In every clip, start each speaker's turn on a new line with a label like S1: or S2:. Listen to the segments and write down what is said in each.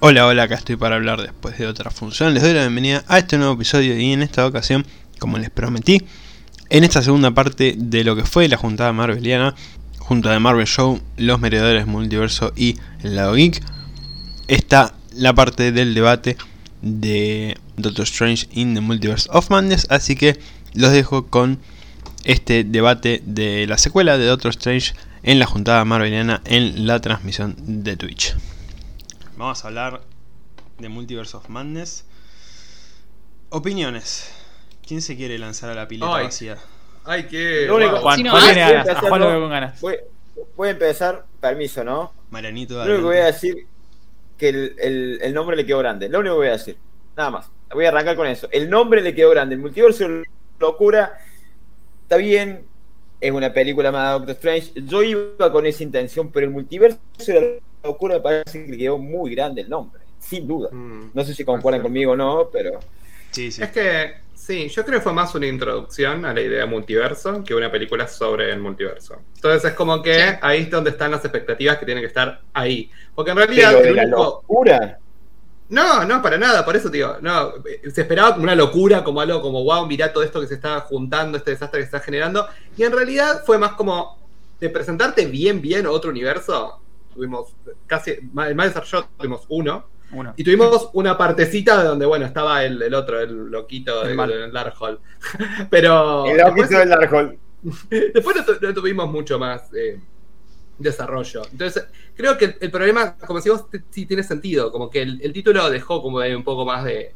S1: Hola, hola, acá estoy para hablar después de otra función. Les doy la bienvenida a este nuevo episodio y en esta ocasión, como les prometí, en esta segunda parte de lo que fue la juntada marveliana, junto de Marvel Show, Los Meredores Multiverso y El Lado Geek, está la parte del debate de Doctor Strange in the Multiverse of Madness, así que los dejo con este debate de la secuela de Doctor Strange en la juntada marveliana en la transmisión de Twitch. Vamos a hablar de Multiverse of Madness. Opiniones. ¿Quién se quiere lanzar a la pileta
S2: Ay.
S1: vacía?
S2: Ay, qué.
S3: Lo único-
S2: guau.
S3: Juan,
S4: Si no,
S3: Juan
S4: ah,
S3: tiene
S4: sí,
S3: ganas. A Juan lo veo con ganas.
S5: Voy, voy a empezar, permiso, ¿no?
S1: Marianito,
S5: Lo único
S1: adelante.
S5: que voy a decir que el, el- el nombre le quedó grande. Lo único que voy a decir. Nada más. Voy a arrancar con eso. El nombre le quedó grande. El multiverso de la locura. Está bien. Es una película más de Doctor Strange. Yo iba con esa intención, pero el multiverso de la locura me parece que le quedó muy grande el nombre. Sin duda.
S2: Mm.
S5: No sé si concuerdan
S2: Perfecto.
S5: conmigo o no, pero.
S1: Sí, sí.
S2: Es que, sí, yo creo que fue más una introducción a la idea de multiverso que una película sobre el multiverso. Entonces es como que
S4: Sí.
S2: ahí es donde están las expectativas que tienen que estar ahí. Porque en realidad
S5: Pero
S2: el
S5: de la
S2: único-
S5: locura.
S2: No, no, para nada, por eso, tío. No, eh, se esperaba como una locura, como algo como, wow, mirá todo esto que se está juntando, este desastre que se está generando. Y en realidad fue más como de presentarte bien, bien otro universo. Tuvimos casi, el Master Shot tuvimos uno,
S3: Uno.
S2: Y tuvimos una partecita de donde, bueno, estaba el, el otro, el loquito
S3: El
S2: del
S3: mal.
S2: del Dark Hall. Pero
S5: El loquito
S2: después,
S5: del Darkhold.
S2: después no, tu- no tuvimos mucho más eh, desarrollo. Entonces, creo que el, el problema, como decimos, t- sí tiene sentido. Como que el, el título dejó como de un poco más de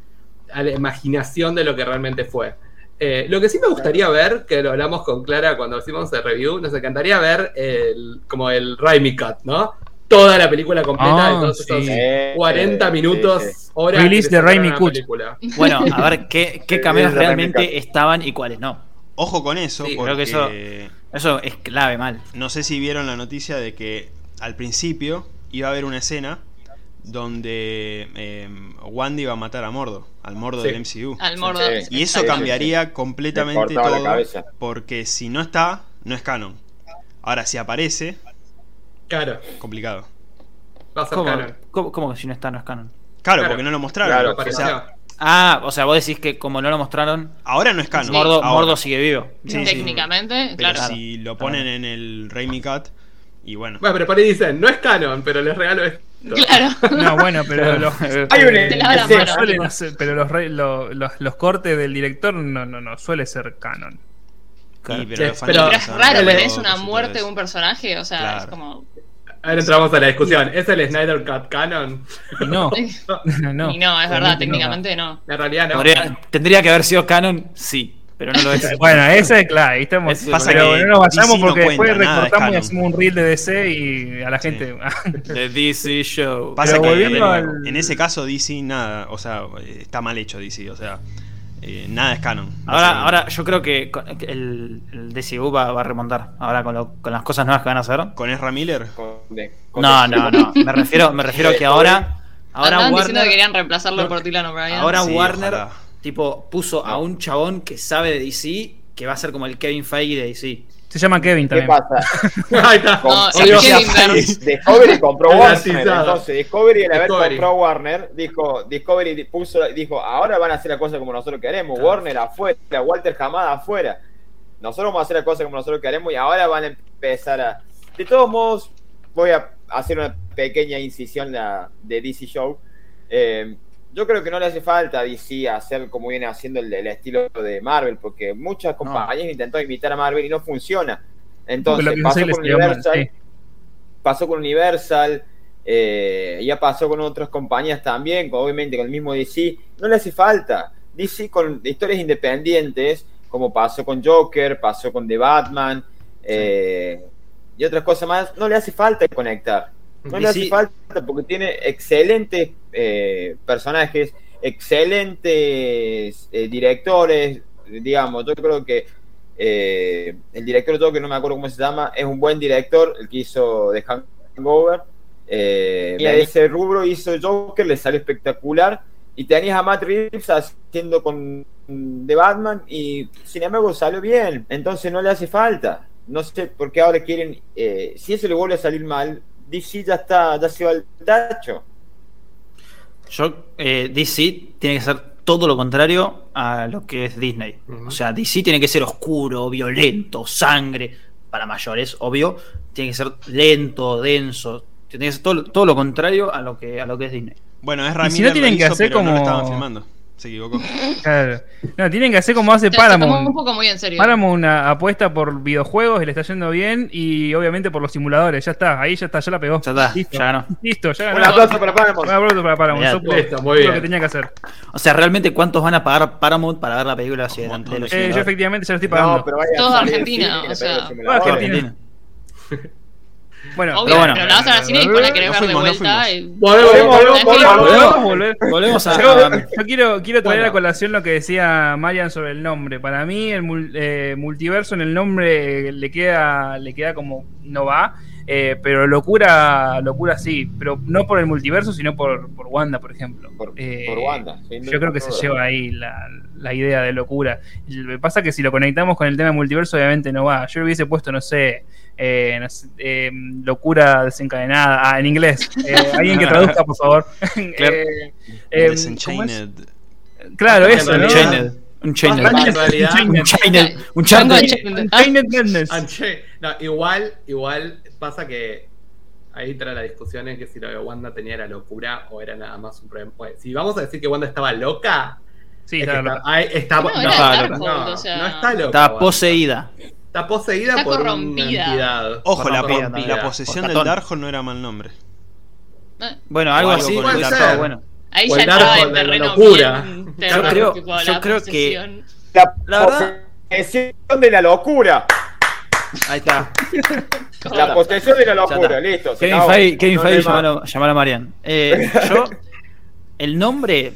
S2: a la imaginación de lo que realmente fue. Eh, lo que sí me gustaría ver, que lo hablamos con Clara cuando hicimos el review, nos encantaría ver el, como el Raimi Cut, ¿no? Toda la película completa
S3: Ah,
S2: de todos esos
S3: sí.
S5: Eh,
S2: 40
S5: sí,
S2: minutos,
S5: sí.
S2: horas.
S3: Release
S2: que
S3: de
S2: se sacaron
S3: Raimi
S2: a la
S3: Kut.
S2: película.
S3: Bueno, a ver qué, qué cameos
S5: Es la
S3: realmente
S5: réplica.
S3: estaban y cuáles no.
S1: Ojo con eso,
S2: Sí,
S1: porque
S3: creo que Eso es clave mal.
S1: no sé si vieron la noticia de que al principio iba a haber una escena donde eh, Wanda iba a matar a Mordo, al Mordo
S2: Sí.
S1: del MCU.
S4: Al mordo.
S5: Sí.
S1: Y eso
S5: Ah, Sí, sí,
S1: cambiaría
S5: Me
S1: completamente
S5: cortaba la
S1: todo,
S5: cabeza.
S1: porque si no está, no es canon. Ahora, si aparece,
S2: Claro,
S1: complicado.
S2: va a ser
S3: ¿Cómo,
S2: canon.
S3: cómo- cómo que si no está, no es canon?
S1: Claro,
S2: Claro.
S1: porque no lo mostraron.
S5: Claro,
S1: O
S2: Apareció.
S1: sea,
S3: Ah, o sea, vos decís que como no lo mostraron,
S1: ahora no es canon.
S3: Mordo,
S1: ahora.
S3: Mordo sigue vivo.
S1: Sí, sí.
S4: Técnicamente,
S1: Pero
S4: claro.
S1: si lo ponen en el Raimi Cut, y bueno.
S2: Bueno, pero por ahí dicen, no es canon, pero les regalo esto.
S4: Claro.
S6: No, bueno, pero los,
S5: Hay un-
S4: Te lavan la
S6: sí,
S4: mano.
S6: suelen hacer- pero los, re- lo- los, los cortes del director no, no, no suele ser canon.
S1: y- los
S2: Sí, pero-
S4: Pero
S1: fanáticos
S4: es
S1: son
S4: raro,
S2: Claro,
S4: pero
S1: todos,
S4: es una
S1: y todo
S4: muerte de
S1: eso.
S4: un personaje, o sea,
S1: Claro.
S4: es como.
S2: Ahora entramos a la discusión. ¿Es el Snyder Cut canon?
S6: Y no, no.
S4: y no, es verdad,
S6: realmente no.
S4: técnicamente no.
S2: En realidad no.
S3: Podría- tendría que haber sido canon, sí, pero no lo es.
S6: Bueno, esa es claro, ahí estamos.
S3: Eso
S1: pasa
S6: pero
S1: que
S6: no nos
S1: DC
S6: basamos
S1: no
S6: porque después
S1: cuenta, nada es
S6: recortamos y
S1: canon.
S6: hacemos un reel de DC y a la gente. ah,
S3: The DC Show.
S1: Pasa
S6: Pero
S1: que de
S6: volviendo
S1: nuevo,
S6: al-
S1: en ese caso DC nada, o sea, eh, está mal hecho DC, o sea, eh, nada es canon.
S3: Ahora,
S1: básicamente.
S3: ahora yo creo que con- el, el DCU va, va a remontar. Ahora con, lo- con las cosas nuevas que van a hacer.
S1: con Ezra Miller,
S5: Con- de- con-
S3: No, no, no. Me refiero, me refiero que ahora. Ahora
S4: Andaban diciendo que
S3: Warner,
S4: querían reemplazarlo por Dylan O'Brien.
S3: ahora
S1: Sí,
S3: Warner
S1: ojalá.
S3: tipo, puso a un chabón que sabe de DC que va a ser como el Kevin Feige de DC.
S6: Se llama Kevin
S5: ¿Qué
S6: también.
S5: pasa?
S2: Ahí está.
S4: No,
S2: Obvio.
S4: el Kevin Burns.
S5: Discovery compró Warner.
S2: Privatizado.
S5: Entonces, Discovery, al haber
S2: Discovery.
S5: comprado Warner, dijo, Discovery di- puso, dijo, ahora van a hacer las cosas como nosotros queremos.
S3: Claro.
S5: Warner afuera, Walter Hamada afuera. Nosotros vamos a hacer las cosas como nosotros queremos y ahora van a empezar a. De todos modos, voy a hacer una pequeña incisión la- de DC Show. Eh, yo creo que no le hace falta a DC hacer como viene haciendo el, el estilo de Marvel, porque muchas compañías intentó imitar a Marvel y no funciona.
S6: Porque
S5: Entonces,
S6: lo que
S5: pasó
S6: pensé les
S5: con
S6: quedó mal,
S5: Universal,
S6: sí.
S5: pasó con Universal, eh, ya pasó con otras compañías también, con- obviamente con el mismo DC, no le hace falta. DC con historias independientes, como pasó con Joker, pasó con The Batman, eh, y otras cosas más, no le hace falta conectar. No le hace
S3: DC
S5: falta porque tiene excelentes eh, personajes, excelentes eh, directores, digamos, yo creo que eh, el director de todo, que no me acuerdo cómo se llama, es un buen director, el que hizo The Hangover. Eh, y a ese rubro hizo Joker, le salió espectacular. Y tenías a Matt Reeves haciendo con de Batman y sin embargo salió bien. Entonces no le hace falta. No sé por qué ahora quieren. eh, si eso le vuelve a salir mal, DC ya está, ya se va al tacho.
S7: Yo, eh, DC tiene que ser todo lo contrario a lo que es Disney.
S2: Ujú.
S7: O sea, DC tiene que ser oscuro, violento, sangre, para mayores, obvio. Tiene que ser lento, denso. Tiene que ser todo, todo lo contrario a lo que, a lo que es Disney.
S1: Bueno, es Ramírez.
S6: si no tienen
S1: lo
S6: que
S1: hizo,
S6: hacer
S1: pero no lo
S6: como- Eh,
S1: estaban filmando. Se equivocó.
S6: Claro. No, tienen que hacer como hace
S4: Se lo tomó
S6: Paramount.
S4: un poco muy en serio.
S6: Paramount una apuesta por videojuegos, y le está yendo bien y obviamente por los simuladores. Ya está, ahí ya está, ya la pegó.
S7: Ya está,
S6: Listo.
S7: ya ganó.
S6: Listo, ya ganó.
S5: Un aplauso para Paramount.
S6: Un aplauso para Paramount.
S7: Mirá.
S6: Eso fue
S2: Listo, muy bien.
S6: lo que tenía que hacer.
S7: O sea, ¿realmente cuántos van a pagar Paramount para ver la película? Si
S1: Un
S7: de-
S1: montón
S7: de
S1: de
S7: los
S1: gente.
S6: Eh,
S7: simuladores?
S6: yo efectivamente ya lo estoy pagando.
S5: No, pero vaya
S4: Todo
S5: a salir
S4: Argentina,
S5: el cine, le
S4: o
S5: pego
S4: sea.
S5: el
S6: Todo
S5: simulador.
S6: Argentina. Bueno,
S4: Obvio,
S7: Pero
S4: pero,
S7: bueno.
S4: la vas a ver al cine y con la querés
S1: No
S4: ver de
S1: fuimos, no
S4: vuelta. y-
S2: Volvemos, volvemos,
S4: Es que-
S2: volvemos.
S6: Podemos volver.
S7: Volvemos a...
S6: Yo, yo quiero, quiero traer
S7: ah, Bueno.
S6: a colación lo que decía Marian sobre el nombre. Para mí, el mul- eh, multiverso en el nombre eh, le queda, le queda como no va. eh, pero locura, locura sí. Pero no por el multiverso, sino por, por Wanda, por ejemplo.
S5: Por,
S6: Eh,
S5: por Wanda. sin
S6: Yo
S5: duda,
S6: creo
S5: por
S6: que se
S5: Wanda.
S6: lleva ahí la, la idea de locura. Lo que pasa es que si lo conectamos con el tema del multiverso, obviamente no va. Yo le hubiese puesto, no sé, eh, no sé, eh, locura desencadenada. Ah, en inglés. Eh, alguien que traduzca, por favor. Eh, eh, ¿cómo es?
S1: Desenchained.
S6: Claro,
S2: Por
S6: eso,
S2: ejemplo,
S6: ¿no?
S7: Un chained. Un chained.
S2: Bastante casualidad.
S7: Un chained. Un
S4: Chango de
S7: chained.
S4: Chained, ¿ah?
S6: Unchained Madness.
S2: Anche- no, igual, igual pasa que ahí entra la discusión en que si lo de Wanda tenía la locura o era nada más un problema. Pues, si vamos a decir que Wanda estaba loca,
S6: Sí,
S2: es que
S6: claro.
S2: está, ahí está-
S4: No,
S2: no,
S4: era
S2: está
S4: Darkhold,
S2: loca.
S4: o sea.
S2: No está loca.
S7: Está
S2: Wanda.
S7: poseída.
S2: Está poseída
S4: Está
S2: por
S4: corrompida.
S2: una entidad.
S1: Ojo,
S2: Por
S1: la,
S2: una
S1: po-
S2: corrompida.
S1: la posesión del
S7: Por ratón.
S1: Darkhold no era mal nombre.
S7: Bueno, algo
S1: O algo
S7: así.
S1: con
S7: pero
S2: el
S7: está
S2: ser.
S7: todo bueno.
S4: Ahí
S2: O
S4: ya
S2: el
S4: estaba
S2: árbol de
S4: en
S2: la
S4: terreno
S2: locura.
S4: bien terreno,
S7: Yo creo-
S4: tipo,
S7: yo
S4: la
S7: creo que-
S4: posesión.
S5: La,
S7: La verdad-
S5: posesión de la locura.
S7: Ahí está.
S5: La posesión de la
S7: Ya está.
S5: locura, listo. se
S7: Kevin
S5: acabó.
S7: Feige, Kevin
S5: No
S7: Feige,
S5: hay más.
S7: llamalo, llamalo a Marian. Eh, yo, el nombre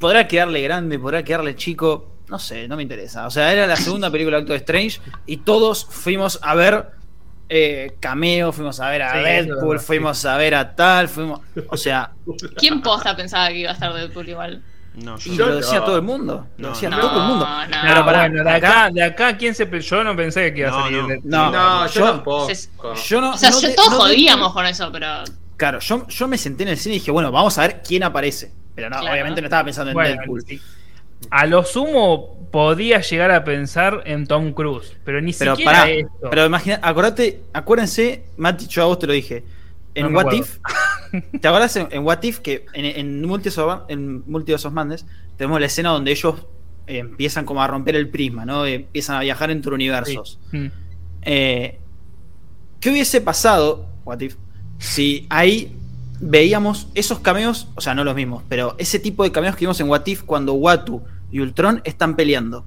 S7: podrá quedarle grande, podrá quedarle chico, no sé, no me interesa. O sea, era la segunda película de Doctor Strange y todos fuimos a ver eh, Cameo, fuimos a ver a
S6: Sí, eso es
S7: Deadpool,
S6: verdad, sí.
S7: fuimos a ver a tal, fuimos. O sea,
S4: ¿Quién posta pensaba que iba a estar Deadpool igual?
S1: No, yo.
S7: y
S2: Yo
S7: lo decía
S2: no.
S7: todo el mundo. Lo
S1: No,
S7: decía
S1: no.
S7: todo el mundo.
S4: no.
S6: Claro, pará,
S7: bueno,
S6: Ah, de acá, de acá, ¿quién se pe- Yo no pensé que iba a
S1: No,
S6: salir
S1: no.
S6: de-
S7: No.
S2: No, yo,
S7: Yo-
S2: tampoco.
S4: se-
S7: Yo no,
S4: O sea,
S7: no
S4: yo-
S7: de-
S4: todos
S7: no de-
S4: jodíamos con eso, pero.
S7: Claro, yo, yo me senté en el cine y dije, bueno, vamos a ver quién aparece. Pero no,
S4: Claro.
S7: obviamente no estaba pensando en
S6: Bueno,
S7: Deadpool.
S6: sí. A lo sumo podía llegar a pensar en Tom Cruise, pero ni
S7: Pero
S6: siquiera
S7: pará,
S6: esto.
S7: Pero imagina, acordate, acuérdense, Mati, yo a vos te lo dije. En
S6: No me
S7: What
S6: acuerdo.
S7: If, ¿te acordás en, en What If que en, en Multiverse of- en Multiverse of Madness tenemos la escena donde ellos eh, empiezan como a romper el prisma, ¿no? Eh, Empiezan a viajar entre universos.
S6: Mm.
S7: Eh, ¿Qué hubiese pasado, What If, si ahí veíamos esos cameos, o sea, no los mismos, pero ese tipo de cameos que vimos en What If cuando Watu y Ultron están peleando?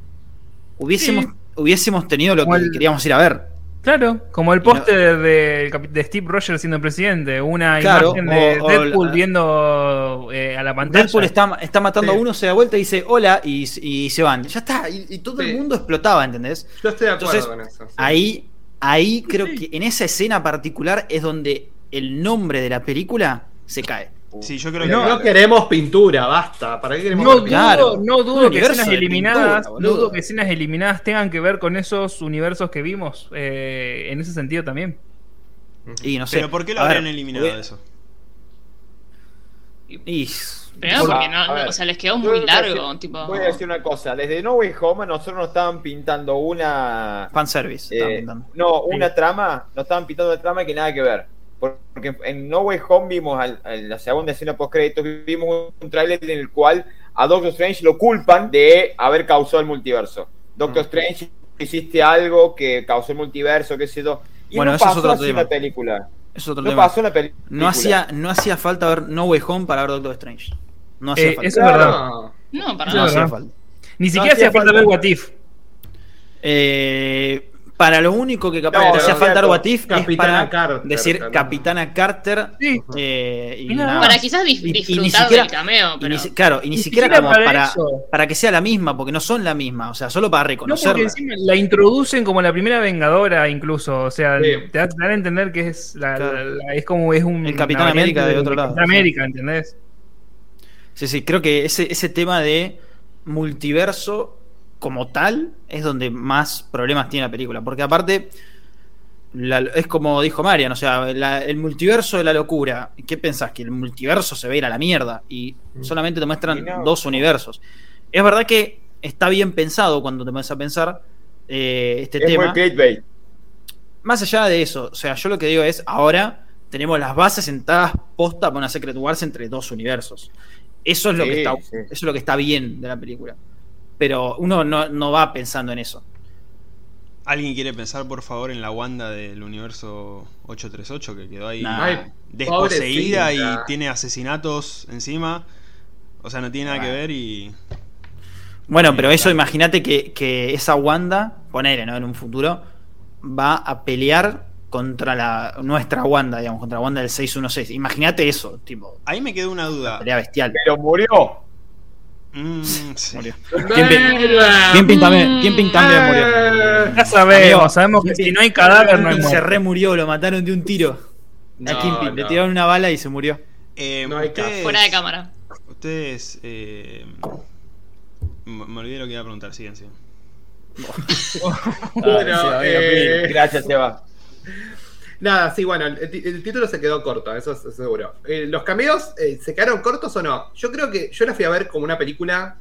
S7: Hubiésemos,
S6: Sí.
S7: hubiésemos tenido lo que
S6: Igual-
S7: queríamos ir a ver.
S6: Claro, como el
S7: Y
S6: póster de, capi- de Steve Rogers siendo presidente, una
S7: Claro,
S6: imagen de
S7: o- o
S6: Deadpool
S7: la-
S6: viendo eh, a la pantalla.
S7: Deadpool está, está matando
S6: Sí.
S7: a uno, se da vuelta y dice hola y, y se van. Ya está, y, y todo
S2: Sí.
S7: el mundo explotaba, ¿entendés?
S2: Yo estoy de acuerdo
S7: Entonces,
S2: con eso. sí.
S7: Ahí, ahí creo que en esa escena particular es donde el nombre de la película se cae.
S1: Sí, yo creo
S2: Pero
S1: que.
S2: no, queremos pintura, basta. ¿Para qué queremos
S6: No dudo,
S2: pintura?
S7: Claro.
S6: no dudo que
S7: Universo
S6: escenas
S7: de
S6: eliminadas,
S7: pintura,
S6: no
S7: boludo.
S6: dudo que escenas eliminadas tengan que ver con esos universos que vimos eh, en ese sentido también.
S7: Y no sé.
S1: Pero ¿por qué lo
S7: a ver,
S1: habrían eliminado
S7: hubiera-
S1: eso?
S7: Y,
S4: Primero
S5: Hola,
S4: porque no,
S5: a
S4: no,
S5: ver.
S4: o sea, les quedó
S5: Yo
S4: muy
S5: voy a
S4: largo,
S5: decir-
S4: tipo.
S5: Voy a decir una cosa. Desde No Way Home, nosotros nos estaban pintando una.
S7: fanservice.
S5: eh,
S7: estaban pintando.
S5: no, una trama. Nos estaban pintando una trama que nada que ver. Por- Porque en No Way Home vimos al- en la segunda escena post-crédito, vimos un tráiler en el cual a Doctor Strange lo culpan de haber causado el multiverso. Doctor
S2: Mm.
S5: Strange, hiciste algo que causó el multiverso, qué sé yo. Y
S7: Bueno,
S5: no
S7: eso es
S5: pasó
S7: otro
S5: así en
S7: tema.
S5: la película.
S7: Es otro
S5: No
S7: tema.
S5: pasó en la peli- película.
S7: No hacía, no hacía falta ver No Way Home para ver Doctor Strange. No hacía
S6: Eh,
S7: falta.
S6: eso es verdad.
S2: No.
S7: No
S4: No, para
S6: Claro.
S4: nada.
S7: hacía falta.
S6: Ni siquiera
S5: hacía
S6: hacía falta
S5: falta.
S6: ver What If.
S7: Eh, para lo único que capaz
S5: No,
S7: que hacía
S5: no,
S7: falta
S5: no.
S7: What If es
S2: Capitana
S7: para
S2: Carter.
S7: decir
S2: también.
S7: Capitana Carter
S6: Sí.
S7: eh, y
S6: Mira,
S7: nada
S6: para
S4: Para
S7: más.
S4: quizás dis-
S7: Y- y ni
S4: disfrutar
S7: siquiera-
S4: del cameo,
S7: Y
S4: pero.
S7: ni si- claro, y ni,
S6: Ni
S7: siquiera,
S6: siquiera
S7: como
S6: para
S7: para,
S6: eso.
S7: para que sea la misma, porque no son la misma, o sea, solo para
S6: No, porque
S7: reconocerla.
S6: encima la introducen como la primera Vengadora, incluso. O sea,
S2: Sí.
S6: te da- te dan a entender que es la,
S7: Claro.
S6: la- la- es como es un.
S7: El Capitán
S6: una variante
S7: América de otro lado.
S6: Capitán América, ¿entendés?
S7: Sí, sí, creo que ese, ese tema de multiverso como tal es donde más problemas tiene la película, porque aparte la- es como dijo Marian, o sea, la- el multiverso de la locura. ¿Qué pensás? Que el multiverso se va a ir a la mierda y solamente te muestran
S5: Mm. Y no.
S7: dos universos. Es verdad que está bien pensado cuando te pones a pensar eh, este
S5: es muy
S7: tema.
S5: clickbait.
S7: Más allá de eso, o sea, yo lo que digo es, ahora tenemos las bases sentadas posta para una Secret Wars entre dos universos. Eso es lo que
S5: Sí,
S7: está,
S5: sí.
S7: eso es lo que está bien de la película. Pero uno no, no va pensando en eso.
S1: ¿Alguien quiere pensar, por favor, en la Wanda del universo 838 que quedó ahí
S7: Nah.
S2: Ay,
S1: desposeída y
S2: pobrecita.
S1: tiene asesinatos encima? O sea, no tiene nada que ver y.
S7: Bueno, pero eso
S1: Claro.
S7: imagínate que, que esa Wanda, ponele, ¿no? En un futuro, va a pelear contra la nuestra Wanda, digamos, contra la Wanda del 616. Imagínate eso, tipo,
S1: Ahí me quedó una duda.
S7: pelea bestial.
S5: Pero
S7: Ah,
S5: murió.
S1: Mm, sí.
S7: Murió.
S2: ¿Quién,
S7: ¿Quién pintame? ¿Quién pintame de morir?
S6: Ya sabemos,
S7: Amigo,
S6: sabemos que si no hay cadáver no hay
S7: Y se
S6: muerte.
S7: remurió, lo mataron de un tiro. a Kingpin, le tiraron una bala y se murió.
S1: Eh,
S2: No hay
S1: ustedes-
S4: Fuera de cámara.
S1: Ustedes. eh, me me olvidé lo que iba a preguntar, sigan, sigan.
S5: Ay, se
S2: Bueno,
S5: va a ver,
S2: eh,
S5: Gracias, Seba.
S2: Nada, sí, bueno, el, ti- el título se quedó corto, eso es seguro. Eh, ¿Los cameos eh, se quedaron cortos o no? Yo creo que yo la fui a ver como una película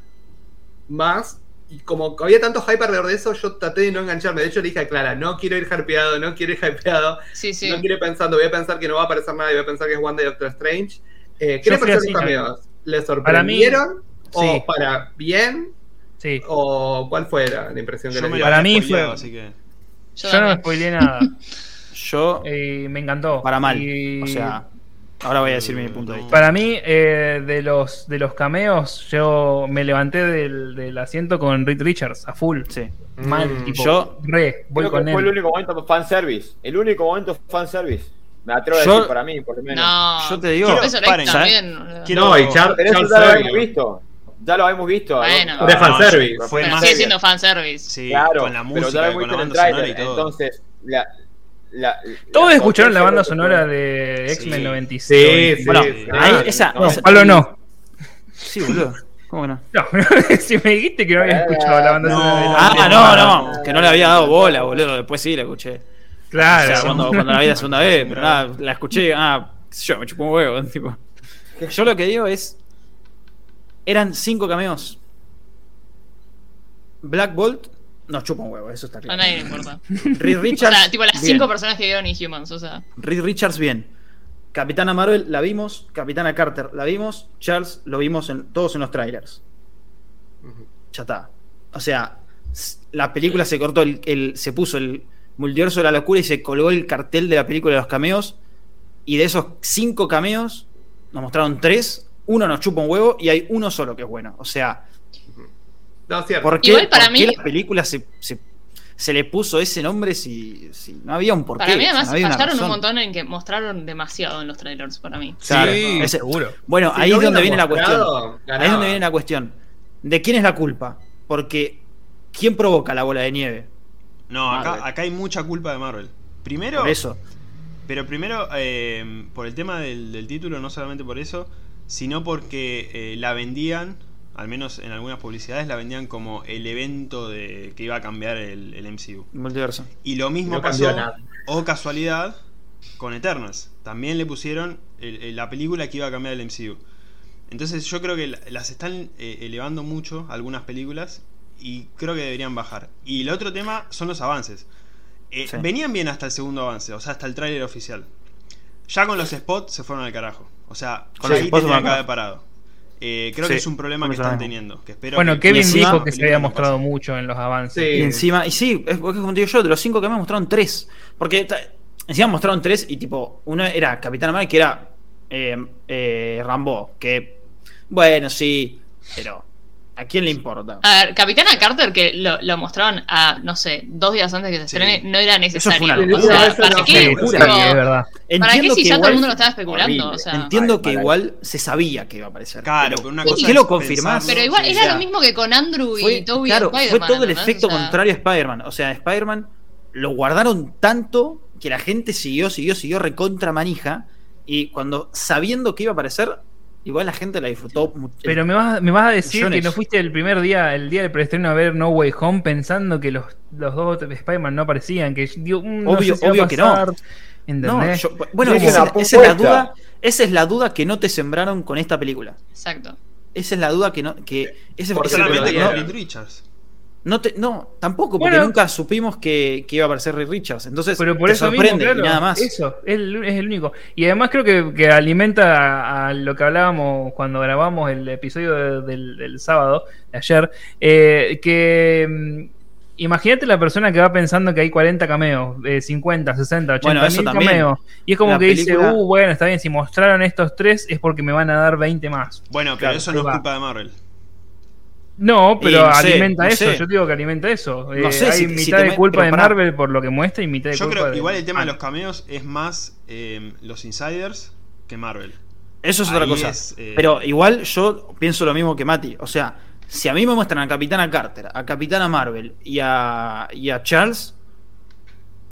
S2: más y como había tanto hype alrededor de eso, yo traté de no engancharme. De hecho, le dije a Clara, no quiero ir hypeado, no quiero ir hypeado,
S4: Sí, sí.
S2: no quiero ir pensando, voy a pensar que no va a aparecer nada y voy a pensar que es Wanda y Doctor Strange. Eh, ¿Qué
S6: Yo
S2: les
S6: fui
S2: parecieron los
S6: así,
S2: cameos? ¿Les
S6: Para mí-
S2: sorprendieron? ¿O
S6: sí.
S2: para bien?
S6: Sí.
S2: ¿O cuál fue la, la impresión que
S1: Yo
S2: les
S1: me
S2: dio?
S1: lo
S6: Para
S1: había
S6: mí
S1: spoileado,
S6: fue-
S1: Así que.
S4: Yo
S6: Yo no me
S4: también.
S6: spoileé nada.
S7: Yo,
S6: Y me encantó.
S7: Eh, para mal.
S6: Y-
S7: O sea, ahora voy a decir mi punto de vista.
S6: Para mí, eh, de, los, de los cameos, yo me levanté del, del asiento con Reed Richards, a full.
S7: Sí.
S6: Mal,
S2: Mm.
S6: tipo,
S7: Yo-
S6: re, voy
S5: Creo que
S6: con
S5: fue el
S6: él.
S5: único momento fanservice. El único momento fanservice. Me atrevo a
S7: Yo-
S5: decir para mí, por lo menos.
S4: No.
S7: Yo te digo,
S4: Yo soy
S1: paren,
S4: Rex también. boludo.
S1: Quiero-
S2: No, y Char-
S5: Pero eso
S2: Charles
S5: ya lo habíamos
S2: Xavier.
S5: visto. Ya lo habíamos visto.
S4: Bueno.
S5: Ah,
S4: De
S2: fanservice.
S5: no,
S1: Fue
S4: Pero
S1: más-
S4: sigue siendo fanservice.
S1: Sí,
S5: Claro,
S1: con la
S5: pero ya lo
S1: música, con
S5: hemos
S1: la
S5: visto en el
S1: banda sonora
S5: tráiler,
S1: y todo.
S5: Entonces, la, la- la-
S6: Todos escucharon la banda
S5: que-
S6: sonora de X-Men
S1: Sí.
S6: 96.
S2: Sí,
S7: Bueno,
S2: sí,
S7: ahí
S2: claro.
S7: esa.
S6: No,
S7: esa-
S6: Pablo no.
S7: Sí, boludo. ¿Cómo que no?
S6: No, si me dijiste que no habías escuchado la banda
S1: No.
S6: sonora de la-
S7: Ah, no, no. Que no le había dado bola, boludo. Después sí la escuché.
S6: Claro.
S7: O sea, cuando, cuando la vi la segunda vez, pero nada, la escuché, ah, qué sé yo me chupó un huevo, tipo. Yo lo que digo es. Eran cinco cameos. Black Bolt nos chupa un huevo, eso está
S4: A
S7: claro.
S4: Ah, nadie le importa.
S7: Reed
S4: O sea,
S7: Richards.
S4: tipo las
S7: bien.
S4: cinco personas que vieron Inhumans, o sea.
S7: Reed Richards, bien. Capitana Marvel, la vimos. Capitana Carter, la vimos. Charles, lo vimos en, todos en los trailers.
S2: Ujú.
S7: Ya está. O sea, s- la película se cortó, el, el- se puso el multiverso de la locura y se colgó el cartel de la película de los cameos. Y de esos cinco cameos, nos mostraron tres. Uno nos chupa un huevo y hay uno solo que es bueno. O sea,
S2: No, cierto.
S7: ¿por qué,
S4: Igual para
S7: por
S4: mí-
S7: qué la película se, se- se le puso ese nombre si, si no había un porqué?
S4: Para mí
S7: O sea, no
S4: además
S7: había una
S4: fallaron un
S7: razón.
S4: montón en que mostraron demasiado en los trailers para mí.
S7: Claro,
S1: Sí.
S7: ese-
S6: seguro.
S7: bueno,
S2: Si
S7: ahí
S2: lo
S7: es donde
S2: hubieran
S7: viene la cuestión.
S2: mostrado,
S7: Ahí es
S2: ganaba.
S7: donde viene la cuestión. ¿De quién es la culpa? Porque ¿quién provoca la bola de nieve?
S1: No, acá,
S7: Marvel.
S1: acá hay mucha culpa de Marvel. Primero,
S7: Por eso.
S1: pero primero, eh, por el tema del, del título, no solamente por eso, sino porque eh, la vendían, al menos en algunas publicidades, la vendían como el evento de que iba a cambiar el, el MCU.
S7: Multiverso.
S1: Y lo mismo
S2: No cambió
S1: pasó,
S2: nada.
S1: o casualidad, con Eternals. También le pusieron el- el- la película que iba a cambiar el MCU. Entonces yo creo que la- las están eh, elevando mucho algunas películas y creo que deberían bajar. Y el otro tema son los avances. Eh,
S7: Sí.
S1: Venían bien hasta el segundo avance, o sea, hasta el tráiler oficial. Ya con los spots se fueron al carajo. O sea,
S7: Con
S1: con
S7: los
S1: ahí
S7: spots se
S1: tendrían
S7: fueron
S1: que
S7: al
S1: haber parado. Eh, creo
S7: Sí,
S1: que es un problema que
S7: pienso lo
S1: están
S7: mismo.
S1: teniendo. que espero
S6: Bueno,
S1: que-
S7: Y
S6: Kevin
S7: encima-
S6: dijo que se había
S1: película no pase.
S6: mostrado mucho en los avances.
S2: Sí.
S7: Y encima, y sí, es porque como te digo yo, de los cinco que me mostraron tres. Porque ta- encima mostraron tres y tipo, uno era Capitán Marvel que era eh, eh, Rambo, que bueno, sí, pero ¿a quién le importa?
S4: A ver, Capitana Carter, que lo, lo mostraron a, no sé, dos días antes que se
S1: Sí.
S4: estrene, no era necesario.
S7: una
S4: O
S7: locura.
S4: sea,
S2: Eso
S4: ¿para
S2: no
S4: qué?
S2: fue
S6: Sí,
S4: Tipo,
S2: locura,
S6: sí, es verdad.
S4: ¿Para qué
S7: Entiendo
S4: si
S7: que
S4: ya todo
S7: igual-
S4: el mundo lo estaba especulando?
S5: horrible.
S4: O sea,
S7: Entiendo
S5: Ay,
S7: que
S5: para-
S7: igual se sabía que iba a aparecer.
S1: Claro,
S7: pero
S1: pero una
S4: ¿por
S1: cosa
S4: qué
S1: es
S7: lo confirmás?
S1: pensarlo,
S4: pero igual
S1: sí,
S4: era
S1: o sea,
S4: lo mismo que con Andrew y
S7: fue,
S4: Toby
S7: claro,
S4: en Spider-Man,
S7: fue todo el
S4: ¿entendés?
S7: efecto
S4: O sea,
S7: contrario a Spider-Man. O sea, Spider-Man lo guardaron tanto que la gente siguió, siguió, siguió recontra manija. Y cuando sabiendo que iba a aparecer, Igual la gente la disfrutó mucho.
S6: Pero me vas, me vas a decir
S7: Millones.
S6: que no fuiste el primer día, el día del preestreno a ver No Way Home pensando que los, los dos de Spider-Man no aparecían, que digo, mm, no
S7: Obvio-
S6: sé si va a
S7: obvio que no.
S6: pasar,
S7: No,
S6: ¿Entendés?
S7: yo- bueno,
S5: Es
S7: esa,
S5: una
S7: esa es la
S5: propuesta.
S7: duda, esa es la duda que no te sembraron con esta película.
S4: Exacto.
S7: Esa es la duda que no que ese
S2: Porque
S7: ese-
S2: solamente
S7: no,
S2: con-
S1: Richards.
S7: no te- no, tampoco porque
S6: Bueno.
S7: nunca supimos que, que iba a aparecer Ray Richards. Entonces
S6: Pero por
S7: te
S6: eso mismo,
S7: sorprende y
S6: claro,
S7: nada más.
S6: Eso, es el, es el único. Y además creo que, que alimenta a, a lo que hablábamos cuando grabamos el episodio de- del, del sábado, de ayer, eh, que... mm, Imagínate la persona que va pensando que hay 40 cameos, eh, 50, 60, 80
S7: Bueno, eso
S6: mil
S7: también.
S6: cameos. Y es como
S7: La
S6: que
S7: película-
S6: dice, uh, bueno, está bien, si mostraron estos tres es porque me van a dar 20 más.
S1: Bueno, pero
S6: Claro,
S1: eso no
S6: va.
S1: es culpa de Marvel.
S6: No, pero
S7: Y no sé,
S6: alimenta
S7: no
S6: eso,
S7: sé.
S6: yo digo que alimenta eso.
S7: No
S6: Eh,
S7: sé,
S6: hay
S7: si- si
S6: mitad
S7: te
S6: de
S7: met-
S6: culpa
S7: pero
S6: de
S7: pará.
S6: Marvel por lo que muestra y mitad de
S1: Yo
S6: culpa
S1: creo
S6: de...
S1: igual el tema de los
S6: Ah,
S1: cameos es más eh, los insiders que Marvel.
S7: Eso es otra
S1: Ahí
S7: cosa.
S1: es, eh,
S7: Pero igual yo pienso lo mismo que Mati. O sea, si a mí me muestran a Capitana Carter, a Capitana Marvel y a, y a Charles,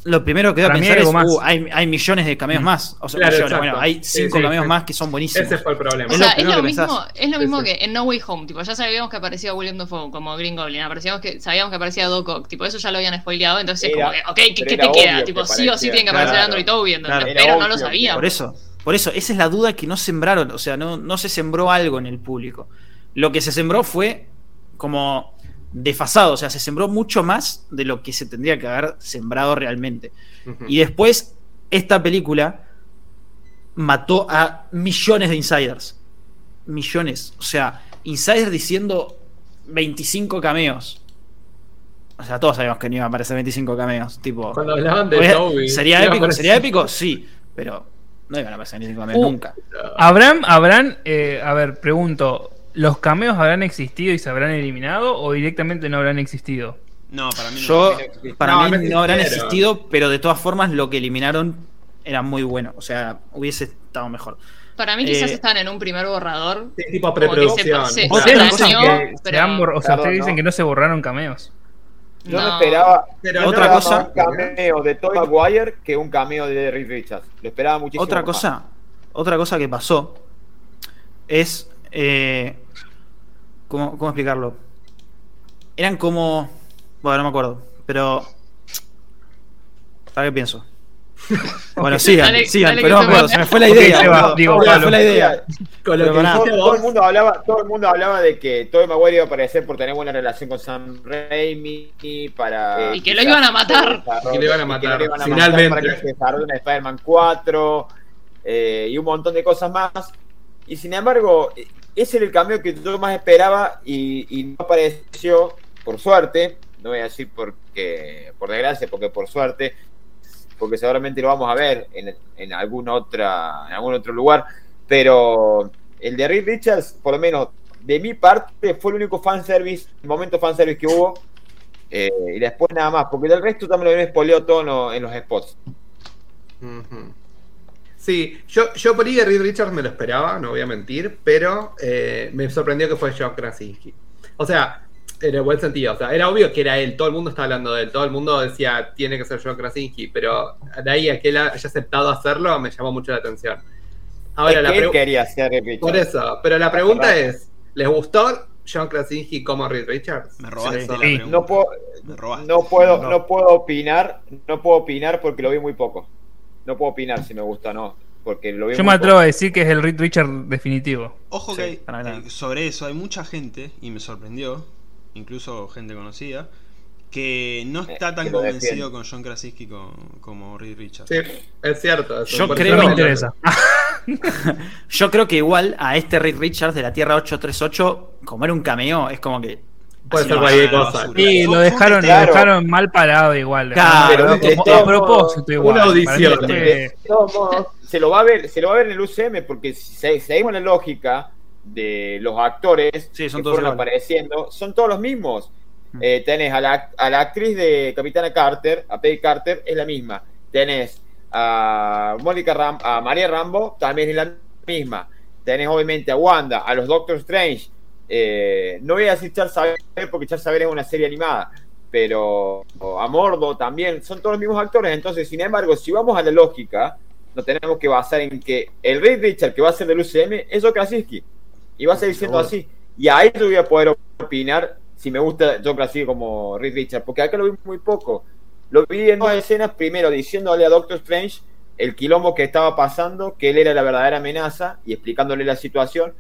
S7: lo primero que voy a
S6: Para mí
S7: pensar
S6: hay
S7: es,
S6: algo más.
S7: "Uh, hay, hay millones de cameos
S6: Mm.
S7: más. O sea,
S2: Claro,
S7: millones,
S2: exacto.
S7: bueno, hay
S2: Sí,
S7: cinco
S2: sí,
S7: cameos
S2: sí.
S7: más que son buenísimos.
S2: Ese fue el problema.
S4: O
S7: Es
S4: sea,
S7: lo
S4: es lo,
S7: primero que
S4: mismo,
S7: pensás.
S4: es lo mismo
S2: Sí, sí.
S4: que en No Way Home, tipo, ya sabíamos que aparecía William Dafoe como Green Goblin, aparecíamos que, sabíamos que aparecía Doc Ock, tipo, eso ya lo habían spoileado, entonces
S5: Era-
S4: como que, ok, ¿qué,
S5: pero
S4: qué
S5: era
S4: te queda?
S5: obvio
S4: Tipo,
S5: que
S4: sí o sí
S5: parecía,
S4: tiene que aparecer
S5: claro.
S4: Andrew Toby, ¿entendés?
S7: Claro.
S5: Era
S4: pero no
S5: obvio
S4: lo
S5: que
S4: sabíamos.
S7: Por eso, por eso, esa es la duda que no sembraron, o sea, no, no se sembró algo en el público. Lo que se sembró fue como desfasado, o sea, se sembró mucho más de lo que se tendría que haber sembrado realmente.
S2: Ujú.
S7: Y después, esta película mató a millones de insiders. Millones. O sea, insiders diciendo 25 cameos. O sea, todos sabíamos que no iban a aparecer 25 cameos. Tipo,
S2: Cuando hablaban de
S7: Oye,
S2: Toby.
S7: pues, ¿Sería
S2: iba a
S7: épico?
S2: aparecer-
S7: ¿Sería épico? Sí, pero no iban a pasar ni cinco meses
S6: Uh.
S7: nunca.
S6: ¿Habrán, habrán, eh, a ver, pregunto, ¿los cameos habrán existido y se habrán eliminado o directamente no habrán existido?
S1: No, para mí no.
S7: Yo, para
S2: No,
S7: mí
S2: no
S7: no
S2: es
S7: habrán
S2: sincero.
S7: existido, pero de todas formas lo que eliminaron era muy bueno. O sea, hubiese estado mejor.
S4: Para mí quizás
S7: Eh,
S4: estaban en un primer borrador.
S2: Sí, este tipo
S4: Como que se-
S2: preproducción.
S4: se-
S2: Claro.
S7: Otra
S4: se
S7: cosa
S4: planeó,
S6: que se
S4: pero
S6: han borra- o sea,
S5: Claro,
S6: ustedes dicen
S5: no.
S6: que no se borraron cameos.
S5: Yo no
S4: no.
S5: esperaba
S2: Pero
S7: Otra
S2: no,
S7: cosa-
S5: un cameo de Tobey Maguire que un cameo de Rick Richards. Lo esperaba muchísimo.
S7: Otra
S5: más.
S7: cosa, otra cosa que pasó es. eh, ¿cómo, cómo explicarlo? Eran como. Bueno, no me acuerdo, pero. ¿Para qué pienso? Bueno, sigan,
S4: Dale-
S7: sigan,
S4: dale
S7: pero
S4: que
S7: no me acuerdo,
S4: se
S7: se me fue la
S6: Ok,
S7: idea.
S6: Seba,
S7: boludo.
S6: digo,
S7: Se me
S6: Pablo.
S7: fue la idea.
S2: Con lo
S7: Pero
S2: que
S5: Todo,
S7: pará.
S2: dijiste
S5: todo el
S2: vos,
S5: mundo hablaba, todo el mundo hablaba de que Tobey Maguire iba a aparecer por tener buena relación con Sam Raimi y para
S4: Y que lo iban a matar.
S5: desarrollo-
S2: Que lo iban a
S5: y
S2: matar,
S5: que lo iban a matar
S2: finalmente.
S5: para que se desarrolle una Spider-Man 4 eh, y un montón de cosas más. Y sin embargo, e, ese era el cambio que yo más esperaba y, y no apareció, por suerte, no voy a decir porque, por desgracia, porque por suerte, porque seguramente lo vamos a ver en, en algún otra, en algún otro lugar, pero el de Rick Richards, por lo menos de mi parte, fue el único fanservice, el momento fanservice que hubo. eh, y después nada más, porque del resto también lo habían spoileado todo en los- en los spots.
S2: Ujú. Sí, yo, yo por ahí de Reed Richards me lo esperaba, no voy a mentir, pero eh, me sorprendió que fue John Krasinski. O sea, en el buen sentido, o sea, era obvio que era él, todo el mundo estaba hablando de él, todo el mundo decía, tiene que ser John Krasinski, pero de ahí a que él haya aceptado hacerlo me llamó mucho la atención. Ahora,
S5: Es
S2: la
S5: que él
S2: pregunta...
S5: quería ser Reed Richards.
S2: Por eso, pero la pregunta es, ¿les gustó John Krasinski como Reed Richards?
S1: Me robaste
S2: Sí.
S1: la
S6: Sí.
S1: pregunta.
S5: No puedo,
S1: Me robaste.
S5: No puedo,
S6: No.
S5: no. puedo opinar, no puedo opinar porque lo vi muy poco. No puedo opinar si me gusta o no, porque lo vi
S6: Yo me
S5: muy
S6: atrevo
S5: poco.
S6: a decir que es el Rick Richard definitivo.
S1: Ojo que
S7: Sí,
S1: hay-
S7: para nada.
S1: eh, sobre eso hay mucha gente, y me sorprendió, incluso gente conocida, que no está
S5: Eh,
S1: tan
S5: que lo
S1: convencido
S5: defiende.
S1: con John Krasinski co- como Reed Richards.
S2: Sí, es cierto. eso,
S7: Yo
S2: por
S7: creo-
S2: eso
S6: No me
S2: lo-
S6: interesa.
S7: Yo creo que igual a este Rick Richards de la Tierra 838, como era un cameo, es como que.
S2: Puede
S7: así
S2: ser
S7: nomás.
S2: cualquier
S1: Van a la
S2: cosa.
S1: basura.
S6: Sí, lo
S1: Fue- fue un
S6: dejaron, lo
S1: testeo.
S5: Claro.
S6: dejaron mal parado igual.
S7: Claro,
S6: Pero
S5: un
S6: como
S5: testeo,
S6: a propósito igual.
S2: una audición.
S6: Para mí
S5: De
S6: fue-
S5: todos modos, se lo va a ver, se lo va a ver en el UCM porque si se- seguimos la lógica de los actores
S7: Sí, son
S5: que
S7: todos
S5: fueron
S7: iguales.
S5: apareciendo, son todos los mismos.
S7: Mm.
S5: Eh, tenés a la, a la actriz de Capitana Carter, a Peggy Carter, es la misma. Tenés a Mónica Ram- a María Rambo, también es la misma. Tenés obviamente a Wanda, a los Doctor Strange. Eh, no voy a decir Charles Xavier porque Charles Xavier es una serie animada, pero o a Mordo también, son todos los mismos actores. Entonces, sin embargo, si vamos a la lógica nos tenemos que basar en que el Reed Richard que va a ser del UCM es Joe Krasinski. Y va a seguir siendo
S6: Seguro.
S5: así. Y ahí yo voy a poder opinar si me gusta Joe Krasinski como Reed Richard, porque acá lo vi muy poco. Lo vi en dos escenas, primero diciéndole a Doctor Strange el quilombo que estaba pasando, que él era la verdadera amenaza y explicándole la situación.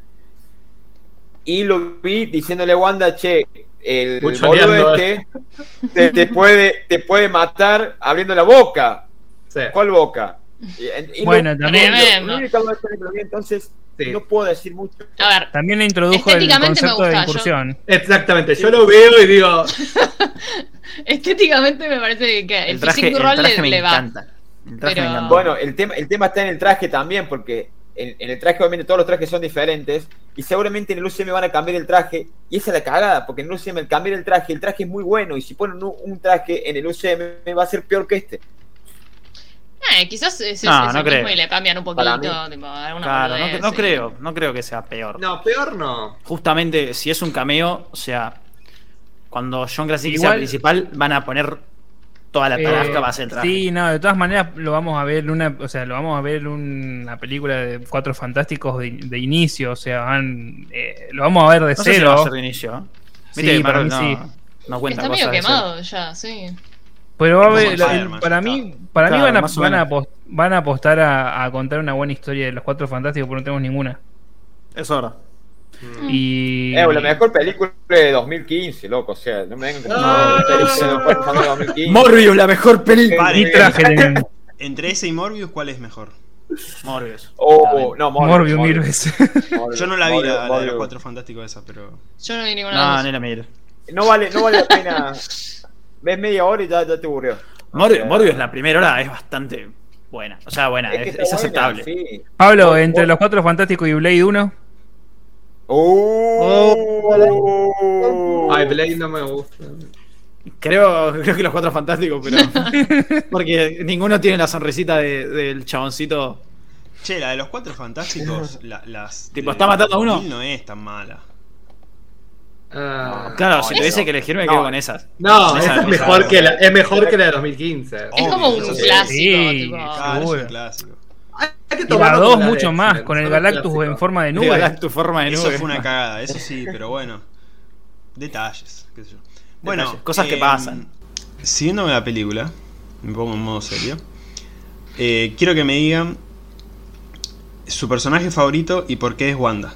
S5: Y lo vi diciéndole a Wanda, che, el
S2: Muy
S5: boludo
S2: choreando, eh".
S5: este te, te puede, te puede matar abriendo la boca.
S2: Sí.
S5: ¿Cuál boca? Y- y
S6: Bueno,
S5: no-
S6: también-
S5: no- no- no- no- Entonces,
S2: Sí.
S5: no puedo decir mucho.
S4: A ver,
S6: También le introdujo el
S4: Estéticamente me
S6: concepto de
S4: gusta, yo-
S6: incursión.
S2: Exactamente, yo lo veo y digo,
S4: estéticamente me parece que el,
S7: El traje,
S4: physique
S7: el
S4: du rol
S7: traje
S4: le,
S7: me
S4: le va.
S7: encanta. El traje
S4: Pero-
S7: me encanta.
S5: Bueno, el tema, el tema está en el traje también, porque en, en el traje, obviamente, todos los trajes son diferentes. Y seguramente en el UCM van a cambiar el traje. Y esa es la cagada, porque en el UCM, el cambiar el traje, el traje es muy bueno. Y si ponen un, un traje en el UCM, va a ser peor que este.
S4: Eh, quizás es, es
S7: No,
S4: eso
S7: no
S4: mismo
S7: creo.
S4: y le cambian un
S5: Para
S4: poquito, tipo, alguna
S7: claro, no,
S4: boludez,
S7: no
S4: eh, sí.
S7: creo, no creo que sea peor.
S2: no, peor no.
S7: Justamente si es un cameo, o sea, cuando John Krasinski sea
S6: Igual-
S7: principal, van a poner toda la
S6: Eh,
S7: tarasca base del traje.
S6: Sí, no, de todas maneras lo vamos a ver en una, o sea, lo vamos a ver en una película de Cuatro Fantásticos de, de inicio, o sea, van, eh, lo vamos a ver de
S7: no sé si lo va a
S6: cero.
S7: hacer de inicio. ¿eh?
S6: Sí,
S7: Viste que
S6: para
S7: Marvel
S6: mí
S7: no, no cuenta
S4: Está medio
S7: cosas de eso.
S4: quemado ya, sí.
S6: pero va a
S1: Como
S6: haber- la- el-
S1: Spider-Man,
S6: para
S1: ya
S6: mí, para mí
S7: Claro,
S6: van a,
S7: más o
S6: van a,
S7: menos.
S6: apos- van a apostar a, a contar una buena historia de los Cuatro Fantásticos, porque no tenemos ninguna.
S7: Es verdad.
S6: Y
S5: Eh, la mejor película de 2015, loco. O sea, no me vengan con
S2: No,
S5: no,
S2: no, no, no.
S5: de 2015.
S7: Morbius, la mejor película.
S6: ni
S1: Vale.
S6: traje de
S1: Entre ese y Morbius, ¿cuál es mejor?
S7: Morbius.
S5: Oh, no,
S6: Morbius mil veces.
S5: Morbius,
S1: Yo no la vi, la-
S5: Morbius,
S1: la, de
S5: Morbius.
S1: los cuatro fantásticos esa, pero.
S4: Yo no vi ninguna de
S7: No,
S4: las
S7: ni
S4: dos.
S7: la mire.
S5: No vale, no vale la pena. Ves media hora y ya, ya te aburrió. Eh.
S7: Morbius, Morbius, la primera hora es bastante buena. O sea, buena, es,
S5: que está
S7: es
S5: buena,
S7: aceptable.
S5: sí.
S6: Pablo, entre los Cuatro Fantásticos y Blade 1,
S5: Uh,
S2: Ay, Blade no me gusta.
S7: Creo, creo que los cuatro fantásticos, pero. porque ninguno tiene la sonrisita de- del chaboncito.
S1: Che, la de los cuatro fantásticos, la- las.
S7: Tipo,
S1: de
S7: ¿está matando a uno?
S1: 2000 No es tan mala.
S2: Ah.
S7: Claro, si
S5: No,
S7: tuviese
S5: eso.
S7: que elegir, me
S5: No.
S7: quedo con esas.
S2: No,
S7: Esa-
S2: esa es
S7: esa-
S2: mejor que la, es mejor que la de 2015.
S1: Obvio,
S4: Es como un
S1: eso sí.
S4: clásico,
S6: Sí.
S4: tipo.
S1: Claro, es
S6: Seguro.
S1: un clásico.
S2: Hay que
S6: y la
S2: tomarlo
S6: 2
S2: como la
S6: mucho
S2: de
S6: más,
S2: X-Men,
S6: con el
S2: son
S6: Galactus en
S2: clásicos.
S6: forma de
S7: Te darás
S6: nube.
S7: tu forma de
S1: Eso
S7: nube.
S1: fue una cagada, eso sí, pero bueno. Detalles, qué sé yo. Bueno,
S7: cosas que pasan.
S1: Siguiendo con la película, me pongo en modo serio. eh, quiero que me digan su personaje favorito y por qué es Wanda.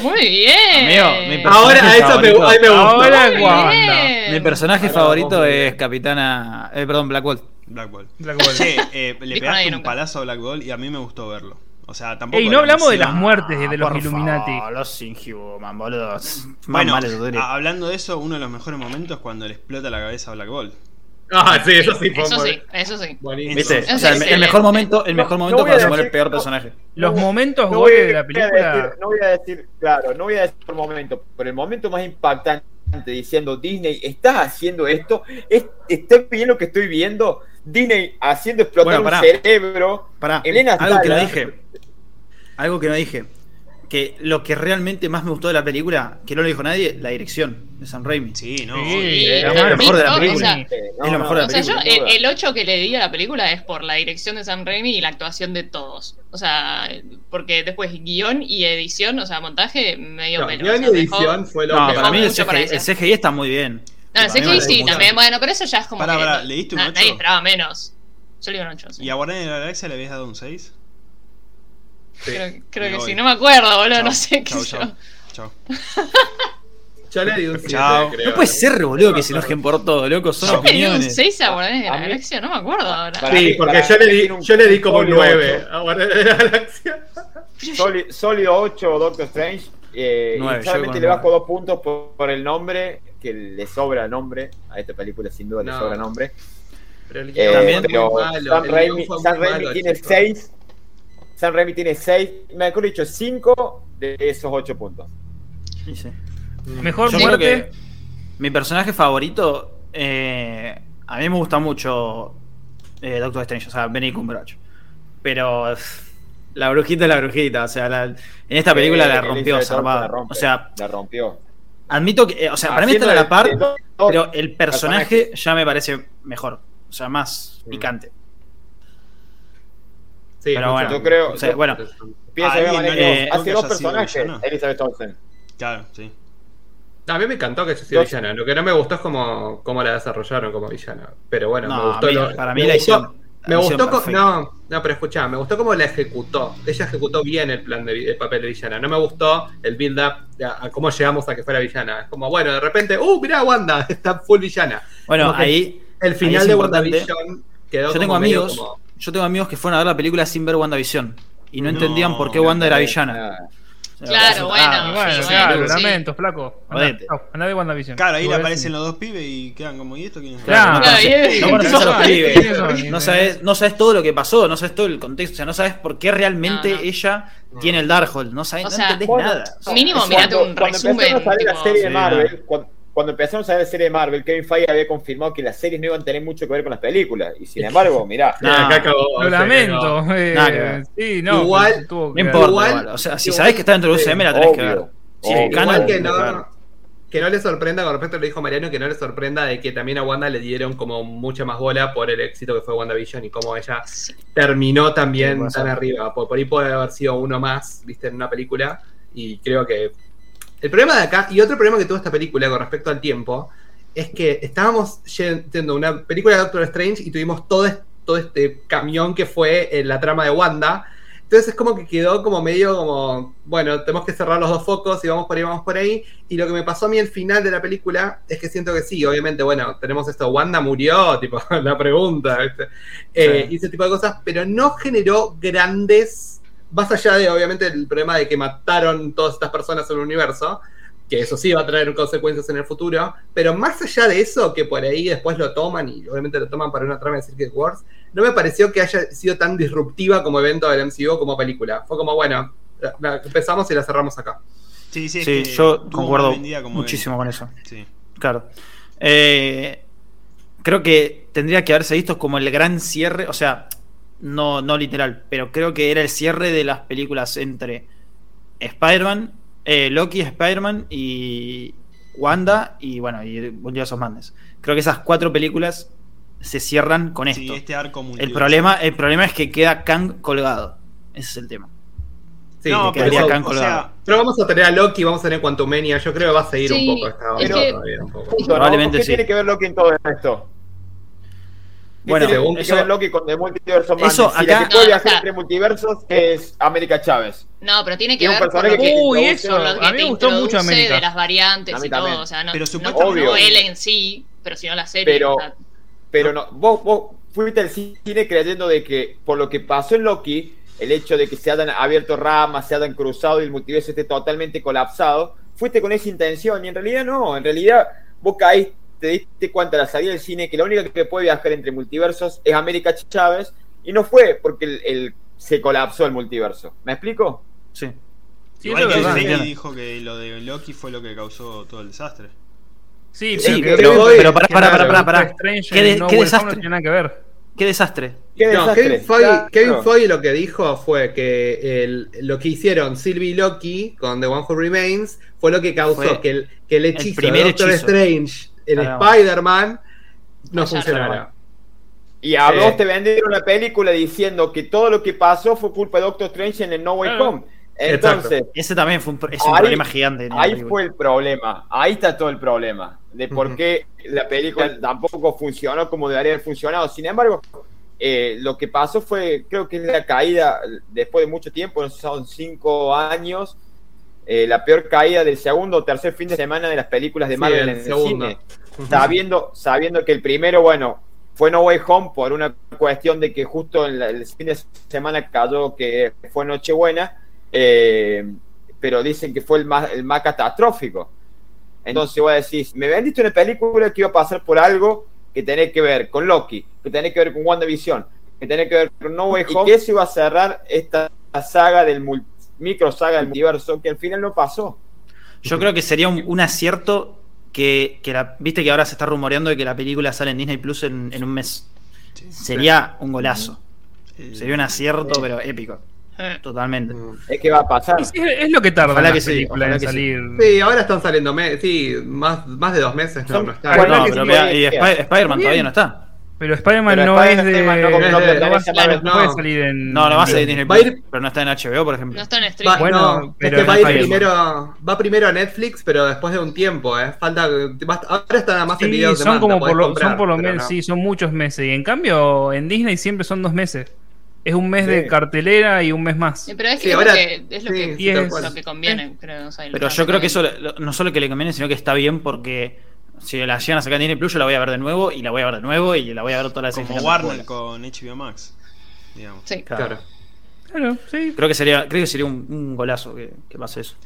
S4: Muy bien.
S7: Amigo, mi personaje
S2: Ahora, a esa me,
S7: favorito-
S2: ahí me gusta.
S6: Ahora,
S4: Muy
S6: Wanda.
S4: bien.
S7: Mi personaje
S2: Ahora
S7: favorito
S2: vamos,
S7: es
S2: bien.
S7: Capitana. Eh, perdón, Black Bolt.
S1: Black Bolt.
S6: Black Bolt.
S1: Che, eh, le
S4: Dijo
S1: pegaste
S4: nadie
S1: un
S4: nunca.
S1: palazo a Black Bolt y a mí me gustó verlo. O sea, tampoco.
S6: Ey, no hablamos de las
S1: demasiado-
S6: muertes y de los
S7: Ah, Por
S6: Illuminati.
S7: favor, Los Inhuman, boludo. Más
S1: Bueno,
S7: malos de-
S1: a- hablando de eso, uno de los mejores momentos es cuando le explota la cabeza a Black Bolt.
S2: Ah, sí, eso sí fue
S4: Eso
S2: muy-
S4: sí, eso sí.
S2: buenísimo.
S7: ¿Viste?
S4: Eso
S7: O sea,
S4: es
S7: el, el
S4: excelente.
S7: mejor momento, el
S5: No,
S7: mejor
S5: no
S7: momento
S5: voy a
S7: para sumar el
S5: decir-
S7: peor
S5: no.
S7: personaje.
S6: Los momentos
S5: No voy,
S6: gore de
S5: a
S6: la película.
S5: decir, no voy a decir, claro, no voy a decir por momento, pero el momento más impactante diciendo Disney, ¿estás haciendo esto? ¿Es, ¿Está bien lo que estoy viendo? Disney haciendo explotar
S7: Bueno, pará.
S5: un cerebro.
S7: Pará,
S5: Elena
S7: algo que no
S5: Sala.
S7: dije. Algo que no dije. Que lo que realmente más me gustó de la película, que no lo dijo nadie, la dirección de Sam Raimi.
S1: Sí, no.
S6: Sí,
S4: Sí,
S6: la
S4: es
S6: mejor
S4: mejor
S7: de
S4: de
S7: la película.
S4: O sea,
S5: Eh,
S7: es lo mejor de la
S4: o sea, yo
S5: sin
S4: eh,
S5: duda.
S4: el 8 que le di a la película es por la dirección de Sam Raimi y la actuación de todos. O sea, porque después guión y edición, o sea, montaje medio
S2: No,
S4: menos.
S2: guión y
S4: o sea, dejó-
S2: edición fue lo
S7: No,
S2: que
S7: para mí el
S4: mucho para
S7: CGI, el
S4: decir.
S7: CGI está muy bien.
S4: No, el
S7: Para mí
S4: CGI
S7: me
S4: sí,
S7: gusta.
S4: también. Bueno, pero eso ya es como.
S1: Pará,
S4: que-
S1: pará, ¿le diste un
S4: na-
S1: ocho?
S4: Nadie esperaba menos. Yo le di un 8.
S1: ¿Y a Guardianes de la Galaxia le habías dado un 6?
S4: Creo, creo
S1: Me
S4: que
S1: voy.
S4: sí, no me acuerdo, boludo,
S1: Chao,
S4: no sé qué
S1: chao,
S4: yo.
S1: chao, chao.
S2: Yo le di un siete,
S1: Chao.
S2: creo.
S7: No puede ser, boludo, que se enojen por todo, loco. Son
S4: Yo le di un
S7: opiniones.
S4: 6 a Guardianes de
S5: A
S4: la
S5: mí-
S4: Galaxia, no me acuerdo ahora.
S5: para-
S2: Sí, porque yo le di, yo le di como un
S5: Sólido
S2: 9
S5: ocho.
S2: a Guardianes de la Galaxia.
S5: Soli- Sólido 8 Doctor Strange. Eh,
S7: Nueve,
S5: y
S7: yo
S5: solamente
S7: con
S5: le
S7: nueve.
S5: bajo dos puntos por, por el nombre, que le sobra nombre. A esta película sin duda
S2: No.
S5: le sobra nombre.
S2: Pero el
S5: Eh,
S2: guión
S7: También,
S2: fue
S5: pero
S2: muy malo,
S5: Sam
S2: el
S5: Raimi,
S2: guión fue muy
S5: Sam Raimi
S2: malo,
S5: tiene
S2: chicos.
S5: 6. Sam Raimi tiene 6. Mejor dicho, 5 de esos 8 puntos.
S7: Sí, sí.
S6: Mejor
S7: Yo creo
S6: muerte.
S7: que mi personaje favorito, eh, a mí me gusta mucho eh, Doctor Strange, o sea, Benny Cumberbatch. Pero pff, la brujita es la brujita, o sea, la- en esta película
S5: Eh,
S7: la
S5: Elizabeth
S7: rompió
S5: Olsen
S7: zarpada.
S5: la rompe,
S7: O sea,
S5: la rompió.
S7: admito que, eh, o sea,
S2: Ah,
S7: para mí están a la par,
S5: Haciendo de- de-
S7: pero el personaje ya me parece mejor, o sea, más
S2: Mm.
S7: picante.
S2: Sí,
S7: Pero
S2: mucho.
S7: bueno,
S5: Yo creo-
S7: o sea, bueno,
S5: Piensa
S1: Ahí
S5: de una manera,
S7: no,
S5: digamos,
S1: que
S7: no
S5: hace dos
S1: haya sido
S5: personajes,
S1: villano.
S5: Elizabeth Olsen.
S1: Claro, sí.
S2: A mí me encantó que haya sido villana. Lo que no me gustó es cómo, cómo la desarrollaron como villana. Pero bueno,
S7: No,
S2: me gustó.
S7: a mí-
S2: lo-
S7: para mí
S2: me
S7: la
S2: gustó-
S7: hicieron-
S2: Me
S7: la
S2: gustó.
S7: hicieron
S2: co-
S7: perfecta.
S2: No, no, pero escuchá, me gustó cómo la ejecutó. Ella ejecutó bien el plan de vi- el papel de villana. No me gustó el build-up a, a cómo llegamos a que fuera villana. Es como, bueno, de repente, ¡uh, mirá, Wanda! Está full villana.
S7: Bueno,
S2: Como que-
S7: ahí
S2: El
S7: Ahí
S2: final
S7: es
S2: de
S7: importante.
S2: WandaVision quedó
S7: yo tengo
S2: como medio
S7: amigos,
S2: como-
S7: yo tengo amigos que fueron a ver la película sin ver WandaVision y
S1: No,
S7: no, entendían por qué
S1: no,
S7: Wanda era villana. O sea,
S4: Claro, bueno,
S6: Ah, bueno,
S4: sí,
S6: claro,
S4: bueno, sí.
S6: lamento, flaco. Andá,
S7: Jodete.
S6: chau, andá de WandaVision.
S1: Claro, ahí
S6: Vos
S1: le
S7: Pues,
S6: ves-
S1: aparecen los dos pibes y quedan como, ¿y esto quién es?
S6: Claro.
S4: Claro, bien.
S7: Ah, No conoces a los
S1: Claro.
S4: eh.
S7: pibes.
S6: Sí,
S7: No
S6: sí.
S7: sabes, no sabes todo lo que pasó, no sabes todo el contexto, o sea, no sabes por qué realmente
S4: No, no.
S7: ella tiene el Darkhold, no sabes,
S4: O
S7: no
S4: sea,
S7: entendés
S5: bueno,
S7: nada.
S4: Mínimo,
S5: Cuando-
S4: mirate un
S5: cuando
S4: resumen.
S5: Empezamos a ver la
S4: tipo-
S5: serie de
S1: Sí,
S5: Marvel, cuando, cuando empezamos a ver la serie de Marvel, Kevin Feige había confirmado que las series no iban a tener mucho que ver con las películas. Y sin embargo, mirá.
S2: Sí,
S7: Ah.
S2: acá acabó,
S6: Lo
S2: sí,
S6: lamento. eh,
S7: Nada que ver.
S6: sí, no.
S2: Igual,
S6: pero tuvo
S7: No
S6: que-
S7: importa,
S2: Igual-
S7: igual, o sea, si
S2: igual-
S7: sabes que está dentro de UCM la tenés que ver.
S5: Obvio,
S7: Sí,
S5: obvio.
S7: Cano-
S2: Igual que
S7: claro.
S2: no, que no le sorprenda, con respecto a lo que dijo Mariano, que no le sorprenda de que también a Wanda le dieron como mucha más bola por el éxito que fue WandaVision y cómo ella
S4: Sí.
S2: terminó
S7: Sí,
S2: también
S7: puede
S2: tan
S7: ser.
S2: arriba. Por, por ahí puede haber sido uno más, viste, en una película. Y creo que. El problema de acá, y otro problema que tuvo esta película con respecto al tiempo, es que estábamos yen- yendo a una película de Doctor Strange y tuvimos todo, es- todo este camión que fue eh, la trama de Wanda. Entonces es como que quedó como medio como, bueno, tenemos que cerrar los dos focos y vamos por ahí, vamos por ahí. Y lo que me pasó a mí el final de la película es que siento que sí, obviamente, bueno, tenemos esto, Wanda murió, tipo, la pregunta, ¿viste? Eh, y ese tipo de cosas, pero no generó grandes, más allá de obviamente el problema de que mataron todas estas personas en el universo, que eso sí va a traer consecuencias en el futuro, pero más allá de eso, que por ahí después lo toman y obviamente lo toman para una trama de Circuit Wars, no me pareció que haya sido tan disruptiva como evento del MCU como película. Fue como, bueno, la- la empezamos y la cerramos acá.
S1: Sí, sí, es
S7: Sí,
S1: que
S7: yo
S1: tuvo
S7: concuerdo
S1: más vendida como
S7: muchísimo con eso.
S1: evento. Sí.
S7: Claro. Eh, creo que tendría que haberse visto como el gran cierre, o sea, no, no literal, pero creo que era el cierre de las películas entre Spider-Man, eh, Loki, Spider-Man y Wanda y bueno, y Multiverse of Madness. Creo que esas cuatro películas se cierran con
S1: Sí,
S7: esto.
S1: este arco
S7: el,
S1: multiverso.
S7: problema, el problema es que queda Kang colgado. Ese es el tema.
S2: Sí,
S1: no,
S2: que
S1: pero,
S7: quedaría
S2: eso-
S7: Kang
S1: o sea,
S7: colgado.
S2: pero vamos a tener a Loki, vamos a tener Quantumania, yo creo que va a seguir
S4: Sí,
S2: un poco esta
S4: es
S2: onda
S4: que-
S2: todavía, un poco.
S5: Punto, ¿no?
S7: Probablemente
S5: ¿Qué
S7: sí.
S5: tiene que ver Loki en todo esto? ¿Qué
S7: Bueno,
S5: tiene que
S7: eso-
S5: ver Loki con el multiverso Madness?
S7: Eso,
S5: Si la
S7: acá-
S5: que puede
S4: No,
S5: viajar
S4: acá.
S5: entre multiversos
S4: eh.
S5: es América Chávez.
S4: No, pero tiene que
S5: Y un
S4: ver con
S5: personaje
S4: lo
S5: que-
S4: con
S6: Uy,
S4: lo
S6: eso, a
S4: que
S6: mí
S4: te
S6: me gustó mucho
S4: introduce
S6: América.
S4: de las variantes
S5: A mí
S4: y
S5: también.
S4: todo. O sea, no,
S1: Pero
S4: no-
S1: supuestamente-
S4: no
S5: Obvio.
S4: él en sí, pero sino la serie.
S5: Pero-
S4: o sea,
S5: Pero no, vos, vos fuiste al cine creyendo de que por lo que pasó en Loki, el hecho de que se hayan abierto ramas, se hayan cruzado y el multiverso esté totalmente colapsado, fuiste con esa intención y en realidad no, en realidad vos caíste, te diste cuenta a la salida del cine que la única que puede viajar entre multiversos es América Chávez y no fue porque el- el- se colapsó el multiverso. ¿Me explico?
S7: Sí.
S6: Sí,
S1: Igual
S6: eso
S1: que
S6: es verdad.
S1: Disney dijo que lo de Loki fue lo que causó todo el desastre.
S6: Sí,
S7: Sí,
S6: que-
S7: pero-
S6: que-
S7: pero pará,
S6: que
S7: pará,
S6: nada,
S7: pará, pará, pará.
S6: Doctor Strange
S7: Qué de-
S6: en No
S7: qué
S6: Way Home
S7: desastre.
S6: No tiene nada que ver.
S7: Qué desastre.
S5: Qué
S2: No,
S5: desastre.
S2: Kevin, Feige,
S5: Claro.
S2: Kevin Feige lo que dijo fue que el- lo que hicieron Sylvie y Loki con The One Who Remains fue lo que causó
S7: Fue
S2: que, el, que el hechizo
S7: primer
S2: de Doctor
S7: hechizo.
S2: Strange en
S7: Caramba.
S2: Spider-Man no
S4: Allá,
S2: funcionara.
S7: caramba.
S5: Y a
S2: Eh.
S5: vos te vendieron la película diciendo que todo lo que pasó fue culpa de Doctor Strange en el No
S2: Eh.
S5: Way
S6: Claro.
S5: Home. Entonces,
S7: Ese también fue un, pro- es un
S5: Ahí-
S7: problema gigante. en la
S5: ahí
S7: película.
S5: fue el problema. Ahí está todo el problema. De por
S2: Ujú.
S5: qué la película tampoco funcionó como debería haber funcionado. Sin embargo, eh, lo que pasó fue, creo que es la caída después de mucho tiempo, no sé, son cinco años, eh, la peor caída del segundo o tercer fin de semana de las películas de
S2: Sí,
S5: Marvel
S2: el
S5: en el
S2: segundo.
S5: cine sabiendo, sabiendo que el primero, bueno, fue No Way Home por una cuestión de que justo en la- el fin de semana cayó que fue Nochebuena, eh, pero dicen que fue el más, el más catastrófico. Entonces voy a decir, me vendiste una película que iba a pasar por algo que tiene que ver con Loki, que tiene que ver con WandaVision, que tiene que ver con No Way Home, y que eso iba a cerrar esta saga del mul- micro saga del multiverso, que al final no pasó.
S7: Yo creo que sería un, un acierto que, que la. Viste que ahora se está rumoreando de que la película sale en Disney Plus en, en un mes.
S1: Sí.
S7: Sería un golazo.
S1: Eh,
S7: Sería un acierto, pero épico.
S4: eh,
S7: Totalmente.
S1: Mm.
S5: Es que va a pasar.
S6: Y sí, Es, es lo que tarda
S7: Ojalá
S6: la
S7: que sí,
S6: película
S7: ojalá que
S6: en
S7: sí.
S6: salir.
S2: Sí, ahora están saliendo me- sí, más, más de dos meses. No, no está.
S5: Bueno,
S7: no,
S5: que
S7: pero
S5: sí
S7: vea,
S5: puede
S7: y
S5: ser.
S7: Spi- Spider-Man
S2: Bien.
S7: todavía no está.
S6: Pero Spider-Man
S5: Pero
S6: no
S5: Spider-Man
S6: es de.
S5: no
S6: No,
S5: compra-
S2: no
S6: va-
S5: pertenece
S6: no
S2: a Marvel.
S6: puede
S2: No.
S6: salir en.
S7: No, lo va a salir en Disney
S2: Va a
S7: Plus,
S2: ir-
S7: pero no está en HBO, por ejemplo.
S4: No está en
S2: Va,
S4: streaming.
S6: Bueno,
S2: no,
S6: pero
S2: este
S6: no
S2: va, a ir
S6: Spider-Man.
S2: primero, va primero a Netflix, pero después de un tiempo, ¿eh? Falta, va- ahora está nada más en
S6: Sí,
S2: video de
S6: son
S2: demanda,
S6: como
S2: podés
S6: por lo,
S2: comprar,
S6: son por lo
S2: pero
S6: menos,
S2: no.
S6: sí, son muchos meses. Y en cambio, en Disney siempre son dos meses. Es un mes
S5: Sí.
S6: de cartelera y un mes más.
S4: Eh, Pero es que
S2: Sí,
S4: es,
S2: ahora-
S4: lo que, es lo
S2: sí,
S4: que-
S6: sí, tal
S4: lo
S6: cual.
S4: que conviene, creo. o sea,
S7: Pero yo creo que eso lo- lo- no solo que le conviene, sino que está bien porque si la llegan a sacar en Disney Plus, yo la voy a ver de nuevo y la voy a ver de nuevo y la voy a ver todas las seis
S1: Como
S7: veces
S1: Warner
S7: que pueda.
S1: con HBO Max. Digamos.
S4: Sí.
S7: Claro.
S2: Claro.
S6: Claro, sí.
S7: Creo que sería, creo que sería un, un golazo que, que pase eso.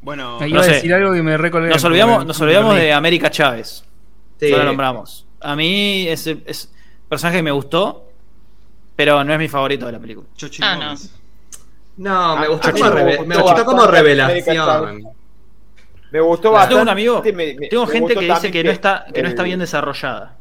S1: Bueno,
S6: Iba
S7: no
S6: a
S7: sé.
S6: decir algo que me recolgué.
S7: Nos olvidamos, nos olvidamos de América Chávez.
S2: Sí.
S7: No la nombramos. A mí ese, ese personaje me gustó, pero no es mi favorito de la película.
S1: Chochi
S4: Ah, no.
S1: Gómez.
S2: No, me
S5: Ah,
S2: gustó
S5: a mí
S2: como,
S5: me
S2: reve-
S5: gustó
S2: me gustó como
S5: bastante
S2: revelación.
S5: América Me gustó
S7: Yo
S2: Ah,
S5: bastante.
S7: tengo un amigo,
S5: me- me-
S7: tengo
S5: me
S7: gente
S5: gustó
S7: que dice
S5: también
S7: que no está, que no
S5: el-
S7: está bien desarrollada.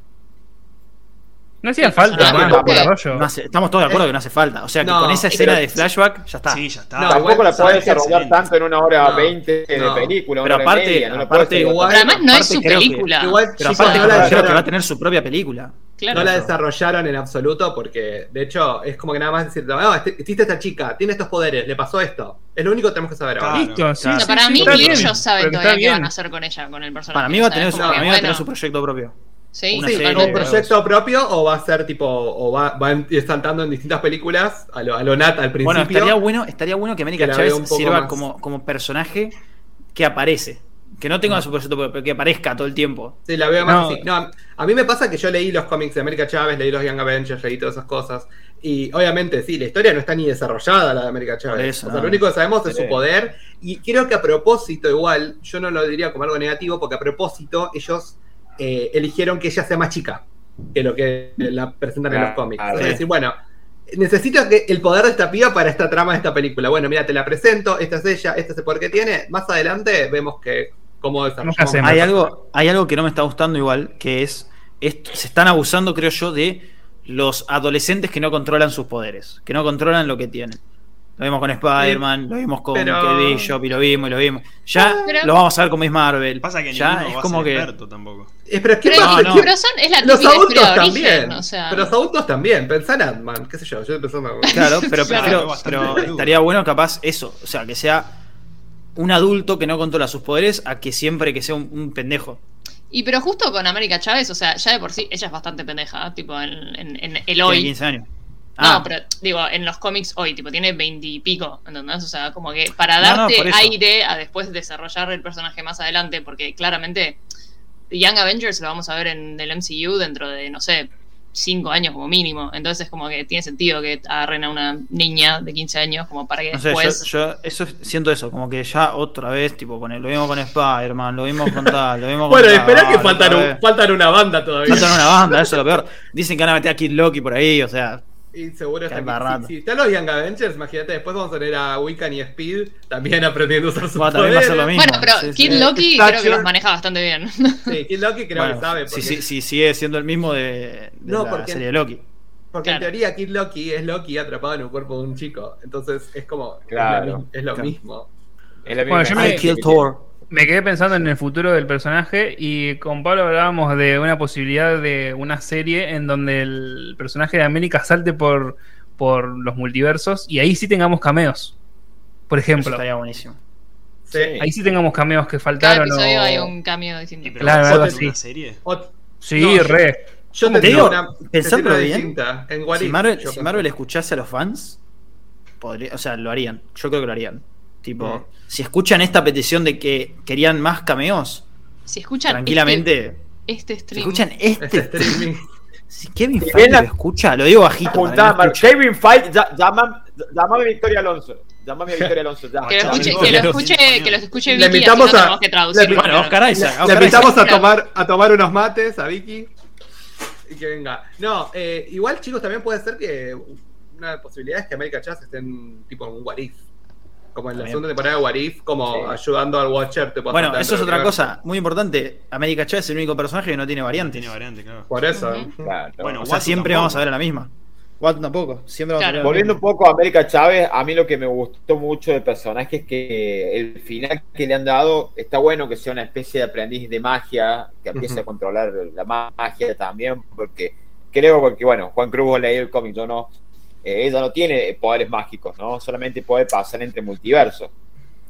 S6: No hacía falta,
S4: Ah,
S6: más,
S4: no,
S6: por
S4: no,
S6: arroyo.
S7: No hace- estamos todos de acuerdo que no hace falta. O sea que
S2: Eh, No,
S7: con esa
S2: pero-
S7: escena de flashback ya está.
S1: Sí, ya está.
S2: No,
S5: Tampoco
S2: bueno,
S5: la puedes
S2: sabes que
S5: desarrollar
S1: excelente.
S5: tanto en una hora
S2: No,
S5: veinte de
S2: no.
S5: película.
S7: Pero
S5: una hora y
S7: aparte,
S5: media, no la puedes
S7: aparte,
S5: desarrollar
S2: igual-
S4: Pero además no es
S7: Aparte,
S4: su
S7: creo que-
S4: película.
S2: Igual,
S7: Pero
S2: chicos,
S7: aparte
S2: no la
S7: creo que va a
S2: desarrollaron,
S7: tener su propia película.
S4: Claro.
S2: no la
S7: eso.
S2: desarrollaron en absoluto porque, de hecho, es como que nada más decir, no, este- existe esta chica, tiene estos poderes, le pasó esto. Es lo único que tenemos que saber ahora.
S1: Claro.
S6: Listo, sí,
S1: O sea,
S4: No,
S6: sí,
S4: para
S6: sí,
S4: mí
S6: está
S4: que
S6: bien,
S4: ellos saben
S6: pero
S4: todavía
S6: está
S4: qué van
S6: bien.
S4: a hacer con ella, con el personaje.
S7: Para mí va a
S4: o sea,
S7: tener
S4: es
S7: su,
S4: como
S7: para
S4: que,
S7: mí va a tener
S4: bueno,
S7: su proyecto propio.
S4: Sí,
S7: una
S4: sí,
S7: serie.
S4: con-
S2: ¿Un proyecto propio o va a ser tipo, o va, va en- saltando en distintas películas a lo, a lo nat al principio?
S7: Bueno, estaría bueno, estaría bueno que América
S2: que la vea un
S7: Chávez
S2: poco
S7: sirva
S2: más.
S7: como, como personaje que aparece. Que no tenga su proyecto propio, pero que aparezca todo el tiempo.
S2: Sí, la veo más
S6: No.
S2: así. No, a mí me pasa que yo leí los cómics de América Chávez, leí los Young Avengers, leí todas esas cosas. Y obviamente, sí, la historia no está ni desarrollada, la de América
S7: Por
S2: Chávez.
S7: eso,
S2: o sea,
S7: no.
S2: lo único que sabemos es
S5: Sí.
S2: su poder. Y creo que a propósito, igual, yo no lo diría como algo negativo, porque a propósito, ellos eh, eligieron que ella sea más chica que lo que la presentan en los
S5: Ah,
S2: cómics.
S5: ah,
S2: es
S5: sí.
S2: decir, bueno. Necesito que el poder de esta piba para esta trama de esta película. Bueno, mira, te la presento, esta es ella, este es el poder que tiene. Más adelante vemos que cómo desarrollamos.
S6: hacemos.
S7: Hay algo, hay algo que no me está gustando igual, que es, es- se están abusando, creo yo, de los adolescentes que no controlan sus poderes, que no controlan lo que tienen. Lo vimos con Spider-Man, lo vimos con
S2: pero-
S7: Kevin Bishop y lo vimos y lo vimos. Ya
S4: Pero-
S7: lo vamos a ver con Miss Marvel.
S1: Pasa que
S7: ya
S1: ninguno
S7: es
S1: va
S7: como
S1: a ser
S7: que
S1: experto tampoco.
S2: Eh, pero es que
S4: Pero,
S2: pasa-
S7: No, no.
S4: pero son, es la
S2: Los
S4: típica historia
S2: adultos
S4: de
S2: también.
S4: origen. O sea,
S2: Pero los adultos también. Pensá en Ant-Man, qué sé yo. Yo estoy pensando.
S7: Claro, pero,
S4: Claro,
S7: prefiero-
S1: es bastante
S7: pero
S1: boludo.
S7: estaría bueno capaz eso, o sea, que sea un adulto que no controla sus poderes a que siempre que sea un, un pendejo.
S4: y pero justo con América Chávez, o sea, ya de por sí, ella es bastante pendeja, tipo en, en- en el
S7: Tiene
S4: hoy.
S7: 15 años.
S4: No,
S7: Ah,
S4: pero digo, en los cómics hoy, tipo, tiene veintipico, ¿entendés? O sea, como que
S7: No,
S4: para
S7: no,
S4: darte
S7: por eso.
S4: aire a después desarrollar el personaje más adelante, porque claramente Young Avengers lo vamos a ver en el MCU dentro de, no sé, cinco años como mínimo. Entonces, como que tiene sentido que agarren a una niña de 15 años como para que
S7: no sé, yo-
S4: después.
S7: yo, eso es- siento eso, como que ya otra vez, tipo, con el- lo vimos con Spider-Man, lo vimos con tal, lo vimos con
S2: Bueno,
S7: tal,
S2: esperá que
S7: otra
S2: faltan, un-
S7: vez.
S2: faltan una banda todavía.
S7: Faltan una banda, eso es lo peor. Dicen que van a meter a Kid Loki por ahí, o sea,
S2: Y seguro está
S7: Qué embarrada.
S2: Si, si están los Young Avengers, imagínate, después vamos a tener a Wiccan y Speed también aprendiendo a usar sus
S7: va, también va a
S2: poderes.
S7: ser lo mismo.
S4: Bueno, pero
S7: Sí, sí.
S4: Kid
S2: sí.
S4: Loki
S2: Thatcher.
S4: creo que los maneja bastante bien.
S2: Sí, Kid Loki creo
S7: Bueno,
S2: que sabe.
S7: si,
S2: Porque,
S7: si- si sigue siendo el mismo de, de
S2: No,
S7: la
S2: porque-
S7: serie de Loki.
S2: porque en
S4: Claro.
S2: teoría Kid Loki es Loki atrapado en un cuerpo de un chico. Entonces es como. es
S5: Claro.
S2: lo mi- Es lo
S7: Claro.
S2: mismo.
S5: Es la
S6: Bueno,
S5: misma
S6: yo me-
S7: I
S5: idea.
S7: Kill Thor.
S6: Me quedé pensando en el futuro del personaje y con Pablo hablábamos de una posibilidad de una serie en donde el personaje de América salte por, por los multiversos y ahí sí tengamos cameos. Por
S7: Eso
S6: ejemplo,
S7: estaría buenísimo.
S2: Sí.
S6: ahí sí tengamos cameos que
S4: Cada
S6: faltaron.
S4: episodio
S6: o-
S4: hay un cambio distinto.
S1: Y, pero
S6: Claro,
S1: ¿vas a
S2: algo
S1: hacer una
S6: así.
S1: serie?
S2: O-
S6: Sí,
S2: No, yo-
S6: re.
S2: yo
S7: ¿Cómo te
S2: tendría
S7: digo?
S2: una
S7: Pensándolo
S2: tendría
S7: bien,
S2: distinta en What
S7: Si
S2: If,
S7: Marvel,
S2: yo
S7: si
S2: pensé.
S7: Marvel escuchase a los fans, podría, o sea, lo harían. Yo creo que lo harían.
S2: Mm.
S7: Tipo, si escuchan esta petición de que querían más cameos,
S4: Si escuchan
S7: tranquilamente.
S4: este, este
S7: si
S4: stream,
S7: escuchan este.
S2: Este streaming.
S7: si Kevin
S5: Si
S7: Feige
S5: ven la-
S7: lo escucha, lo digo bajito. para que
S5: Juntá,
S7: lo
S5: Mar-
S7: escuche.
S5: Kevin Feige, ya- llama- llámame a Victoria Alonso. Llámame a Victoria Alonso. ya.
S4: que lo escuche,
S1: Chavo,
S4: que lo
S1: chavo.
S4: escuche, que lo escuche
S2: Le
S4: Vicky, así
S2: invitamos
S4: no
S2: a-
S4: tenemos que traducir.
S2: le-
S7: Bueno, Oscar Isaac.
S2: Le
S7: Oscar Isaac.
S2: invitamos a
S4: Claro.
S2: tomar, a tomar unos mates a Vicky. Y que venga. No, eh, igual chicos, también puede ser que una posibilidad es que América Chávez esté en tipo en un What If. Como en la
S7: También.
S2: segunda temporada de What If, como
S5: Sí.
S2: ayudando al Watcher. te puedo
S7: Bueno,
S2: saltar
S7: eso es
S2: dentro
S7: otra
S2: del universo.
S7: cosa muy importante. América Chávez es el único personaje que no tiene
S1: No
S7: variantes.
S1: tiene variante, claro.
S2: Por eso.
S4: Ujú.
S5: Claro.
S1: Bueno,
S7: O sea,
S1: Watu
S7: siempre
S1: tampoco.
S7: vamos a ver a la misma. Watt tampoco. Siempre vamos a ver a
S4: Claro.
S7: la
S5: Volviendo
S7: misma.
S5: un poco a América Chávez, a mí lo que me gustó mucho del personaje es que el final que le han dado está bueno que sea una especie de aprendiz de magia, que empiece
S2: Ujú.
S5: a controlar la magia también, porque creo, porque bueno, Juan Cruz vos leí el cómic, yo no. eh, ella no tiene poderes mágicos, ¿no? Solamente puede pasar entre multiversos.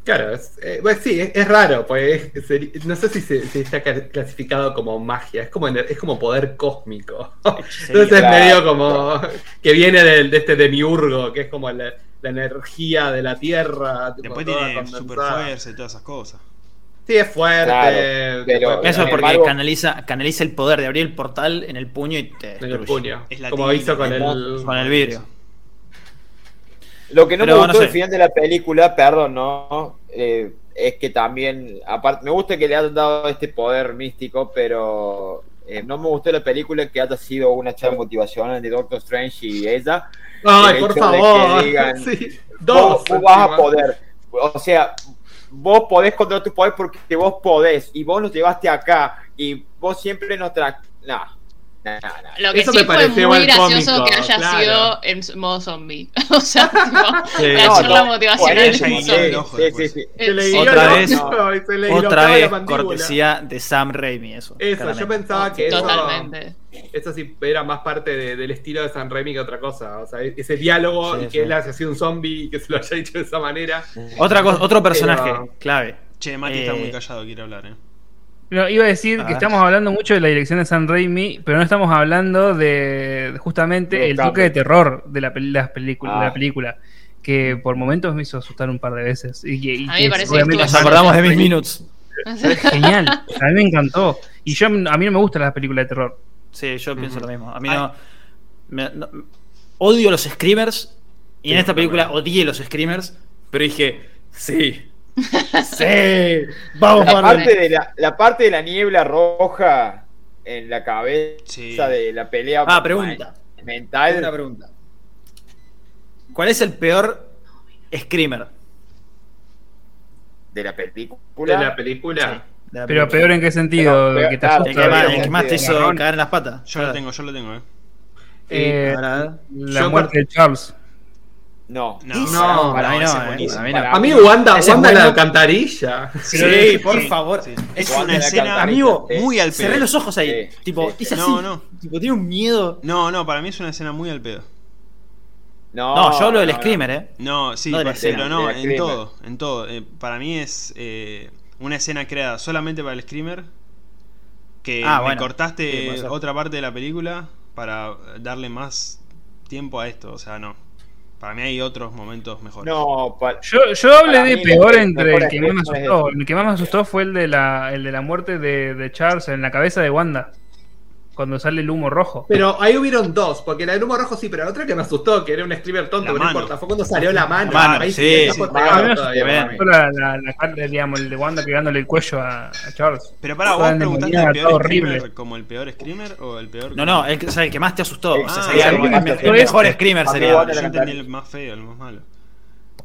S2: Claro, es, eh, bueno, sí, es, es raro, pues es- es- no sé si se, si está ca- clasificado como magia, es como, ener- es como poder cósmico. Entonces es
S5: claro.
S2: medio como que viene del- de, este demiurgo, que es como la, la energía de la tierra. tipo,
S1: Después
S2: toda
S1: tiene
S2: condensada.
S1: super fuerza y todas esas cosas.
S2: Sí, es fuerte.
S5: Claro, pero-
S2: tipo,
S3: Eso
S5: Sin
S3: porque
S5: embargo-
S3: canaliza, canaliza el poder de abrir el portal en el puño y te
S2: en
S3: destruye.
S2: el puño.
S1: Es
S2: como
S1: latino,
S2: hizo con
S1: es
S2: el,
S3: Con el vidrio.
S5: Lo que no
S3: Pero
S5: me
S3: no
S5: gustó
S3: sé.
S5: del final de la película, perdón, ¿no? Eh, es que también, aparte, me gusta que le hayan dado este poder místico, pero eh, no me gustó la película que haya sido una charla motivacional de Doctor Strange y ella.
S2: Ay,
S5: El
S2: por
S5: hecho de que
S2: favor.
S5: digan,
S2: sí,
S5: Vos,
S2: dos.
S5: vos vas a
S2: encima.
S5: poder. O sea, vos podés controlar tu poder porque vos podés y vos nos llevaste acá y vos siempre nos tra... Nah, nah, nah, nah.
S4: Lo que
S2: Eso
S4: sí
S2: me
S4: fue
S2: pareció
S4: muy
S2: el
S4: gracioso
S2: cómico,
S4: que haya
S2: claro.
S4: sido en s- modo zombie. O sea, tipo,
S2: Sí.
S4: la
S5: No,
S4: charla
S5: no,
S4: motivacional
S5: buenísimo,
S4: del
S1: sí,
S4: zombie.
S1: el ojo
S5: sí, sí,
S1: después.
S5: sí.
S2: Se le
S4: Sí.
S2: guió
S3: Otra
S2: el
S3: vez-
S2: ojo y se le
S3: Otra
S2: dislocaba la
S3: vez
S2: mandíbula.
S3: cortesía de Sam Raimi, eso.
S2: Eso, yo
S3: claramente.
S2: pensaba que eso-
S4: Totalmente.
S2: Eso sí era más parte de- del estilo de San Remy que otra cosa. O sea, e-, ese diálogo
S3: Sí,
S2: y que
S3: sí.
S2: él haya sido un zombie y que se lo haya dicho de esa manera.
S3: Otra cosa, otro personaje
S2: Pero-
S3: clave.
S1: Che, Mati está
S3: Eh,
S1: muy callado, quiere hablar, eh.
S6: No, iba a decir
S3: Ah.
S6: que estamos hablando mucho de la dirección de San Raimi, pero no estamos hablando de de justamente
S5: Los
S6: el
S5: cambios.
S6: toque de terror de la, peli- las películas, de
S5: Ah.
S6: la película, que por momentos me hizo asustar un par de veces. Y, y- y
S4: A mí me
S6: que
S4: parece que estuvo
S6: obviamente
S3: Nos
S6: es
S3: acordamos de mis minutos.
S6: genial, a mí me encantó. Y yo a mí no me gustan las películas de terror.
S3: Sí, yo pienso lo mismo. A mí
S6: Ay.
S3: no,
S2: Ah.
S3: me- no- Odio los screamers. Y en
S2: Sí,
S3: esta película
S2: también.
S3: odié los screamers. Pero dije, sí.
S6: Sí, vamos
S5: La
S4: Bárbaro.
S5: parte, de la, la parte de la niebla roja en la cabeza
S1: Sí.
S5: de la pelea
S3: Ah, pregunta.
S5: men-
S3: Hay una
S5: mental.
S3: pregunta. ¿Cuál es el peor screamer?
S5: de la película.
S2: De la película.
S3: de la
S6: Pero
S3: película?
S6: peor en qué sentido,
S5: Pero-
S6: que te
S5: claro,
S6: asusta.
S3: El que, más, el que más te
S5: Digamos,
S3: hizo
S6: marrón.
S3: cagar en las patas.
S1: Yo lo tengo, yo lo tengo, eh.
S6: Eh,
S3: Ahora-
S6: la
S2: Yo
S6: muerte de Charles.
S5: No.
S1: No,
S2: No,
S3: para mí no,
S1: ese es
S3: eh,
S1: buenísimo.
S3: para mí no.
S2: A mí Wanda,
S3: Ese es
S2: Wanda la
S3: bueno.
S2: alcantarilla.
S3: Sí,
S1: Sí,
S3: por
S1: sí,
S3: favor.
S1: sí.
S3: Es
S5: Guarda
S1: una
S5: la
S1: escena,
S5: cantarita.
S3: amigo,
S5: eh, Sí.
S1: muy al
S3: Cerré
S1: pedo.
S3: los ojos ahí.
S5: Sí,
S3: tipo,
S5: sí, sí.
S3: es así.
S1: No, no.
S3: Tipo, tiene un miedo.
S1: No, no, para mí es una escena muy al pedo.
S5: No,
S3: No, yo hablo del
S5: no, no.
S3: screamer, eh.
S1: No, sí,
S3: No de la
S1: pa-
S3: escena,
S1: pero no,
S5: de la
S1: en
S5: screamer.
S1: todo, en todo. Eh, para mí es eh, una escena creada solamente para el screamer. Que
S3: Ah,
S1: me
S3: bueno. Sí,
S1: cortaste
S3: puede ser.
S1: otra parte de la película para darle más tiempo a esto. O sea, no. Para mí hay otros momentos mejores.
S5: No, pa-
S6: Yo, yo hablé
S5: Para
S6: de
S5: mí,
S6: peor
S5: mejor-
S6: entre
S5: mejor
S6: el que más me
S5: actriz no es
S6: asustó.
S5: esa.
S6: El que más me asustó fue el de la, el de la muerte de, de Charles en la cabeza de Wanda. Cuando sale el humo rojo.
S2: Pero ahí hubieron dos, porque la del humo rojo sí, pero la otra que me asustó, que era un streamer tonto,
S1: La
S2: pero no
S1: mano.
S2: importa, fue cuando salió la mano.
S1: La mano,
S2: Ahí
S1: sí,
S2: está
S1: sí.
S2: postergado
S6: Mano,
S2: todavía,
S3: bien.
S2: para mí.
S6: La, la, la carta, digamos, el de Wanda pegándole el cuello a, a Charles.
S1: Pero para
S6: Estaba
S1: vos preguntaste el
S6: endemoniada,
S1: peor
S6: estaba horrible.
S1: screamer como el peor screamer o el peor.
S3: No, no, el, que- o sea, el que más te asustó. O sea,
S5: Ah,
S3: sería
S5: el
S3: el,
S5: que más te
S3: el
S5: asustó.
S3: mejor screamer
S5: Ah,
S1: Ah,
S3: sería.
S5: bueno.
S1: yo entendí el más feo, el más malo.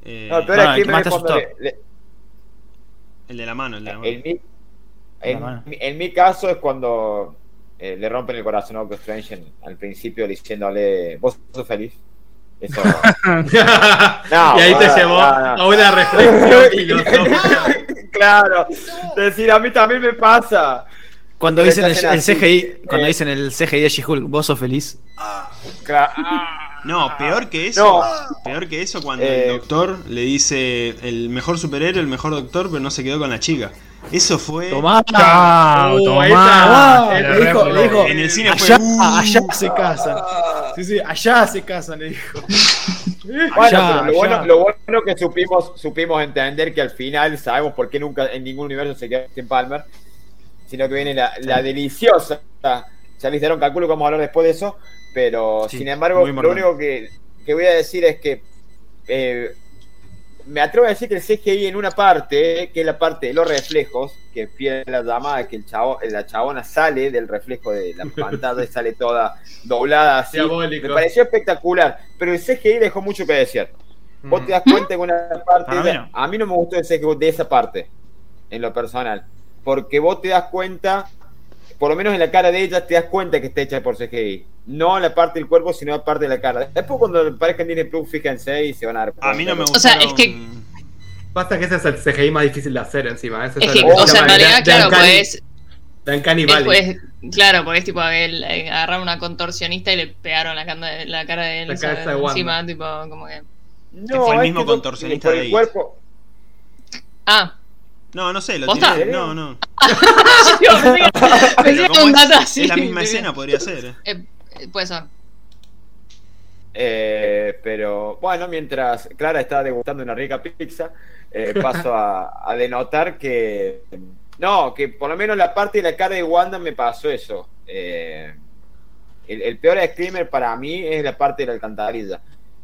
S1: Eh,
S5: no, el peor
S3: No, el que
S5: screamer
S3: más
S5: es
S3: te
S5: cuando
S3: asustó.
S5: le-
S1: el de la mano, el de la
S5: le-
S1: mano.
S5: en, mi,
S3: La mano.
S5: en, mi- en mi caso es cuando eh, le rompen el corazón a Doctor Strange en- al principio diciéndole, vos sos feliz. Eso. No,
S2: y ahí te
S5: no,
S2: llevó
S5: no, no.
S2: a una reflexión filosófica.
S5: claro. Decir, a mí también me pasa.
S3: Cuando
S5: Pero
S3: dicen el,
S5: esa escena
S3: el CGI,
S5: así,
S3: cuando
S5: eh.
S3: dicen el CGI de She-Hulk, vos sos feliz.
S5: Claro. ah.
S1: No, peor que eso.
S5: No.
S1: Peor que eso cuando
S5: Eh.
S1: el doctor le dice el mejor superhéroe, el mejor doctor, pero no se quedó con la chica. Eso fue.
S3: Tomá.
S6: Chao,
S2: Uh,
S6: tomá.
S2: esa-
S6: Te
S2: eh,
S6: la
S2: le dijo-
S6: re-
S2: le dijo-
S1: En el cine fue.
S5: pues,
S3: Allá,
S1: "Uh".
S3: allá se casan. Sí, sí, allá se casan, le dijo.
S5: Ah, Bueno,
S3: Allá,
S5: pero lo
S3: allá.
S5: bueno, lo bueno que supimos, supimos entender que al final sabemos por qué nunca en ningún universo se queda Tim Palmer, sino que viene la, la deliciosa. Ya les dieron cálculo que vamos a hablar después de eso, pero
S3: Sí,
S5: sin embargo,
S3: muy
S5: lo
S3: importante.
S5: único que, que voy a decir es que eh, me atrevo a decir que el CGI en una parte, que es la parte de los reflejos, que pierde la llamada, que el chavo, la chabona sale del reflejo de la pantalla y sale toda doblada así.
S2: Diabólico.
S5: Me pareció espectacular, pero el CGI dejó mucho que desear.
S2: Mm.
S1: Mm.
S5: Vos te das cuenta en una parte.
S3: Para mí no.
S5: A mí no me gustó ese, de esa parte, en lo personal. Porque vos te das cuenta, por lo menos en la cara de ella, te das cuenta que está hecha por CGI. No la parte del cuerpo, sino la parte de la cara. Después, cuando aparezca en Disney Plus, fíjense y se van a dar
S1: A mí no me
S5: cuenta.
S1: gustaron.
S4: O sea, es que-
S2: Pasa que ese es el CGI más difícil de hacer encima. ese es
S4: Es
S2: el-
S4: que,
S5: Oh,
S4: o sea,
S5: llama
S4: en realidad,
S2: de- de
S4: claro,
S2: Uncanny.
S4: pues
S2: Duncan y
S4: Es,
S2: Valley.
S4: pues, claro, porque es tipo el- eh, agarraron una contorsionista y le pegaron la, cana- la cara de él
S2: La
S4: o sea,
S2: cabeza de Wanda.
S4: encima, tipo, como que.
S5: No,
S1: fue el
S5: es
S1: mismo
S5: que yo-
S1: contorsionista
S5: por
S1: de
S5: el
S1: It.
S5: cuerpo.
S4: Ah,
S1: No, no sé, lo
S4: ¿Posta?
S1: tiene. No, no.
S4: Digo, pensé que- pensé
S1: Pero
S4: que
S1: como
S4: era un
S1: es-
S4: dato así.
S1: es la misma
S4: de-
S1: escena, podría ser. eh.
S4: Eh, eh, puede ser.
S5: Eh, pero bueno, mientras Clara está degustando una rica pizza, eh, paso a, a denotar que. No, que por lo menos la parte de la cara de Wanda me pasó eso. Eh, el, el peor screamer para mí es la parte de la alcantarilla.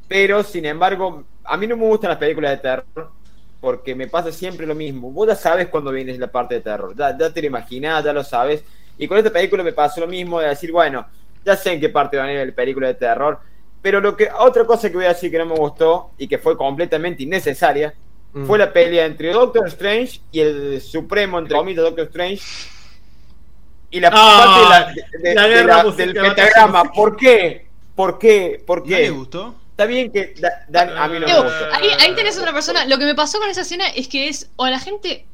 S5: Pero sin embargo, a mí no me gustan las películas de terror porque me pasa siempre lo mismo. Vos ya sabes cuando viene la parte de terror, ya, ya te lo imaginás, ya lo sabes. Y con esta película me pasó lo mismo de decir, bueno, ya sé en qué parte va a venir la película de terror. Pero lo que otra cosa que voy a decir que no me gustó y que fue completamente innecesaria
S2: Mm.
S5: fue la pelea entre Doctor Strange y el Supremo, entre comillas, Doctor Strange. Y la
S2: Ah,
S5: parte de la- de-
S2: la
S5: de
S2: guerra
S5: la-
S2: musical,
S5: del
S2: la batalla
S5: pentagrama. ¿Por qué? ¿Por qué? ¿Por
S1: ¿No le
S5: qué?
S1: gustó?
S5: Está bien que da- dan- a mí no me
S4: Digo,
S5: gusta.
S4: ahí, ahí tenés otra persona. Lo que me pasó con esa escena es que es o la gente.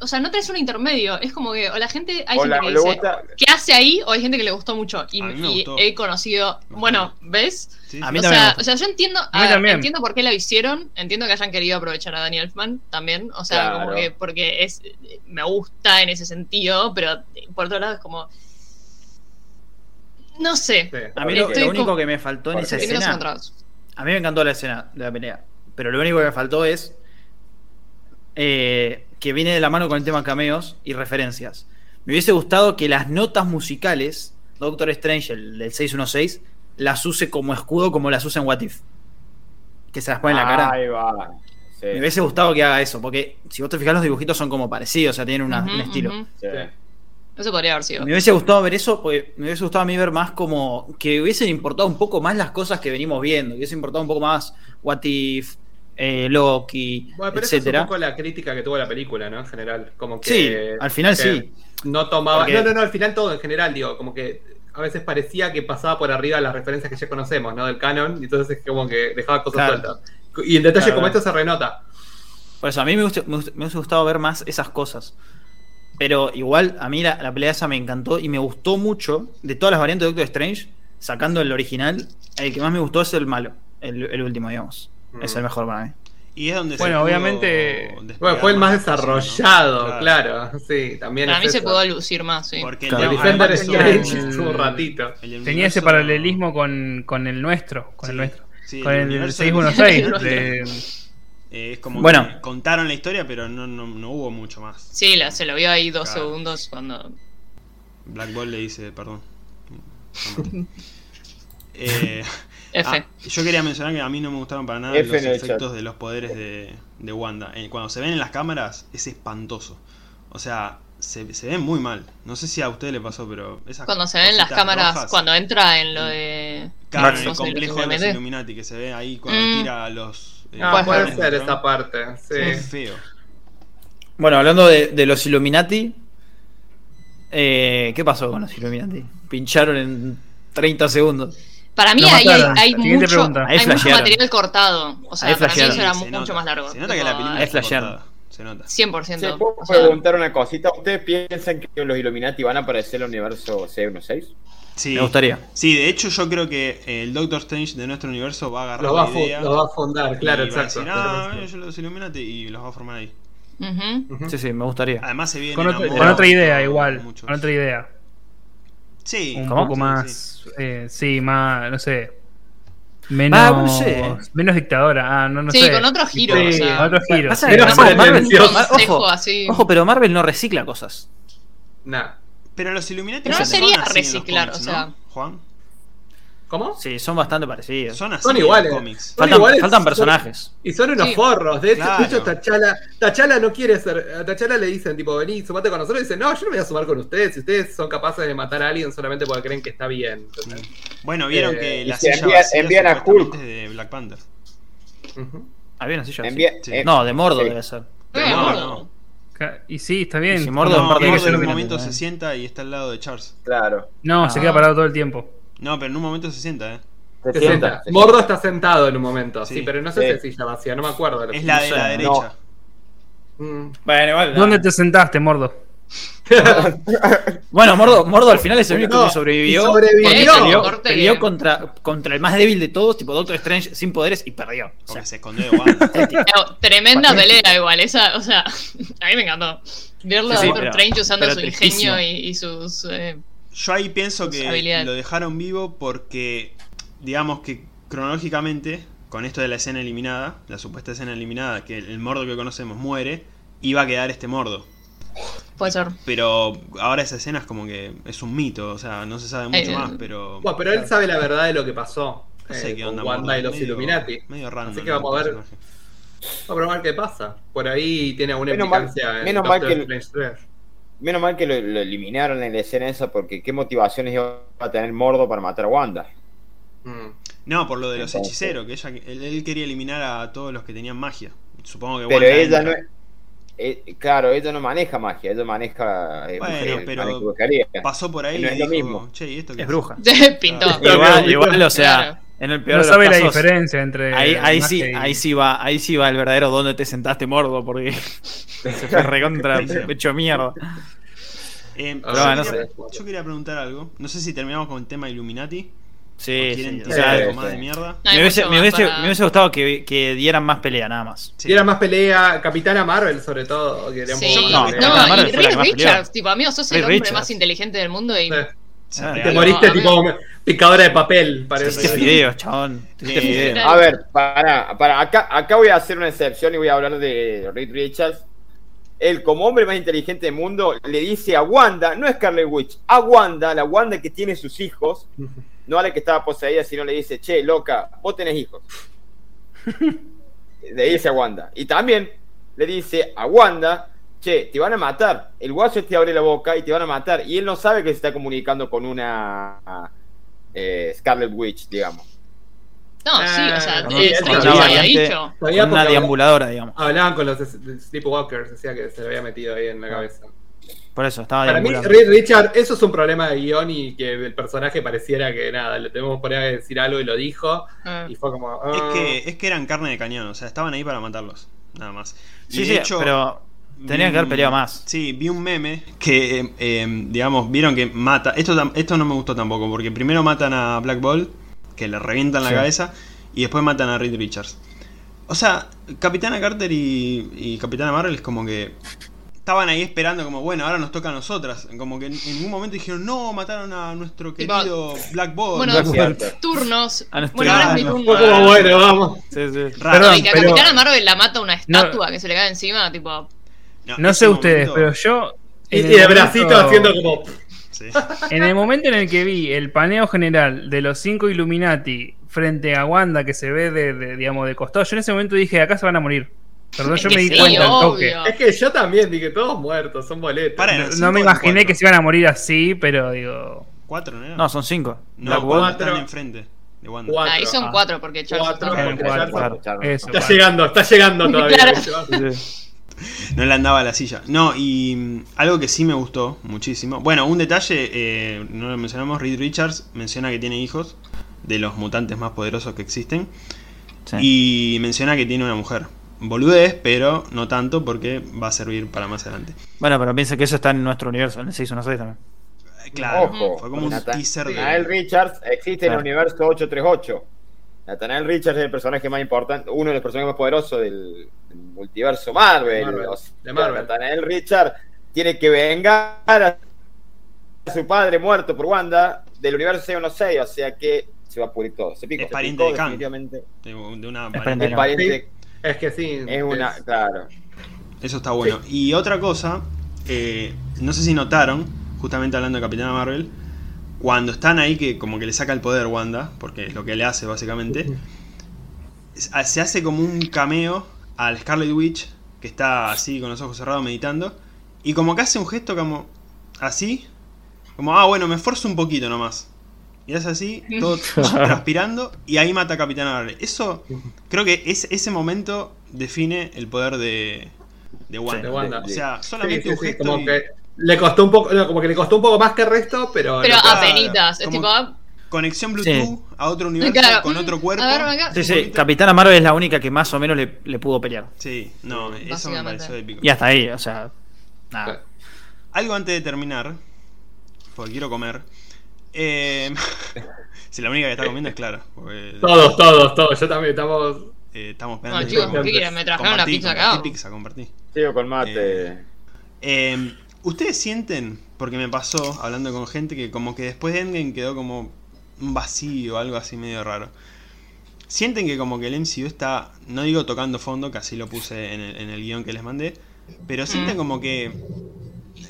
S4: O sea, no tenés un intermedio. Es como que o la gente. Hay
S5: O
S4: gente
S5: la-
S4: que
S5: le
S4: dice.
S5: gusta-
S4: ¿Qué hace ahí? O hay gente que le gustó mucho. Y,
S1: A mí me
S4: y
S1: gustó.
S4: he conocido. Bueno, ¿ves?
S1: Sí,
S7: A
S1: sí.
S7: mí
S4: o,
S7: también me
S4: sea,
S7: gustó.
S4: o sea, yo entiendo,
S6: A mí
S4: ah,
S6: también.
S4: entiendo por qué la hicieron, entiendo que hayan querido aprovechar a Danny Elfman también, o sea, como
S5: Claro.
S4: que porque es me gusta en ese sentido, pero por otro lado es como no sé,
S2: Sí.
S7: A mí lo,
S5: Ok.
S7: lo único que me faltó en
S5: Porque-
S7: esa
S4: sentimientos
S7: escena.
S4: encontrados.
S7: A mí me encantó la escena de la pelea. Pero lo único que me faltó es. eh, que viene de la mano con el tema cameos y referencias. Me hubiese gustado que las notas musicales, Doctor Strange, el del 616, las use como escudo, como las usa en What If. Que se las pone en la cara.
S5: Ahí va. Sí,
S7: Me hubiese gustado que haga eso, porque si vos te fijas, los dibujitos son como parecidos, o sea, tienen una-
S4: Ujú,
S7: un estilo.
S4: ujú.
S5: sí.
S4: Eso podría haber sido.
S7: Me hubiese gustado ver eso, porque me hubiese gustado a mí ver más como que hubiesen importado un poco más las cosas que venimos viendo, hubiese importado un poco más What If, eh, Loki,
S2: Bueno, pero esa es un
S7: etcétera.
S2: poco la crítica que tuvo la película, ¿no? En general, como que...
S7: Sí, al final
S2: que
S7: sí.
S2: No tomaba...
S7: Porque-
S2: No, no, no, al final todo en general, digo, como que a veces parecía que pasaba por arriba las referencias que ya conocemos, ¿no? Del canon, y entonces es como que dejaba cosas
S7: Claro.
S2: sueltas. Y en detalle
S7: Claro.
S2: como esto se renota.
S7: Por eso a mí me, hubiese- me hubiese- me hubiese gustado ver más esas cosas. Pero igual, a mí la, la pelea esa me encantó y me gustó mucho de todas las variantes de Doctor Strange, sacando el original, el que más me gustó es el malo, el, el último, digamos.
S2: Mm.
S7: Es el mejor para mí.
S1: Y es donde se
S6: Bueno,
S1: pudo
S6: obviamente-
S1: despegar
S2: Bueno, fue el más
S1: la cosa, ¿no?
S2: desarrollado, claro. Sí, también
S4: Para
S2: es
S4: mí se
S2: eso.
S4: pudo lucir más, sí.
S1: Porque
S7: Claro.
S2: El
S1: el-
S2: Defender
S1: además
S2: Strange
S1: el-
S2: estuvo un ratito.
S1: el
S6: Tenía ese
S1: universo-
S6: paralelismo con, con el nuestro, con
S1: Sí,
S6: el nuestro.
S1: sí,
S6: con el,
S1: universo-
S6: 616. de-
S1: Eh, es como
S7: Bueno.
S1: que contaron la historia, pero no, no, no hubo mucho más.
S4: Sí, la- se lo vio ahí dos
S1: Claro.
S4: segundos cuando
S1: Black Ball le dice, perdón. Eh,
S4: F.
S1: ah, yo quería mencionar que a mí no me gustaron para nada
S5: F
S1: los
S5: en el
S1: efectos
S5: chat.
S1: de los poderes de, de Wanda. Eh, cuando se ven en las cámaras es espantoso. O sea, se, se ven muy mal. No sé si a usted le pasó, pero esas
S4: cuando se ven las
S1: cositas
S4: cámaras
S1: rojas- Mm.
S4: cuando entra en lo de
S1: Claro, en el
S4: Maximoff
S1: complejo de los
S4: Illuminati.
S1: Illuminati que se ve ahí cuando
S4: Mm.
S1: tira a los. eh,
S2: Ah,
S4: Puede
S2: puede
S1: jóvenes
S2: ser
S1: de
S2: esa
S1: Trump.
S2: parte, sí.
S1: Es feo.
S7: Bueno, hablando de, de los Illuminati, eh, ¿qué pasó con los Illuminati? Pincharon en 30 segundos.
S4: Para mí
S6: Lo
S4: ahí hay,
S6: mataron.
S4: hay
S6: Siguiente
S4: mucho,
S6: pregunta.
S7: Ahí
S4: hay mucho
S7: flashearon.
S4: material cortado. O sea,
S7: Ahí
S4: para mí
S7: flashearon.
S4: eso era
S1: Se
S4: mucho
S1: nota.
S4: más largo. Ah.
S1: Se nota que la
S4: Tipo,
S1: película
S7: ahí
S1: está
S7: flashearon.
S1: cortada. Se nota.
S4: 100%.
S5: Sí, ¿Puedo
S4: o sea,
S5: preguntar una cosita? ¿Ustedes piensan que los Illuminati van a aparecer en el universo C16?
S1: Sí.
S7: Me gustaría.
S1: Sí, de hecho yo creo que el Doctor Strange de nuestro universo va a agarrar
S2: Lo va, a
S1: la
S2: fu-
S1: idea.
S2: lo va a fundar, claro,
S1: y va a
S2: exacto.
S1: decir, ah, yo los Illuminati y los va a formar ahí.
S4: ujú.
S2: Ujú.
S7: Sí, sí, me gustaría.
S1: Además se viene
S6: con, otro- con otra idea, igual. Con otra idea.
S1: Sí.
S6: Un
S7: ¿Cómo?
S6: poco
S1: Sí,
S6: más. eh, sí, más. No sé. Menos,
S7: Va, no sé.
S6: menos dictadora. Ah, no, no
S4: Sí,
S6: sé.
S4: con otro giro,
S6: Sí,
S4: o sea.
S6: con otro giro.
S7: Pasa
S6: sí.
S7: que
S2: Pero
S7: pasa que
S2: fue
S7: Marvel-
S2: tendencioso.
S7: Mar-
S4: Consejo
S7: ojo,
S4: así.
S7: ojo, pero Marvel no recicla cosas.
S2: Nah.
S1: Pero los Illuminati
S4: Pero no
S1: son
S4: sería
S1: así en los
S4: reciclar,
S1: cómics,
S4: o sea.
S1: ¿no, Juan?
S2: ¿Cómo?
S7: Sí, son bastante parecidos.
S1: Son así
S2: Son
S1: en los
S2: iguales.
S1: cómics.
S7: faltan,
S2: iguales,
S7: faltan
S2: son-
S7: personajes.
S2: Y son unos
S4: Sí.
S2: forros. De hecho,
S1: Claro.
S2: de hecho, Tachala, Tachala no quiere ser. A Tachala le dicen, tipo, vení, sumate con nosotros. Y dice, no, yo no me voy a sumar con ustedes. Si ustedes son capaces de matar a alguien solamente porque creen que está bien. ¿entendés?
S1: Bueno, vieron
S2: Eh,
S1: que
S5: y
S1: la
S5: se
S1: silla
S5: envía-
S1: vacía
S5: envían a
S1: supuestamente es de Black Panther.
S2: Ujú.
S7: Había una silla.
S5: Envía-
S1: Sí.
S5: eh,
S7: No, de Mordo
S5: sí.
S7: debe ser.
S4: Pero
S1: No,
S4: bueno,
S1: no.
S6: Ca- Y sí, está bien.
S7: Y si Mordo
S1: no,
S7: en parte
S1: Mordo
S7: de
S1: en un
S7: Illuminati
S1: momento se
S7: también.
S1: sienta y está al lado de Charles.
S5: Claro.
S6: No, se
S7: Ah.
S6: queda parado todo el tiempo.
S1: No, pero en un momento se sienta, ¿eh?
S5: Se
S2: Se
S5: sienta,
S2: sienta.
S5: se
S2: Mordo está sentado en un momento, sí,
S1: Sí.
S2: pero no sé
S5: Sí.
S2: si es silla vacía, no me acuerdo.
S1: Es la de
S7: sé,
S1: la
S7: no.
S1: derecha.
S2: Mm.
S7: Bueno, igual.
S6: ¿Dónde te sentaste, Mordo?
S3: Bueno, Mordo, Mordo al final es el único
S2: No,
S3: que sobrevivió.
S2: y sobrevivió.
S3: porque peleó-
S4: Corte
S3: peleó
S4: bien.
S3: contra, contra el más débil de todos, tipo Doctor Strange sin poderes, y perdió. O sea,
S1: Porque se escondió de Wanda.
S4: No, tremenda pelea igual, esa, o sea, a mí me encantó. Verlo
S7: Sí, sí,
S4: a Doctor
S7: pero-
S4: Strange usando
S7: pero
S4: su
S7: tristísimo.
S4: ingenio y, y sus... eh,
S1: Yo ahí pienso
S4: Sus
S1: que
S4: habilidades.
S1: lo dejaron vivo porque, digamos que cronológicamente, con esto de la escena eliminada, la supuesta escena eliminada, que el mordo que conocemos muere, iba a quedar este mordo.
S4: puede ser.
S1: Pero ahora esa escena es como que es un mito, o sea, no se sabe mucho
S4: Eh,
S1: más, pero...
S2: Bueno, pero él sabe la verdad de lo que pasó
S1: no sé
S2: eh,
S1: qué
S2: con
S1: onda,
S2: Wanda
S1: mordo,
S2: y los
S1: medio-
S2: Illuminati.
S1: Medio random.
S2: que
S1: ¿no?
S2: vamos a ver.
S1: personaje.
S2: Vamos a ver qué pasa. Por ahí tiene alguna
S5: Menos mal-
S2: implicancia. en
S5: menos mal
S2: Doctor
S5: que-
S2: Strange 3.
S5: Menos mal que lo, lo eliminaron en la escena esa, porque qué motivaciones iba a tener Mordo para matar a Wanda.
S2: Mm.
S1: No, por lo de los
S5: Entonces.
S1: hechiceros, que ella, él, él quería eliminar a todos los que tenían magia. Supongo que
S5: Pero
S1: Wanda
S5: ella no.
S1: entra.
S5: eh, claro, ella no maneja magia, ella maneja. eh,
S1: Bueno,
S5: brujería,
S1: pero-
S5: maneja brujería.
S1: pasó por ahí
S5: no
S1: y
S5: es
S1: dijo,
S5: lo mismo.
S1: che, ¿y esto qué
S7: Es bruja.
S4: Pintó.
S7: Igual, igual, o sea,
S4: Claro.
S7: en el peor
S6: No
S7: de los
S6: sabe la
S7: casos,
S6: diferencia entre.
S7: Ahí, ahí
S6: magia
S7: sí,
S6: y-
S7: ahí sí va, ahí sí va el verdadero donde te sentaste mordo, porque se fue recontra hecho mierda.
S1: Eh,
S2: Ah,
S1: yo,
S7: bueno,
S1: quería,
S2: no sé.
S1: yo quería preguntar algo. No sé si terminamos con el tema Illuminati.
S7: Sí,
S1: ¿Quieren
S7: sí, o
S1: tirar
S7: sea,
S1: algo
S5: sí.
S1: más de mierda?
S4: No hay
S7: me, hubiese,
S4: mucho
S7: me
S4: más
S7: hubiese-
S4: para-
S7: me hubiese gustado que, que dieran más pelea, nada más.
S1: Sí.
S2: Y era más pelea Capitana Marvel, sobre todo. que era un
S4: Sí,
S2: poco
S4: no,
S2: más
S7: no,
S2: pelea.
S7: Capitana Marvel
S4: y
S7: fue la que
S4: Reed
S7: más peleó.
S4: Richards, tipo, amigo, sos el
S7: Reed
S4: hombre
S7: Richards.
S4: más inteligente del mundo y...
S2: Sí.
S1: Se
S7: Ah,
S2: Y
S1: regaló.
S2: Te moriste
S4: No,
S2: tipo picadora de papel,
S7: Hiciste
S2: parece.
S7: fideos, Este chabón. Hiciste
S1: Eh,
S7: fideos.
S5: A ver, para, para acá, acá voy a hacer una excepción y voy a hablar de Reed Richards. Él, como hombre más inteligente del mundo, le dice a Wanda, no a Scarlet Witch, a Wanda, la Wanda que tiene sus hijos, no a la que estaba poseída, sino le dice, che, loca, vos tenés hijos. le dice a Wanda. Y también le dice a Wanda, che, te van a matar. El guaso te abre la boca y te van a matar. Y él no sabe que se está comunicando con una eh, Scarlet Witch, digamos.
S4: No, sí, o sea,
S2: Ah,
S4: eh,
S2: no,
S4: Strange
S2: no,
S4: lo había
S7: variante.
S4: dicho.
S2: Todavía
S7: una
S2: porque
S7: deambuladora, digamos.
S2: Hablaban con los Sleepwalkers, decía que se le había metido ahí en la cabeza.
S7: Por eso, estaba
S2: Para mí,
S7: deambulando.
S2: Reed Richard, eso es un problema de guión y que el personaje pareciera que nada, le tenemos por ahí a decir algo y lo dijo.
S4: Ah.
S2: Y fue como.
S1: Es
S2: ah.
S1: que, es que eran carne de cañón, o sea, estaban ahí para matarlos. Nada más. Y
S7: Sí,
S1: de
S7: sí,
S1: hecho,
S7: pero
S1: vi
S7: tenían que haber
S1: un-
S7: peleado más.
S1: Sí, vi un meme que, eh, eh, digamos, vieron que mata. Esto, tam- esto no me gustó tampoco, porque primero matan a Black Ball, que le revientan
S7: Sí.
S1: la cabeza, y después matan a Reed Richards. O sea, Capitana Carter y, y Capitana Marvel es como que estaban ahí esperando, como bueno, ahora nos toca a nosotras. Como que en, en ningún momento dijeron, no, mataron a nuestro
S4: Tipo,
S1: querido Black Ball.
S4: Bueno,
S1: Black Bolt".
S5: Cierto.
S4: Eh, Turnos.
S7: A nuestro-
S4: Bueno, ahora es mi
S1: Ah, no.
S4: turno.
S2: Fue como, bueno, vamos.
S7: Sí, sí.
S1: Raro.
S6: Perdón,
S4: Y que a
S6: pero-
S4: Capitana Marvel la mata una
S6: No.
S4: estatua que se le cae encima, tipo...
S6: No
S1: ese
S6: sé ustedes,
S1: este momento-
S6: pero yo.
S2: Y,
S6: en
S2: y de
S6: el
S2: bracito
S6: momento-
S2: haciendo como.
S1: Sí.
S6: En el momento en el que vi el paneo general de los cinco Illuminati frente a Wanda que se ve de, de, digamos, de costado, yo en ese momento dije, acá se van a morir. Perdón, yo
S4: que
S6: me di
S4: sí,
S6: cuenta al toque.
S4: obvio.
S2: Es que yo también dije, todos muertos, son boletos.
S1: Para,
S6: No,
S1: eran
S6: no
S1: cinco
S6: me
S1: y
S6: imaginé
S1: cuatro.
S6: que se iban a morir así, pero digo...
S1: Cuatro, ¿no? era?
S7: No, son cinco.
S1: No,
S7: Black
S1: cuatro
S7: Bolt.
S1: están
S2: Cuatro.
S1: enfrente de Wanda.
S2: Cuatro.
S4: Ahí son
S7: Ah.
S4: cuatro, porque Charles
S2: Cuatro.
S4: está-
S6: eran cuatro.
S5: Claro, claro.
S6: Eso,
S2: Está
S6: bueno.
S2: llegando, está llegando todavía.
S4: Claro.
S7: Sí.
S1: No le andaba a la silla. No, y mm, algo que sí me gustó muchísimo. Bueno, un detalle, eh, no lo mencionamos, Reed Richards menciona que tiene hijos de los mutantes más poderosos que existen.
S7: Sí.
S1: Y menciona que tiene una mujer. Boludez, pero no tanto porque va a servir para más adelante.
S7: Bueno, pero piensa que eso está en nuestro universo, en el 616 también.
S1: Eh, Claro,
S5: Ojo,
S1: fue como un
S5: Nata-
S1: teaser
S5: Nathaniel
S1: de...
S5: Richards existe en
S7: Claro.
S5: el universo 838. Nathaniel Richards es el personaje más importante, uno de los personajes más poderosos del, del multiverso Marvel.
S2: Marvel,
S5: O sea,
S2: de Marvel.
S5: Nathaniel Richards tiene que vengar a su padre muerto por Wanda del universo 616, o sea que se va a pudrir todo. Se pico,
S1: Es
S5: se
S1: pariente
S5: picó,
S1: de Kang.
S5: definitivamente.
S1: De de una
S7: Es
S1: variante.
S5: Es pariente,
S2: Es que sí.
S5: es una,
S2: es-
S5: claro.
S1: Eso está bueno. Y otra cosa, eh, no sé si notaron, justamente hablando de Capitana Marvel, cuando están ahí que como que le saca el poder Wanda, porque es lo que le hace básicamente, es- a- se hace como un cameo al Scarlet Witch, que está así con los ojos cerrados meditando, y como que hace un gesto como así, como, ah, bueno, me esfuerzo un poquito nomás. Y hace así, todo transpirando, y ahí mata a Capitana Marvel. Eso, creo que es, ese momento define el poder de, de Wanda.
S2: de Wanda.
S1: O sea,
S2: Sí,
S1: solamente
S2: sí,
S1: un
S2: sí,
S1: gesto.
S2: como
S1: y-
S2: que le costó un poco, no, como que le costó un poco más que el resto, pero.
S4: Pero
S2: lo-
S1: claro,
S4: apenitas, es
S1: como-
S4: tipo... ah,
S1: Conexión Bluetooth
S7: Sí.
S1: a otro universo
S4: claro,
S1: con
S4: mm,
S1: otro cuerpo.
S4: agarra acá.
S7: Sí, sí, Capitana Marvel es la única que más o menos le, le pudo pelear.
S1: Sí, no, eso me
S4: Básicamente.
S1: pareció épico.
S7: Y hasta ahí, o sea. Nada.
S1: Algo antes de terminar, porque quiero comer. Eh, si la única que está comiendo es Clara. porque,
S2: Todos, todos, todos. Yo también estamos.
S1: eh, estamos
S7: Ah,
S4: No,
S1: esperando.
S4: chicos,
S1: Compartí,
S4: ¿qué quieren? Me trajeron la pizza acá.
S1: compartí pizza, compartí.
S5: Sigo con mate.
S1: Eh, Eh, ¿Ustedes sienten, porque me pasó hablando con gente, que como que después de Endgame quedó como un vacío, algo así medio raro? ¿Sienten que como que el MCU está, no digo tocando fondo, que así lo puse en el, en el guión que les mandé, pero sienten
S4: Mm.
S1: como que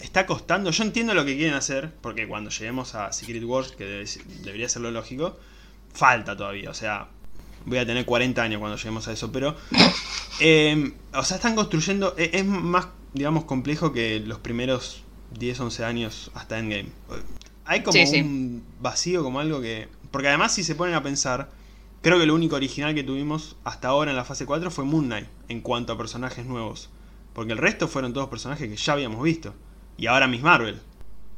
S1: está costando, yo entiendo lo que quieren hacer, porque cuando lleguemos a Secret Wars, que debe- debería ser lo lógico, falta todavía, o sea, voy a tener 40 años cuando lleguemos a eso, pero eh, o sea, están construyendo. e- Es, más, digamos, complejo que los primeros 10, 11 años hasta Endgame. Hay como
S4: Sí, sí.
S1: un vacío, como algo que. Porque además, si se ponen a pensar, creo que lo único original que tuvimos hasta ahora en la fase 4 fue Moon Knight, en cuanto a personajes nuevos. Porque el resto fueron todos personajes que ya habíamos visto. Y ahora Miss Marvel.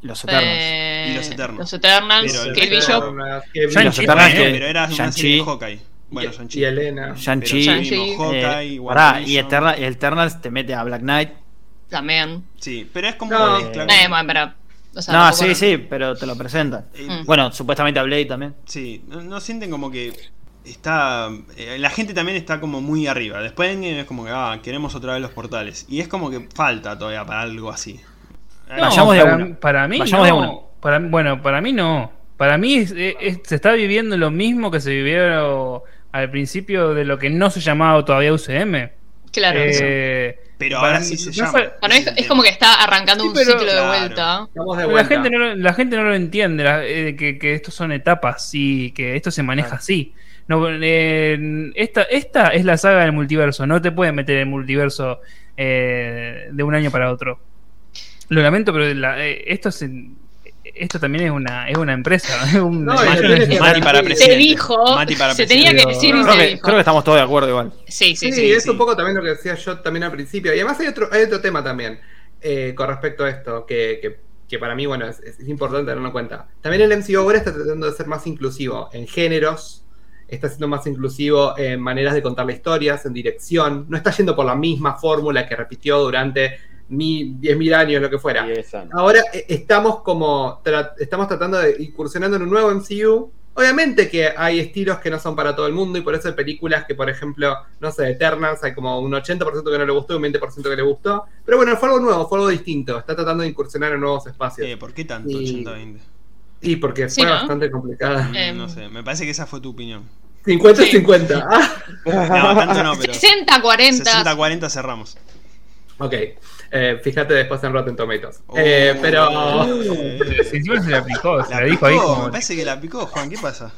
S7: Los Eternos.
S4: Eh,
S1: Y los Eternals.
S4: Los Eternals,
S1: Pero el
S4: que el Bishop.
S7: Los Eternos
S1: Bueno,
S7: que-
S1: pero era una serie de
S7: Shang-Chi.
S1: Hawkeye. Bueno,
S2: y
S1: Shang-Chi.
S2: Elena.
S1: Pero
S7: Shang-Chi.
S1: ya
S4: Shang-Chi.
S1: vimos Hawkeye,
S7: eh,
S1: One
S7: pará, y
S1: Vision.
S7: Eterna- y Eternals te mete a Black Knight.
S4: También.
S1: Sí, pero es como
S2: No.
S1: una mezcla.
S4: Eh, bueno, pero. O sea,
S7: no,
S4: tampoco-
S7: sí, sí, pero te lo presentan.
S1: Eh,
S4: Mm.
S7: Bueno, supuestamente a Blade también.
S1: Sí, no, no sienten como que está. eh, la gente también está como muy arriba. Después de Endgame es como que, ah, queremos otra vez los portales. Y es como que falta todavía para algo así. Eh,
S7: No, Vayamos de
S6: para,
S7: una.
S6: para mí
S7: Vayamos
S6: no.
S7: de una.
S6: Para, bueno, para mí no. Para mí es- es- es- se está viviendo lo mismo que se vivió al principio de lo que no se llamaba todavía UCM.
S4: Claro.
S6: Eh,
S1: pero
S6: para
S1: ahora
S6: mí-
S1: sí se
S6: no
S1: llama.
S6: sé-
S4: Bueno, es, es como que está arrancando
S6: Sí,
S4: un
S6: pero-
S4: ciclo de
S1: Claro.
S4: vuelta.
S2: Estamos de
S6: la,
S2: vuelta.
S6: gente no, lo- la gente no lo entiende, la- eh, que, que esto son etapas y que esto se maneja así. No, eh, esta, esta es la saga del multiverso, no te pueden meter el multiverso eh, de un año para otro. Lo lamento, pero la- eh, esto es en- esto también es una, es una empresa. es un-
S2: No,
S1: Mati,
S2: y lo tiene que
S1: Mati
S2: hacer.
S1: para
S2: Se
S1: presidente.
S4: dijo,
S1: Mati para
S4: se
S1: presidente.
S4: tenía que decir y
S7: Creo
S4: se
S7: que,
S4: dijo.
S7: creo que estamos todos de acuerdo igual.
S4: Sí,
S2: Sí,
S4: sí, sí.
S2: es
S1: sí.
S2: un poco también lo que decía yo también al principio. Y además hay otro, hay otro tema también eh, con respecto a esto, que, que- que para mí, bueno, es, es- es importante tenerlo en cuenta. También el MCU ahora está tratando de ser más inclusivo en géneros, está siendo más inclusivo en maneras de contar las historias, en dirección. No está yendo por la misma fórmula que repitió durante mil, 10.000 años, lo que fuera.
S5: y esa.
S2: Ahora eh, estamos como tra- estamos tratando de incursionando en un nuevo MCU. Obviamente que hay estilos que no son para todo el mundo y por eso hay películas que, por ejemplo, no sé, Eternals, hay como un 80% que no le gustó y un 20% que le gustó. Pero bueno, fue algo nuevo, fue algo distinto. Está tratando de incursionar en nuevos espacios.
S1: Eh, ¿Por qué tanto
S2: Y-
S1: 80-20?
S2: y porque
S4: sí,
S2: fue
S4: ¿no?
S2: bastante complicada.
S4: Eh,
S1: No sé, me parece que esa fue tu opinión.
S2: 50-50. Ah,
S1: No, tanto no, pero.
S4: 60-40.
S1: 60-40 cerramos.
S2: ok. Eh, fíjate después en Rotten Tomatoes. Eh,
S1: Oh,
S2: pero.
S1: eh,
S6: Encima se le aplicó, se
S1: La
S6: la dijo ahí
S1: picó,
S6: como-
S1: me parece que la picó, Juan, ¿qué pasa?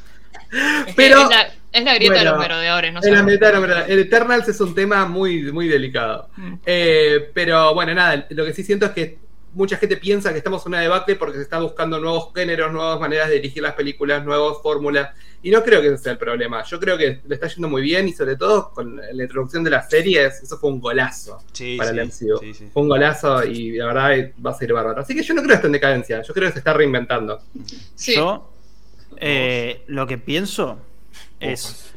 S4: Es que
S2: pero-
S4: es, la, es la grieta de
S2: bueno,
S4: los merodeadores, no sé.
S2: En la meta, no, pero el Eternals es un tema muy, muy delicado.
S4: Mm.
S2: Eh, pero bueno, nada, lo que sí siento es que mucha gente piensa que estamos en una debacle porque se está buscando nuevos géneros, nuevas maneras de dirigir las películas, nuevas fórmulas. Y no creo que ese sea el problema. Yo creo que le está yendo muy bien y sobre todo con la introducción de las series, eso fue un golazo.
S1: Sí,
S2: Para
S1: sí,
S2: el MCU.
S1: sí, sí.
S2: Fue un golazo y la verdad eh, va a ser bárbaro. Así que yo no creo que esté en decadencia, yo creo que se está reinventando.
S4: Sí.
S7: Yo eh, lo que pienso es.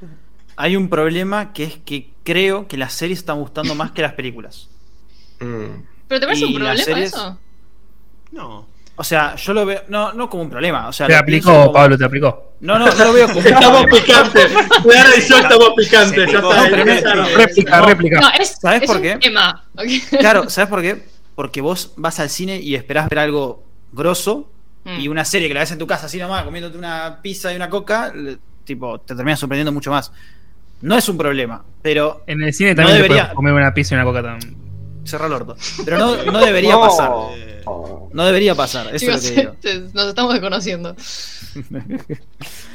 S7: Hay un problema que es que creo que las series están gustando más que las películas.
S2: Mm.
S4: ¿Pero te parece
S7: y
S4: un
S7: las
S4: problema
S7: series-
S4: eso?
S1: No.
S7: O sea, yo lo veo. No, no como un problema. O sea,
S6: Te
S7: lo
S6: aplicó,
S7: pienso como-
S6: Pablo, te aplicó.
S7: No, no, no lo veo como un
S2: Estamos
S7: problema.
S2: picantes, Clara y yo estamos picantes.
S1: Se
S2: Ya
S1: picó.
S2: está,
S7: No, pero me-
S2: empezaron.
S6: Réplica,
S7: No,
S6: réplica.
S4: No, es,
S7: ¿Sabes
S4: es
S7: por
S4: un
S7: qué?
S4: tema. Ok.
S7: Claro, ¿sabes por qué? Porque vos vas al cine y esperás ver algo grosso
S4: Mm.
S7: y una serie que la ves en tu casa así nomás, comiéndote una pizza y una coca, le- tipo, te termina sorprendiendo mucho más. No es un problema, pero.
S6: En el cine también
S7: No
S6: te
S7: debería-
S6: puedes comer una pizza y una coca también.
S7: Cerra el orto. Pero no, no debería pasar.
S1: Eh,
S7: No debería pasar, eso
S4: Chicos,
S7: es lo que digo.
S4: nos estamos desconociendo.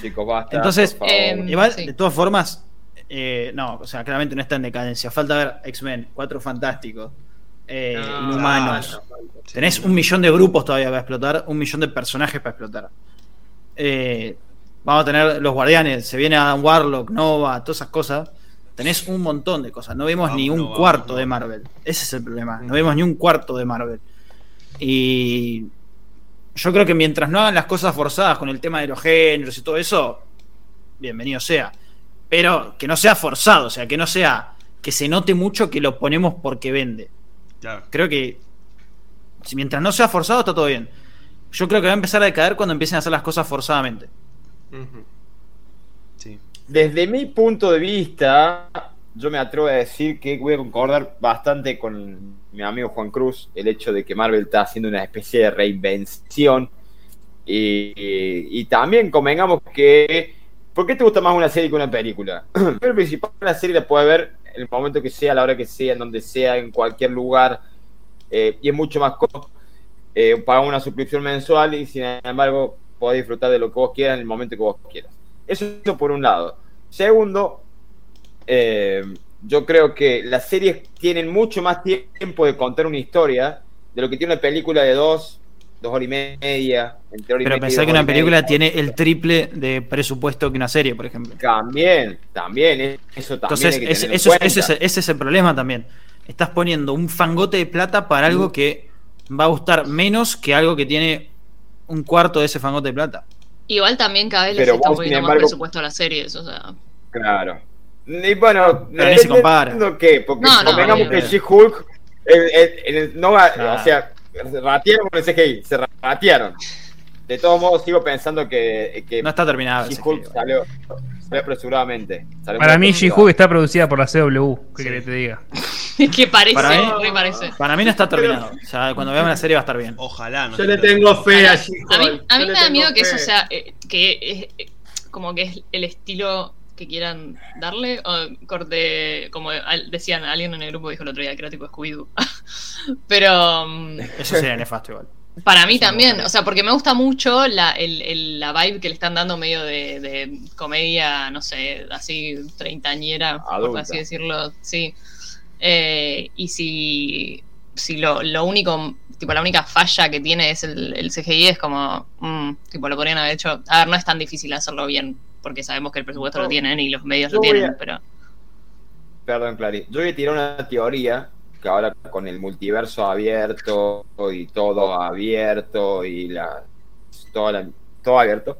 S5: Chicos, basta.
S7: Entonces,
S5: por favor.
S4: em,
S7: Igual,
S4: Sí.
S7: de todas formas, eh, no, o sea, claramente no está en decadencia. Falta ver X-Men, Cuatro Fantásticos, eh,
S2: No,
S7: Inhumanos.
S2: no, no, no.
S7: Tenés un millón de grupos todavía para explotar, un millón de personajes para explotar. Eh, vamos a tener los guardianes, se viene Adam Warlock, Nova, todas esas cosas. Tenés un montón de cosas. No vimos
S1: Vamos,
S7: ni un
S1: Ah, Nova, Mm.
S7: cuarto
S1: vamos,
S7: de
S1: Nova.
S7: Marvel. Ese es el problema. No vimos ni un cuarto de Marvel. Y yo creo que mientras no hagan las cosas forzadas con el tema de los géneros y todo eso, bienvenido sea. Pero que no sea forzado, o sea, que no sea que se note mucho que lo ponemos porque vende.
S1: Claro.
S7: Creo que Si mientras no sea forzado, está todo bien. Yo creo que va a empezar a decaer cuando empiecen a hacer las cosas forzadamente.
S2: Ujú.
S1: Sí.
S5: Desde mi punto de vista, yo me atrevo a decir que voy a concordar bastante con mi amigo Juan Cruz, el hecho de que Marvel está haciendo una especie de reinvención. Y, y- y también convengamos que... ¿Por qué te gusta más una serie que una película? Pero principal, una serie la puedes ver en el momento que sea, a la hora que sea, en donde sea, en cualquier lugar. eh, y es mucho más cómodo. Eh, pagar una suscripción mensual y sin embargo podés disfrutar de lo que vos quieras en el momento que vos quieras. Eso por un lado. Segundo, eh, yo creo que las series tienen mucho más tiempo de contar una historia de lo que tiene una película de dos, dos horas y media, entre hora y
S7: Pero
S5: media y
S7: pensar
S5: dos horas
S7: que una
S5: y media.
S7: película tiene el triple de presupuesto que una serie, por ejemplo.
S5: También, también, eh, eso también.
S7: Entonces,
S5: hay que
S7: ese,
S5: tenerlo en
S7: eso es-
S5: cuenta.
S7: ese es, ese es el problema también. Estás poniendo un fangote de plata para algo que va a gustar menos que algo que tiene un cuarto de ese fangote de plata.
S4: Igual también cada vez les
S5: Pero
S4: está un
S5: vos, sin
S4: poquito más
S5: embargo-
S4: presupuesto a las series, o sea.
S5: Claro. Y bueno,
S7: Pero ni se compara.
S5: ¿entendiendo qué? Porque
S4: No, no,
S5: convengamos
S4: no,
S5: que
S7: no.
S5: She-Hulk el- el- el- no va,
S7: Claro.
S5: o sea, se ratearon con el CGI, se ratearon. De todos modos, sigo pensando que, que
S7: No está terminada. ese
S5: She-Hulk
S7: escribo.
S5: salió, salió apresuradamente. salió
S6: Para
S5: muy
S6: mí,
S5: apresurado.
S6: She-Hulk está producida por la CW. ¿Qué querés que te diga?
S4: que parece,
S7: Para mí-
S4: re parece.
S2: Ah,
S7: Para mí no está terminado. O sea, cuando veamos la serie va a estar bien.
S1: Ojalá. No
S2: Yo
S1: se
S2: le
S1: trate-
S2: tengo fe a She-Hulk.
S4: A mí, a mí
S2: Yo le
S4: me da
S2: tengo
S4: miedo que eso
S2: fe.
S4: sea, eh, que es eh, como que es el estilo que quieran darle, o corte, como al- decían, alguien en el grupo dijo el otro día, que era tipo Scooby-Doo. Pero mm,
S7: Eso sería nefasto igual.
S4: para mí
S7: Eso me
S4: también,
S7: gustaría.
S4: o sea, porque me gusta mucho la, el- el- la vibe que le están dando medio de, de comedia, no sé, así treintañera, por
S5: Adulta.
S4: así decirlo, sí. Eh, y si, si lo, lo único, tipo la única falla que tiene es el, el CGI, es como, mm, tipo lo podrían haber hecho, a ver, no es tan difícil hacerlo bien, porque sabemos que el presupuesto lo
S5: Yo-
S4: tienen y los medios
S5: yo
S4: lo
S5: voy
S4: tienen,
S5: a-
S4: pero...
S5: Perdón, Clary. Yo voy a tirar una teoría que ahora con el multiverso abierto y todo abierto y la, toda la- todo abierto.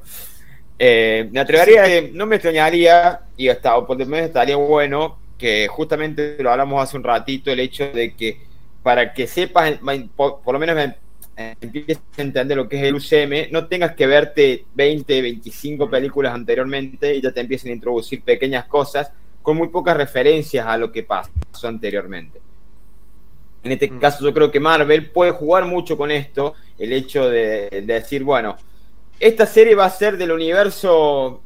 S5: Eh, me atrevería, eh, no me extrañaría y hasta o por lo menos estaría bueno que justamente lo hablamos hace un ratito el hecho de que para que sepas eh, por, por lo menos eh, empieces a entender lo que es el UCM, no tengas que verte 20, 25 películas anteriormente y ya te empiecen a introducir pequeñas cosas con muy pocas referencias a lo que pasó anteriormente. En este
S2: Mm.
S5: caso yo creo que Marvel puede jugar mucho con esto, el hecho de, de decir, bueno, esta serie va a ser del universo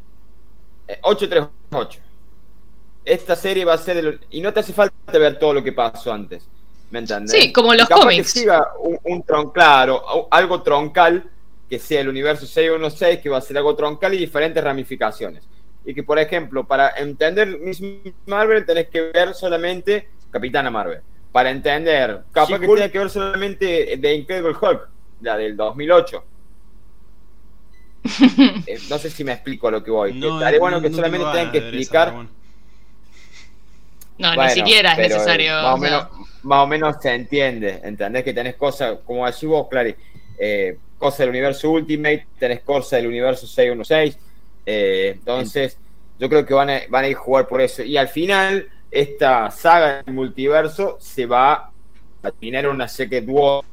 S5: eh, 838. Esta serie va a ser del... Y no te hace falta ver todo lo que pasó antes. ¿Me entiendes?
S4: Sí, como los
S5: Y capaz que
S4: cómics.
S5: siga un, un tron- claro, o- algo troncal, que sea el universo 616, que va a ser algo troncal y diferentes ramificaciones y que, por ejemplo, para entender Miss Marvel tenés que ver solamente Capitana Marvel. Para entender, capaz que tiene que ver solamente The Incredible Hulk, la del 2008. Eh, no sé si me explico a lo que voy.
S1: No, eh,
S5: Estaría bueno
S1: no-
S5: que
S1: no
S5: solamente
S1: tengo
S5: tengan que
S1: ganas de ver esa,
S5: explicar.
S1: pero bueno.
S4: No,
S5: Bueno,
S4: Ah, ni siquiera es
S5: pero, eh,
S4: necesario.
S5: Más o,
S4: o sea,
S5: menos, más o menos se entiende, ¿entendés? Que tenés cosas, como decís vos, Clary, eh, cosas del universo Ultimate, tenés cosas del universo 616. eh, entonces, yo creo que van a, van a ir a jugar por eso. Y al final, esta saga del multiverso se va a terminar en una Secret Wars,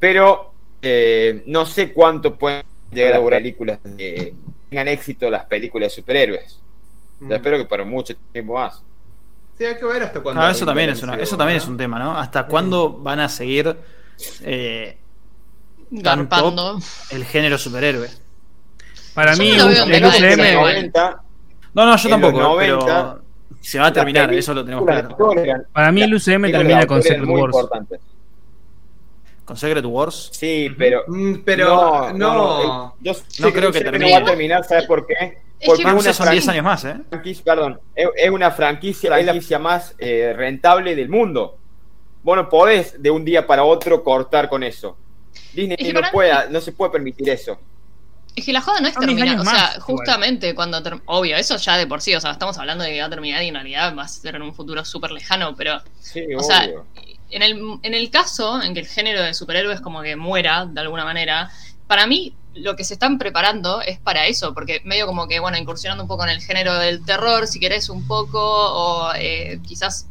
S5: pero eh, no sé cuánto pueden llegar a películas que tengan éxito las películas de superhéroes.
S7: Mm.
S2: Mm.
S5: Yo espero que para mucho tiempo más.
S2: Sí, hay que ver hasta cuándo.
S7: Claro, Ah, eso también es una, eso también es un tema, ¿no? ¿Hasta cuándo van a seguir eh,
S4: garpando.
S7: el género superhéroe?
S6: Para
S4: Yo
S6: mí,
S4: no lo veo
S6: un-
S4: en
S6: el
S4: nada de
S5: En los
S4: igual.
S6: UCM.
S5: 90,
S7: No, no,
S5: En
S7: yo
S5: los
S7: tampoco,
S5: 90,
S7: pero se va a terminar, eso lo tenemos
S5: películas de
S7: claro.
S5: actores eran-
S6: Para mí, el UCM
S5: películas de
S6: termina con
S5: actores
S6: Secret
S5: muy
S6: Wars.
S5: importantes.
S7: Con Secret Wars.
S5: Sí, pero.
S2: Mm, Pero no,
S5: eh, Yo sé
S7: creo
S5: el
S7: que
S5: UCM
S7: termine.
S5: No va a terminar, ¿sabes por qué?
S4: Es
S5: Porque es
S4: que no
S5: una
S4: sé,
S7: Entonces son 10
S5: franquicia,
S7: años más, ¿eh?
S5: perdón, es, es una franquicia, es la franquicia más eh, rentable del mundo. Vos no podés de un día para otro cortar con eso. Disney
S4: Es que
S5: no,
S4: para mí-
S5: pueda- no se puede permitir eso.
S4: Es que la joda no es
S6: Son mis
S4: terminar,
S6: años
S4: o sea,
S6: más, igual.
S4: justamente cuando ter- obvio, eso ya de por sí, o sea, estamos hablando de que va a terminar y en realidad va a ser en un futuro súper lejano, pero
S5: Sí,
S4: O sea,
S5: obvio.
S4: en el, en el caso en que el género de superhéroes como que muera de alguna manera, para mí lo que se están preparando es para eso, porque medio como que, bueno, incursionando un poco en el género del terror, si querés un poco, o eh, quizás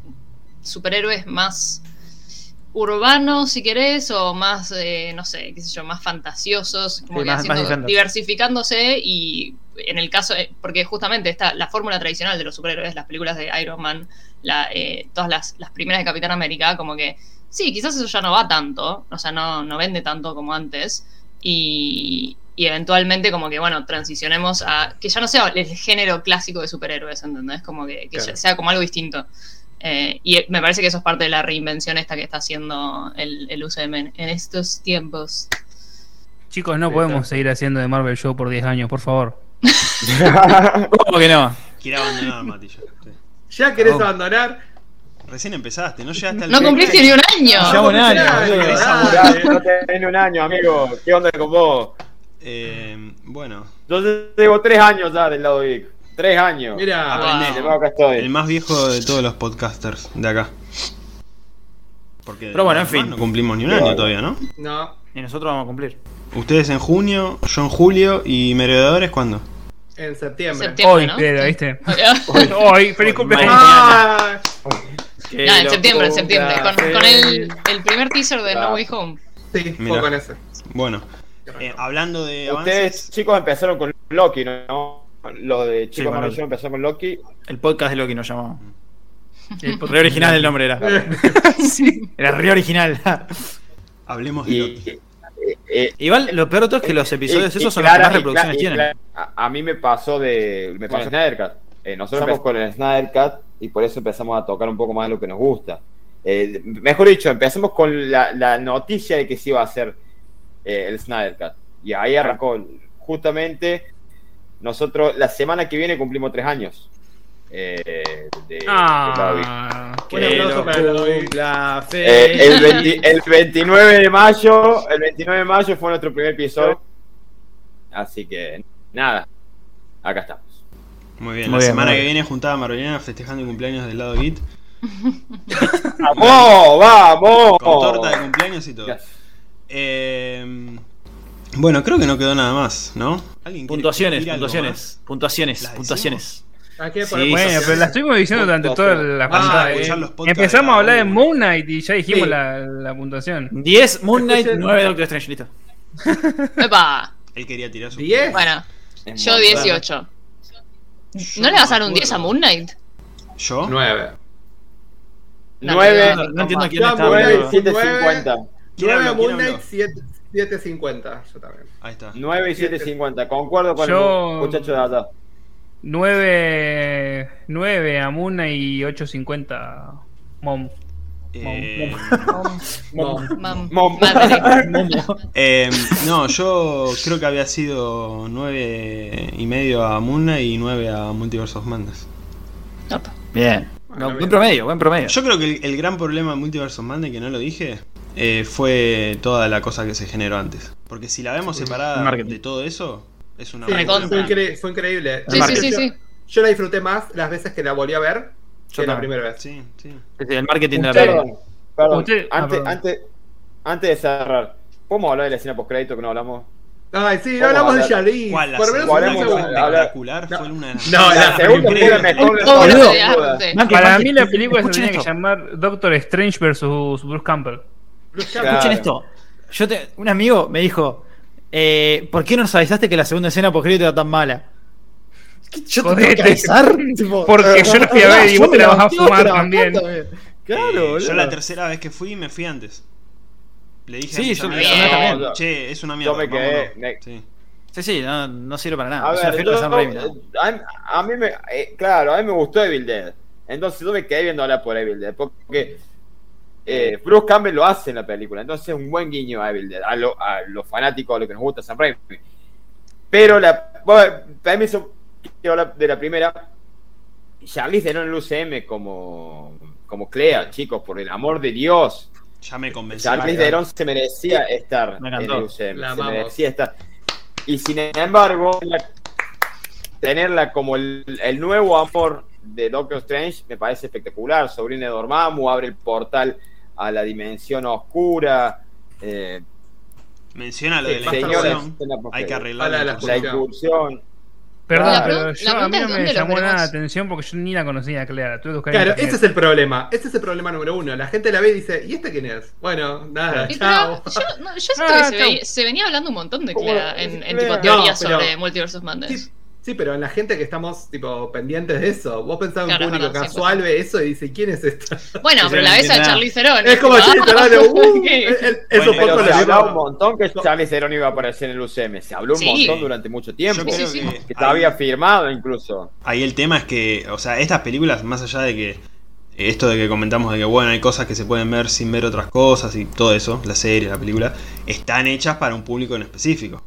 S4: superhéroes más urbano, si querés, o más, eh, no sé, qué sé yo, más fantasiosos, como
S7: Sí,
S4: que
S7: más-
S4: haciendo-
S7: más diferente.
S4: diversificándose y en el caso, eh, porque justamente está la fórmula tradicional de los superhéroes, las películas de Iron Man, la, eh, todas las, las primeras de Capitán América, como que sí, quizás eso ya no va tanto, o sea, no, no vende tanto como antes y, y eventualmente como que, bueno, transicionemos a que ya no sea el género clásico de superhéroes, ¿entendés? Como que, que ya
S2: Claro.
S4: sea como algo distinto. Eh, y eh, me parece que eso es parte de la reinvención esta que está haciendo el, el UCM en en estos tiempos.
S6: Chicos, no
S2: Ahí
S6: podemos
S2: está.
S6: seguir haciendo de Marvel Show por 10 años, por favor.
S7: ¿Cómo que no?
S1: Quiero abandonar, Matillo.
S2: Ya querés
S1: Oh.
S2: abandonar.
S1: Recién empezaste, no llegaste al
S4: No cumpliste ni un
S7: Ya
S4: año.
S7: un año, boludo. Ah.
S2: Dale,
S5: Ya, eh, no te ven un año, amigo. ¿Qué onda con vos?
S1: Eh, bueno,
S5: Yo llevo tres años ya del lado de Vic. Tres años.
S2: Mira,
S1: Ah.
S4: Wow.
S5: Desde luego acá estoy.
S1: el más viejo de todos los podcasters de acá. Porque
S7: Pero bueno, en
S1: además
S7: fin.
S1: No cumplimos ni un
S5: Claro.
S1: año todavía, ¿no?
S2: no.
S7: Y nosotros vamos a cumplir.
S1: Ustedes en junio, yo en julio y Meredadores cuándo?
S2: En septiembre.
S4: Septiembre. Tiempo,
S6: Hoy,
S4: ¿no?
S6: Pedro, ¿viste?
S4: Ah,
S6: Hoy, feliz cumpleaños.
S2: Ah,
S4: en septiembre, en septiembre. Con, con el, el primer teaser de No Way Home.
S2: sí,
S1: Mirá.
S2: fue con ese.
S1: Bueno, eh, hablando de avances,
S5: Ustedes, chicos, empezaron con Loki, ¿no? Los de
S7: Sí,
S5: Chicos
S7: con
S5: Marvel
S7: Loki.
S5: Show empezaron con Loki.
S7: El podcast de Loki nos llamamos.
S6: El podcast-
S7: Re original el nombre era. Era re original.
S1: hablemos de Loki.
S5: Y, eh,
S7: Igual lo peor de todo es que los episodios
S5: y- y
S7: esos son
S5: Eh, clara-
S7: los que más
S5: y clara-
S7: reproducciones
S5: y
S7: tienen.
S5: clara- A, a mí me pasó de. Me pasó Snyder Cut. Eh, nosotros empezamos con el Snyder Cut y por eso empezamos a tocar un poco más de lo que nos gusta. Eh, mejor dicho, empezamos con la, la noticia de que se iba a hacer eh, el Snyder Cut. Y ahí
S7: Ah.
S5: arrancó. Justamente, nosotros la semana que viene cumplimos tres años. eh, de- de Barbie.
S6: Ah,
S2: Un aplauso
S7: lo
S2: para Loki.
S7: cumpla,
S5: Eh,
S7: Fede.
S5: el, 20 el 29 de mayo, el 29 de mayo fue nuestro primer episodio. Así que nada, acá estamos.
S1: Muy bien,
S7: Muy
S1: la
S7: bien,
S1: semana
S7: muy
S1: que
S7: bien.
S1: viene juntada Marvelina festejando el cumpleaños del lado Git.
S5: ¡Vamos! ¡Vamos!
S1: Con torta de cumpleaños y todo.
S5: Ya.
S1: Eh, bueno, creo que no quedó nada más, ¿no? ¿Alguien quiere
S7: Puntuaciones,
S1: decir algo
S7: puntuaciones, puntuaciones,
S1: ¿Las
S7: puntuaciones.
S2: ¿A qué
S7: Sí,
S6: Bueno, pero la estuvimos diciendo durante toda
S1: más?
S2: Ah,
S6: la
S1: Vamos a
S6: pantalla.
S1: escuchar
S6: eh.
S1: los podcasts
S6: Empezamos a
S1: de cada
S6: hablar de
S1: uno.
S6: Moon Knight y ya dijimos
S2: Sí.
S6: la, la puntuación.
S7: 10, Moon Knight,
S2: Escuchen-
S7: 9 Doctor Strange, listo.
S4: Epa.
S1: Él quería tirar su.
S2: ¿Diez?
S4: Bueno,
S5: Es
S4: yo
S5: muy
S4: 18.
S1: Yo
S4: ¿No le vas a dar
S1: me
S4: un 10 a
S1: acuerdo.
S4: Moon Knight?
S1: ¿Yo?
S2: Nueve.
S5: bueno. Nueve,
S7: No, no entiendo quién
S2: Ya,
S7: está
S2: muy
S7: hablando.
S2: bien.
S5: 750.
S1: ¿Quién
S2: Nueve
S1: habló? ¿Quién
S2: Moon Knight,
S1: habló?
S2: siete- 750. Yo también.
S1: Ahí está.
S5: 9 y 750. Concuerdo con
S6: Yo-
S5: el muchacho de allá.
S6: 9, 9 a Moon Knight y 8.50 Mom.
S1: Eh,
S4: Mam.
S5: Mom.
S4: Madre.
S1: eh, no, yo creo que había sido 9 y medio a Moon Knight y 9 a Multiverse of Madness.
S4: Opa.
S7: Bien.
S2: Bueno,
S7: No,
S2: bien.
S7: buen promedio, buen promedio.
S1: Yo creo que el, el gran problema de Multiverse of Madness, que no lo dije, eh, fue toda la cosa que se generó antes. Porque si la vemos separada
S7: marketing.
S1: de todo eso, es una
S2: Sí,
S4: Recontra.
S2: fue, incre- fue increíble.
S4: Sí, sí, sí, sí.
S2: Yo la disfruté más las veces que la volví a ver
S7: Yo
S2: que la
S7: también.
S2: primera vez.
S1: Sí, sí.
S7: Sí, El marketing de la
S6: Usted-
S7: película.
S5: Perdón, perdón.
S6: Eh, Usted- ah,
S5: Antes,
S6: perdón.
S5: antes, antes de cerrar, ¿podemos hablar de la escena postcrédito que no hablamos?
S2: Ay, sí, no
S5: Vamos
S2: hablamos
S5: a
S2: de
S5: hablar.
S2: Jalí.
S1: ¿Cuál? La
S2: Por lo menos
S1: segunda
S2: un
S5: Hablamos-
S1: que fue
S2: segundo.
S5: hablamos-
S1: espectacular
S2: No.
S1: fue una de las
S2: No,
S5: la segunda fue la mejor de
S4: Pobre
S5: todas.
S4: de arte.
S7: Manque,
S6: Para
S7: manque,
S6: mí la película se
S7: escuchen
S6: tenía que
S7: esto,
S6: llamar Doctor Strange versus Bruce Campbell.
S2: Bruce
S5: Claro.
S2: Campbell.
S7: Escuchen esto. Yo te- un amigo me dijo, eh, ¿por qué no nos avisaste que la segunda escena postcrédito era tan mala? ¿Qué, ¿Yo te tengo que
S6: Jodete.
S7: avisar? Tipo,
S6: Porque yo la fui a ver y
S7: yo
S6: vos te
S7: me
S6: la vas a
S7: banqué
S6: fumar
S7: otra,
S6: también.
S7: Claro,
S1: Eh,
S7: boludo.
S1: yo la tercera vez que fui me fui antes. Le dije
S7: Sí,
S1: a mis
S7: yo-
S1: amigos,
S4: yo
S1: "Eh,
S5: también.
S1: Che, es una mierda.
S5: Yo me quedé,
S1: vámonos".
S5: me-
S1: Sí.
S7: Sí, sí, no, no sirve para nada.
S5: A
S7: es una
S5: ver,
S7: fiesta de
S5: yo-
S7: Sam Raimi, ¿no?
S5: a, a mí me. eh, claro, a mí me gustó Evil Dead. Entonces yo me quedé viendo hablar por Evil Dead. Porque eh, Bruce Campbell lo hace en la película. Entonces es un buen guiño a Evil Dead. A, lo- a los fanáticos, a lo que nos gusta Sam Raimi. Pero la. Bueno, también me hizo- quiero hablar de la primera. Charlize Theron en el UCM como. Como Clea, chicos, por el amor de Dios.
S1: Ya me convencí.
S5: Charlize Theron se merecía estar
S7: Me
S5: en
S7: encantó.
S5: el UCM,
S2: La
S5: se
S2: amamos.
S5: merecía estar. Y sin embargo, la- tenerla como el, el nuevo amor de Doctor Strange me parece espectacular. Sobrina de Dormammu abre el portal a la dimensión oscura. eh,
S1: Menciona lo de la
S2: Basta
S5: señora,
S1: incursión.
S5: escena post-
S1: Hay que
S5: la
S1: arreglar
S2: Habla de
S1: la
S2: las
S1: incursión.
S5: incursión.
S6: Perdón,
S5: La
S6: pero
S4: pregun-
S6: yo,
S4: la
S6: a mí
S4: pregunta
S6: no
S4: es
S6: me
S4: dónde lo
S6: llamó nada la
S4: veremos.
S6: atención porque yo ni la conocía, Clara. Tuve que buscar en
S2: Claro,
S6: internet.
S2: ese es el problema. Este es el problema número uno. La gente la ve y dice, ¿y este quién es? Bueno, nada,
S4: Y
S2: chao.
S4: pero yo, no, yo siento
S2: Ah,
S4: que se,
S2: chao.
S4: ve- se venía hablando un montón de
S5: ¿Cómo
S4: Clara
S5: lo-
S4: en, en
S5: Clara?
S4: tipo teorías
S2: No, pero-
S4: sobre Multiversus Mondays.
S2: Sí, sí, pero en la gente que estamos tipo pendientes de eso, vos pensás en un
S4: Claro, es
S2: público
S4: verdad,
S2: casual ve eso y dice, ¿quién es esta?
S4: Bueno,
S7: Sí,
S4: pero
S7: sí, no
S4: la ves a
S7: entiendo nada.
S4: Charlie Cerón.
S2: Es como
S4: tipo,
S2: Charlie Serrano, uh,
S4: ¿qué?
S2: el- el- Eso
S7: Bueno,
S2: poco
S5: Pero
S2: lo
S5: se hablaba un
S2: llevamos.
S5: montón que Charlie Cerón iba a aparecer en el UCM. Se habló un
S4: Sí.
S5: montón durante mucho tiempo.
S4: Yo
S5: Que
S4: creo
S5: se
S4: que-
S5: había firmado incluso.
S1: Ahí el tema es que, o sea, estas películas, más allá de que esto de que comentamos de que, bueno, hay cosas que se pueden ver sin ver otras cosas y todo eso, la serie, la película, están hechas para un público en específico.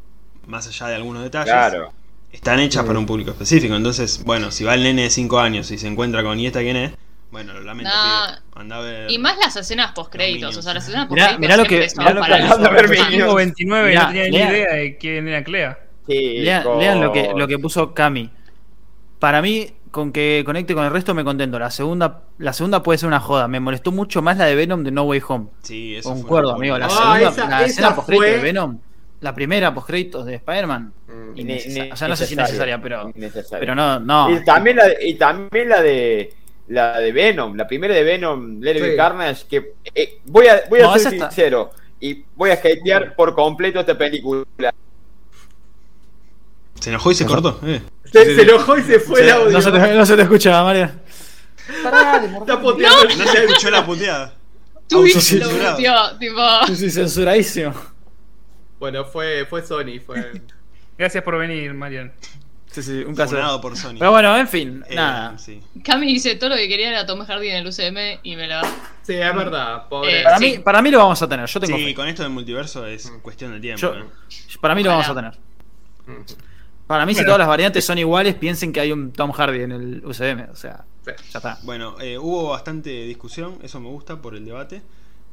S1: Más allá de algunos
S7: Ah,
S1: detalles,
S5: Claro.
S1: están hechas para un público específico. Entonces, bueno, si va el nene de 5 años y se encuentra con, ¿y esta quién es? Bueno, lo lamento,
S4: No.
S1: pibe. Andá a ver.
S4: Y más las escenas postcréditos. O sea, las escenas
S7: Mirá-
S4: postcréditos.
S7: mirá lo que-
S4: siempre son
S7: mirá lo que-
S4: para los
S5: Anda a ver
S4: fans.
S5: Minions.
S6: Tengo 29 y
S7: Mirá,
S6: no tenía ni
S7: lea.
S6: idea de quién era Clea.
S5: Chicos.
S7: Lean, lean lo, que, lo que puso Cami. Para mí, con que conecte con el resto me contento. La segunda, la segunda puede ser una joda. Me molestó mucho más la de Venom de No Way Home.
S1: Sí, eso fue una
S7: Concuerdo,
S1: locura.
S7: amigo. La
S2: Ah,
S7: segunda,
S2: esa-
S7: la
S2: esa
S7: escena post de
S2: fue-
S7: Venom. La primera post de Spider-Man.
S2: Mm.
S5: Ine-
S7: innecesaria. O sea, no sé si necesaria, pero-
S5: Innecesaria.
S7: Pero no, no.
S5: Y también la, y también la de la de Venom, la primera de Venom, Let It Be
S2: Sí.
S5: Carnage, que eh, voy a, voy a
S7: No,
S5: ser
S7: esa está-
S5: sincero y voy a hatear por completo esta película.
S1: Se enojó y se cortó. eh.
S2: Se, se enojó y se fue el audio.
S7: No se, te, no se te escucha, Mario.
S2: Está poteando el-
S1: No se escuchó la puteada.
S4: Twitch lo
S1: Autocensurado.
S4: metió, tipo.
S7: Sí, censuradísimo.
S2: Bueno, fue, fue Sony, fue.
S6: Gracias por venir, Marian.
S7: Sí, sí, un
S1: Funado
S7: caso.
S1: por Sony.
S7: Pero bueno, en fin,
S1: Eh,
S7: nada.
S1: sí.
S4: Cami dice todo lo que quería era Tom Hardy en el UCM y me la.
S2: Sí, es verdad,
S4: Eh,
S2: pobre.
S7: Para,
S4: sí.
S7: mí, para mí lo vamos a tener. Yo tengo
S1: Sí,
S7: fe.
S1: con esto del multiverso es
S2: Mm.
S1: cuestión de tiempo.
S7: Yo-
S1: ¿no?
S7: Para mí lo
S4: Ojalá.
S7: vamos a tener.
S2: Mm.
S7: Para mí, si
S6: Bueno.
S7: todas las variantes son iguales, piensen que hay un Tom Hardy en el UCM. O sea,
S2: Sí.
S7: ya está.
S1: Bueno, eh, hubo bastante discusión, eso me gusta por el debate.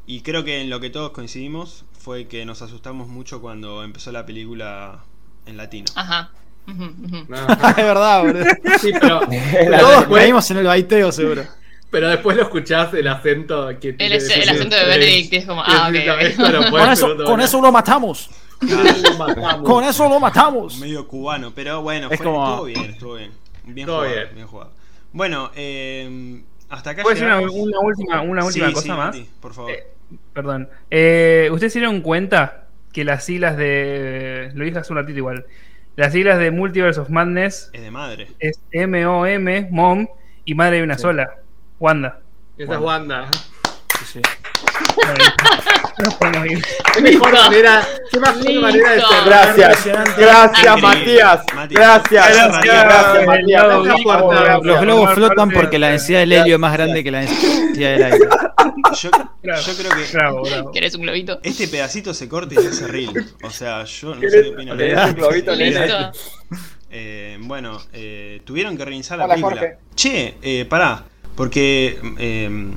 S1: Y creo que en lo que todos coincidimos fue que nos asustamos mucho cuando empezó la película en latino.
S4: Ajá. Ujú, ujú.
S2: No,
S7: es verdad, boludo.
S2: sí, pero,
S7: Todos
S2: después-
S7: caímos en el baiteo, seguro.
S2: pero después lo escuchás el acento que
S4: El,
S2: tiene.
S4: es- el acento de Benedict es como.
S2: Sí,
S4: Ah,
S2: sí, no,
S4: ok.
S2: esto no puede
S7: Con
S2: ser
S7: eso,
S2: otro
S7: con
S2: lugar.
S7: eso lo matamos.
S4: Ah.
S2: Uh, matamos.
S7: Con eso lo matamos.
S1: Medio cubano, pero bueno,
S7: Es
S1: fue,
S7: como-
S1: estuvo bien, estuvo bien. Bien
S2: Todo
S1: jugado,
S2: bien.
S1: bien jugado. Bueno, eh, hasta acá
S6: ¿Puedo decir una,
S1: llegamos.
S6: una última, una última
S1: Sí,
S6: cosa
S1: sí,
S6: más?
S1: Mati, por favor.
S6: Eh, Perdón. Eh, ¿Ustedes se dieron cuenta que las siglas de. Lo dije hace un ratito igual. Las siglas de Multiverse of Madness
S1: es de madre.
S6: es M-O-M, Mom, y madre de una sola, Wanda.
S2: Esa es Wanda.
S7: Sí, sí.
S6: No podemos ir.
S2: Qué mejor manera, qué mejor
S4: Listo.
S2: manera de cerrar.
S5: Gracias, gracias
S1: Increíble.
S5: Matías,
S1: Mati.
S5: gracias,
S1: Gracias.
S5: gracias, gracias
S6: Los
S5: Matías.
S6: globos-
S7: Los globos
S6: Formar
S7: flotan
S6: parte de-
S7: porque la densidad del helio es más grande que la densidad del aire.
S1: Yo,
S6: Claro.
S1: yo creo que
S6: Bravo, bravo.
S4: ¿Querés un globito?
S1: este pedacito se corta y se hace reel. O sea, yo no sé qué opinan
S5: Le
S1: ustedes.
S5: das un globito, le das-
S4: Listo.
S1: Eh, bueno, eh, tuvieron que reiniciar la
S5: Hola,
S1: película.
S5: Jorge.
S1: Che, eh, pará, porque eh,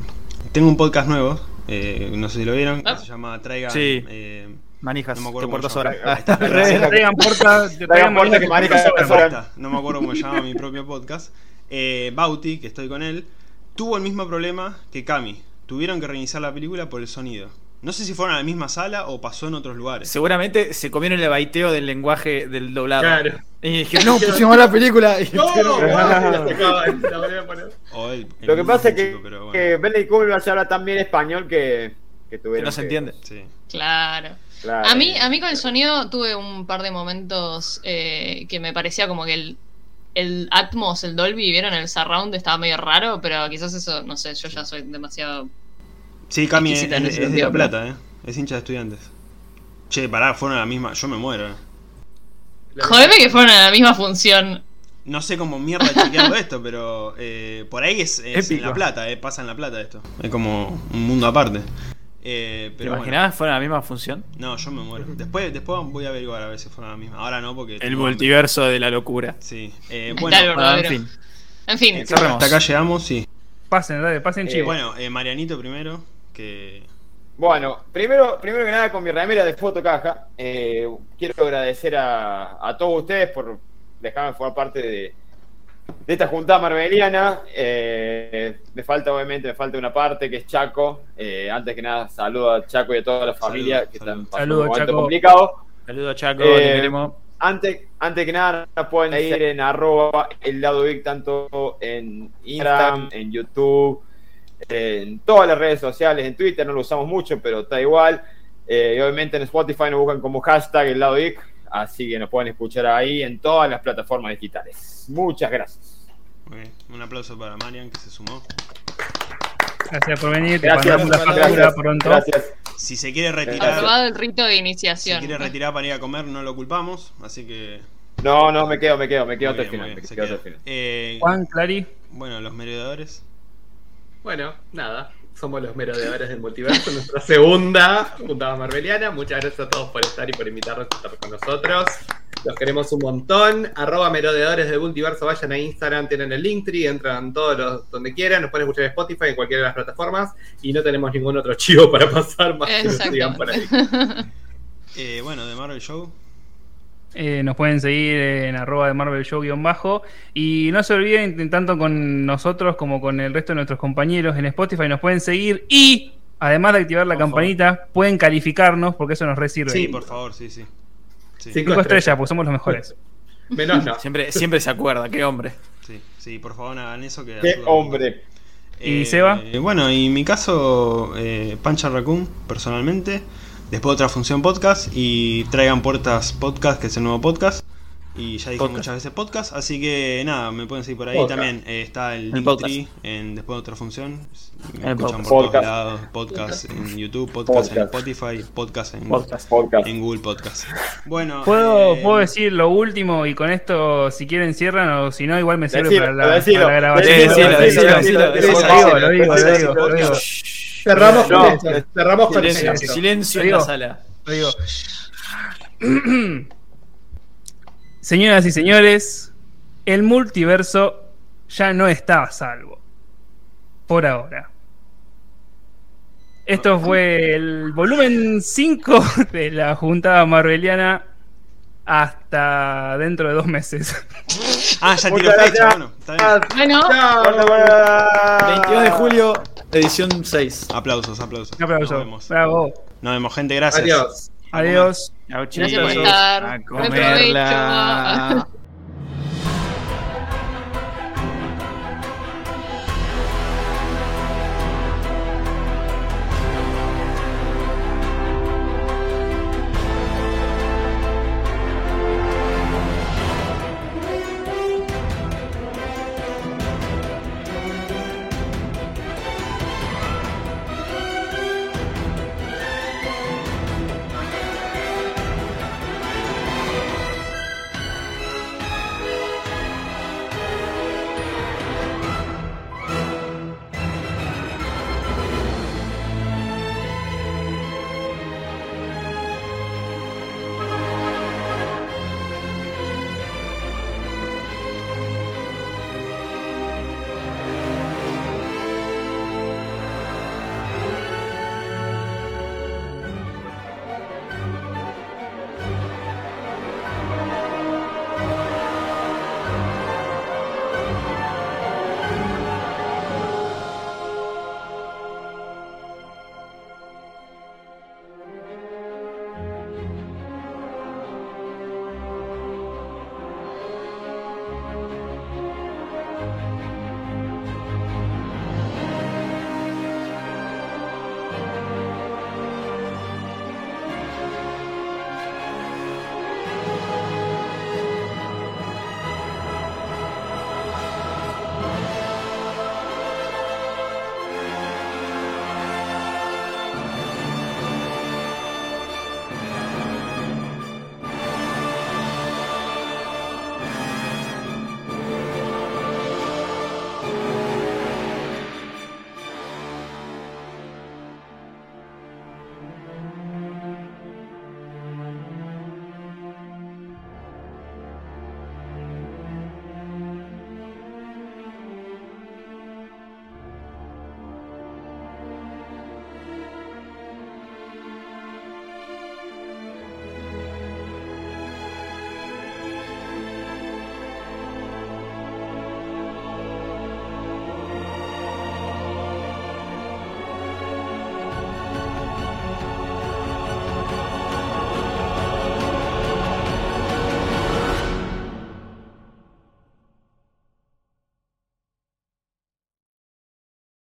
S1: tengo un podcast nuevo, eh, no sé si lo vieron,
S4: Ah.
S1: que se llama Traigan.
S7: Sí.
S1: eh,
S7: Manijas,
S1: No me
S7: te
S1: acuerdo
S7: puertas
S1: cómo se
S7: ahora.
S1: llama. Ahí está.
S7: Re-
S6: Traigan puerta,
S5: Traigan puerta que maneja
S6: puerta
S5: la
S6: sola.
S5: Ahora.
S1: Posta, no me acuerdo cómo se llama mi propio podcast. Eh, Bauti, que estoy con él, tuvo el mismo problema que Cami. Tuvieron que reiniciar la película por el sonido. No sé si fueron a la misma sala o pasó en otros lugares.
S7: Ah, Seguramente se comieron el baiteo del lenguaje del doblado.
S2: Claro.
S7: Y dijeron, no, pusimos la película. Y-
S2: No, Wanda, la sacaba, la volví a poner.
S1: O el- el
S5: Lo que
S1: mismo
S5: pasa es que,
S1: chico, pero bueno,
S5: que Benedict Cumberbatch habla tan bien español que, que tuvieron
S7: Que no se
S5: que-
S7: entiende.
S1: sí.
S4: Claro.
S5: claro.
S4: A mí, a mí con el sonido tuve un par de momentos eh, que me parecía como que el, el Atmos, el Dolby, vieron el surround, estaba medio raro, pero quizás eso, no sé, yo ya soy demasiado...
S1: Sí, Cami es,
S4: Exquisita en
S1: es-
S4: ese
S1: es de
S4: sentido,
S1: La Plata, ¿eh? Es hincha de estudiantes. Che, pará, fueron a la misma. Yo me muero. eh.
S2: La-
S4: Jodeme que fueron a la misma función.
S1: No sé cómo mierda chequeando esto, pero eh, por ahí es, es en
S7: Épico.
S1: La Plata, eh, pasa en La Plata esto. Es como un mundo aparte. Eh,
S7: ¿Te
S1: pero bueno.
S7: imaginabas fuera la misma función?
S1: No, yo me muero. Después, después voy a averiguar a ver si fueron a la misma. Ahora no, porque.
S7: El
S1: tengo hambre.
S7: multiverso de la locura.
S1: Sí. Eh,
S4: Está
S1: bueno,
S4: el
S7: Bueno, en
S4: verdadero.
S7: fin,
S4: En fin,
S7: cerremos.
S1: hasta acá llegamos, sí.
S6: Pasen, dale, pasen
S5: Eh,
S6: chivo.
S1: Bueno, eh, Marianito primero, que.
S5: Bueno, primero, primero que nada, con mi remera de fotocaja, eh, quiero agradecer a, a todos ustedes por dejarme formar parte de, de esta juntada marveliana. Eh, me falta, obviamente, me falta una parte que es Chaco. Eh, antes que nada, saludo a Chaco y a toda la familia
S1: Saludos,
S5: que
S1: saludos.
S5: están pasando
S6: Saludos,
S5: un momento
S6: Chaco.
S5: complicado.
S7: saludos Chaco,
S5: Eh,
S7: te queremos.
S5: antes, antes que nada, nos pueden ir en arroba el lado geek, tanto en Instagram, en YouTube, en todas las redes sociales, en Twitter, no lo usamos mucho, pero está igual. Eh, y obviamente en Spotify nos buscan como hashtag el lado geek, así que nos pueden escuchar ahí en todas las plataformas digitales. Muchas gracias.
S1: Muy bien. Un aplauso para Marian que se sumó.
S6: Gracias por venir. Te
S5: Gracias,
S6: mandamos la
S5: gracias,
S6: factura pronto.
S5: gracias.
S1: Si se quiere retirar,
S4: Aprobado el rito de
S1: si
S4: iniciación.
S1: quiere retirar para ir a comer, no lo culpamos. Así que.
S5: No, no, me quedo, me quedo, me quedo
S1: muy
S5: hasta el
S1: bien, muy
S5: final.
S1: bien,
S5: me
S1: se
S5: quedo hasta
S1: queda.
S5: el final.
S1: Eh,
S6: Juan, Clary.
S1: bueno, los merodeadores.
S2: Bueno, nada. Somos los merodeadores del multiverso, nuestra segunda juntada marbeliana. Muchas gracias a todos por estar y por invitarnos a estar con nosotros. Los queremos un montón. Arroba merodeadores del multiverso, vayan a Instagram, tienen el Linktree, entran todos los donde quieran. Nos pueden escuchar en Spotify, en cualquiera de las plataformas. Y no tenemos ningún otro chivo para pasar más que nos sigan por ahí.
S1: Eh, bueno, de Marvel Show.
S6: Eh, nos pueden seguir en arroba de Marvel Show guión bajo. Y no se olviden, tanto con nosotros como con el resto de nuestros compañeros en Spotify, nos pueden seguir y además de activar la
S1: Ojo.
S6: campanita, pueden calificarnos porque eso nos resirve.
S1: Sí, por favor, sí, sí. Sí,
S2: Sí.
S6: Cinco estrellas, pues somos los mejores.
S2: Menos no.
S7: Siempre, siempre se acuerda, qué hombre.
S1: sí, sí, por favor, hagan eso. Que
S5: Qué
S1: ayuda
S5: hombre.
S6: ¿Y Seba?
S1: eh, bueno, y en mi caso, eh, Pancha Raccoon, personalmente. Después otra función podcast. Y traigan puertas podcast, que es el nuevo podcast. Y ya dije
S7: Podcast.
S1: muchas veces podcast. Así que nada, me pueden seguir por ahí.
S2: Podcast.
S1: También eh, está el,
S7: El
S1: Linktree en Después otra función. Me
S7: El
S1: escuchan por
S7: podcast.
S1: todos
S5: Podcast.
S1: lados. Podcast en YouTube, podcast, en
S5: Podcast.
S1: Spotify, podcast en,
S7: Podcast.
S5: Podcast.
S1: en Google Podcast. Bueno,
S6: ¿Puedo,
S1: eh,
S6: puedo decir lo último y con esto, si quieren, cierran o si no, igual me sirve
S5: Decilo,
S6: para la,
S5: decilo,
S6: para la grabación.
S7: decilo, decilo, decilo, decilo,
S6: Lo digo, lo digo, lo digo, lo digo,
S2: Cerramos
S5: No,
S2: con eso. Cerramos con
S7: Silencio,
S2: eso.
S7: silencio en
S6: Digo.
S7: la sala.
S6: lo digo. Señoras y señores, el multiverso ya no está a salvo. Por ahora. Esto fue el volumen 5 de la juntada marveliana. Hasta dentro de dos meses.
S1: Ah, ya tiró
S5: Muchas
S1: fecha.
S5: gracias.
S1: Bueno, está bien.
S4: Bueno,
S5: Guarda, guarda.
S7: 22 de julio, edición 6.
S1: Aplausos, aplausos.
S6: Un aplauso.
S1: Nos vemos.
S6: Bravo.
S1: Nos vemos, gente. Gracias.
S2: Adiós.
S1: A comer.
S6: Adiós.
S4: gracias por estar.
S7: A
S4: Buen provecho.
S7: comerla.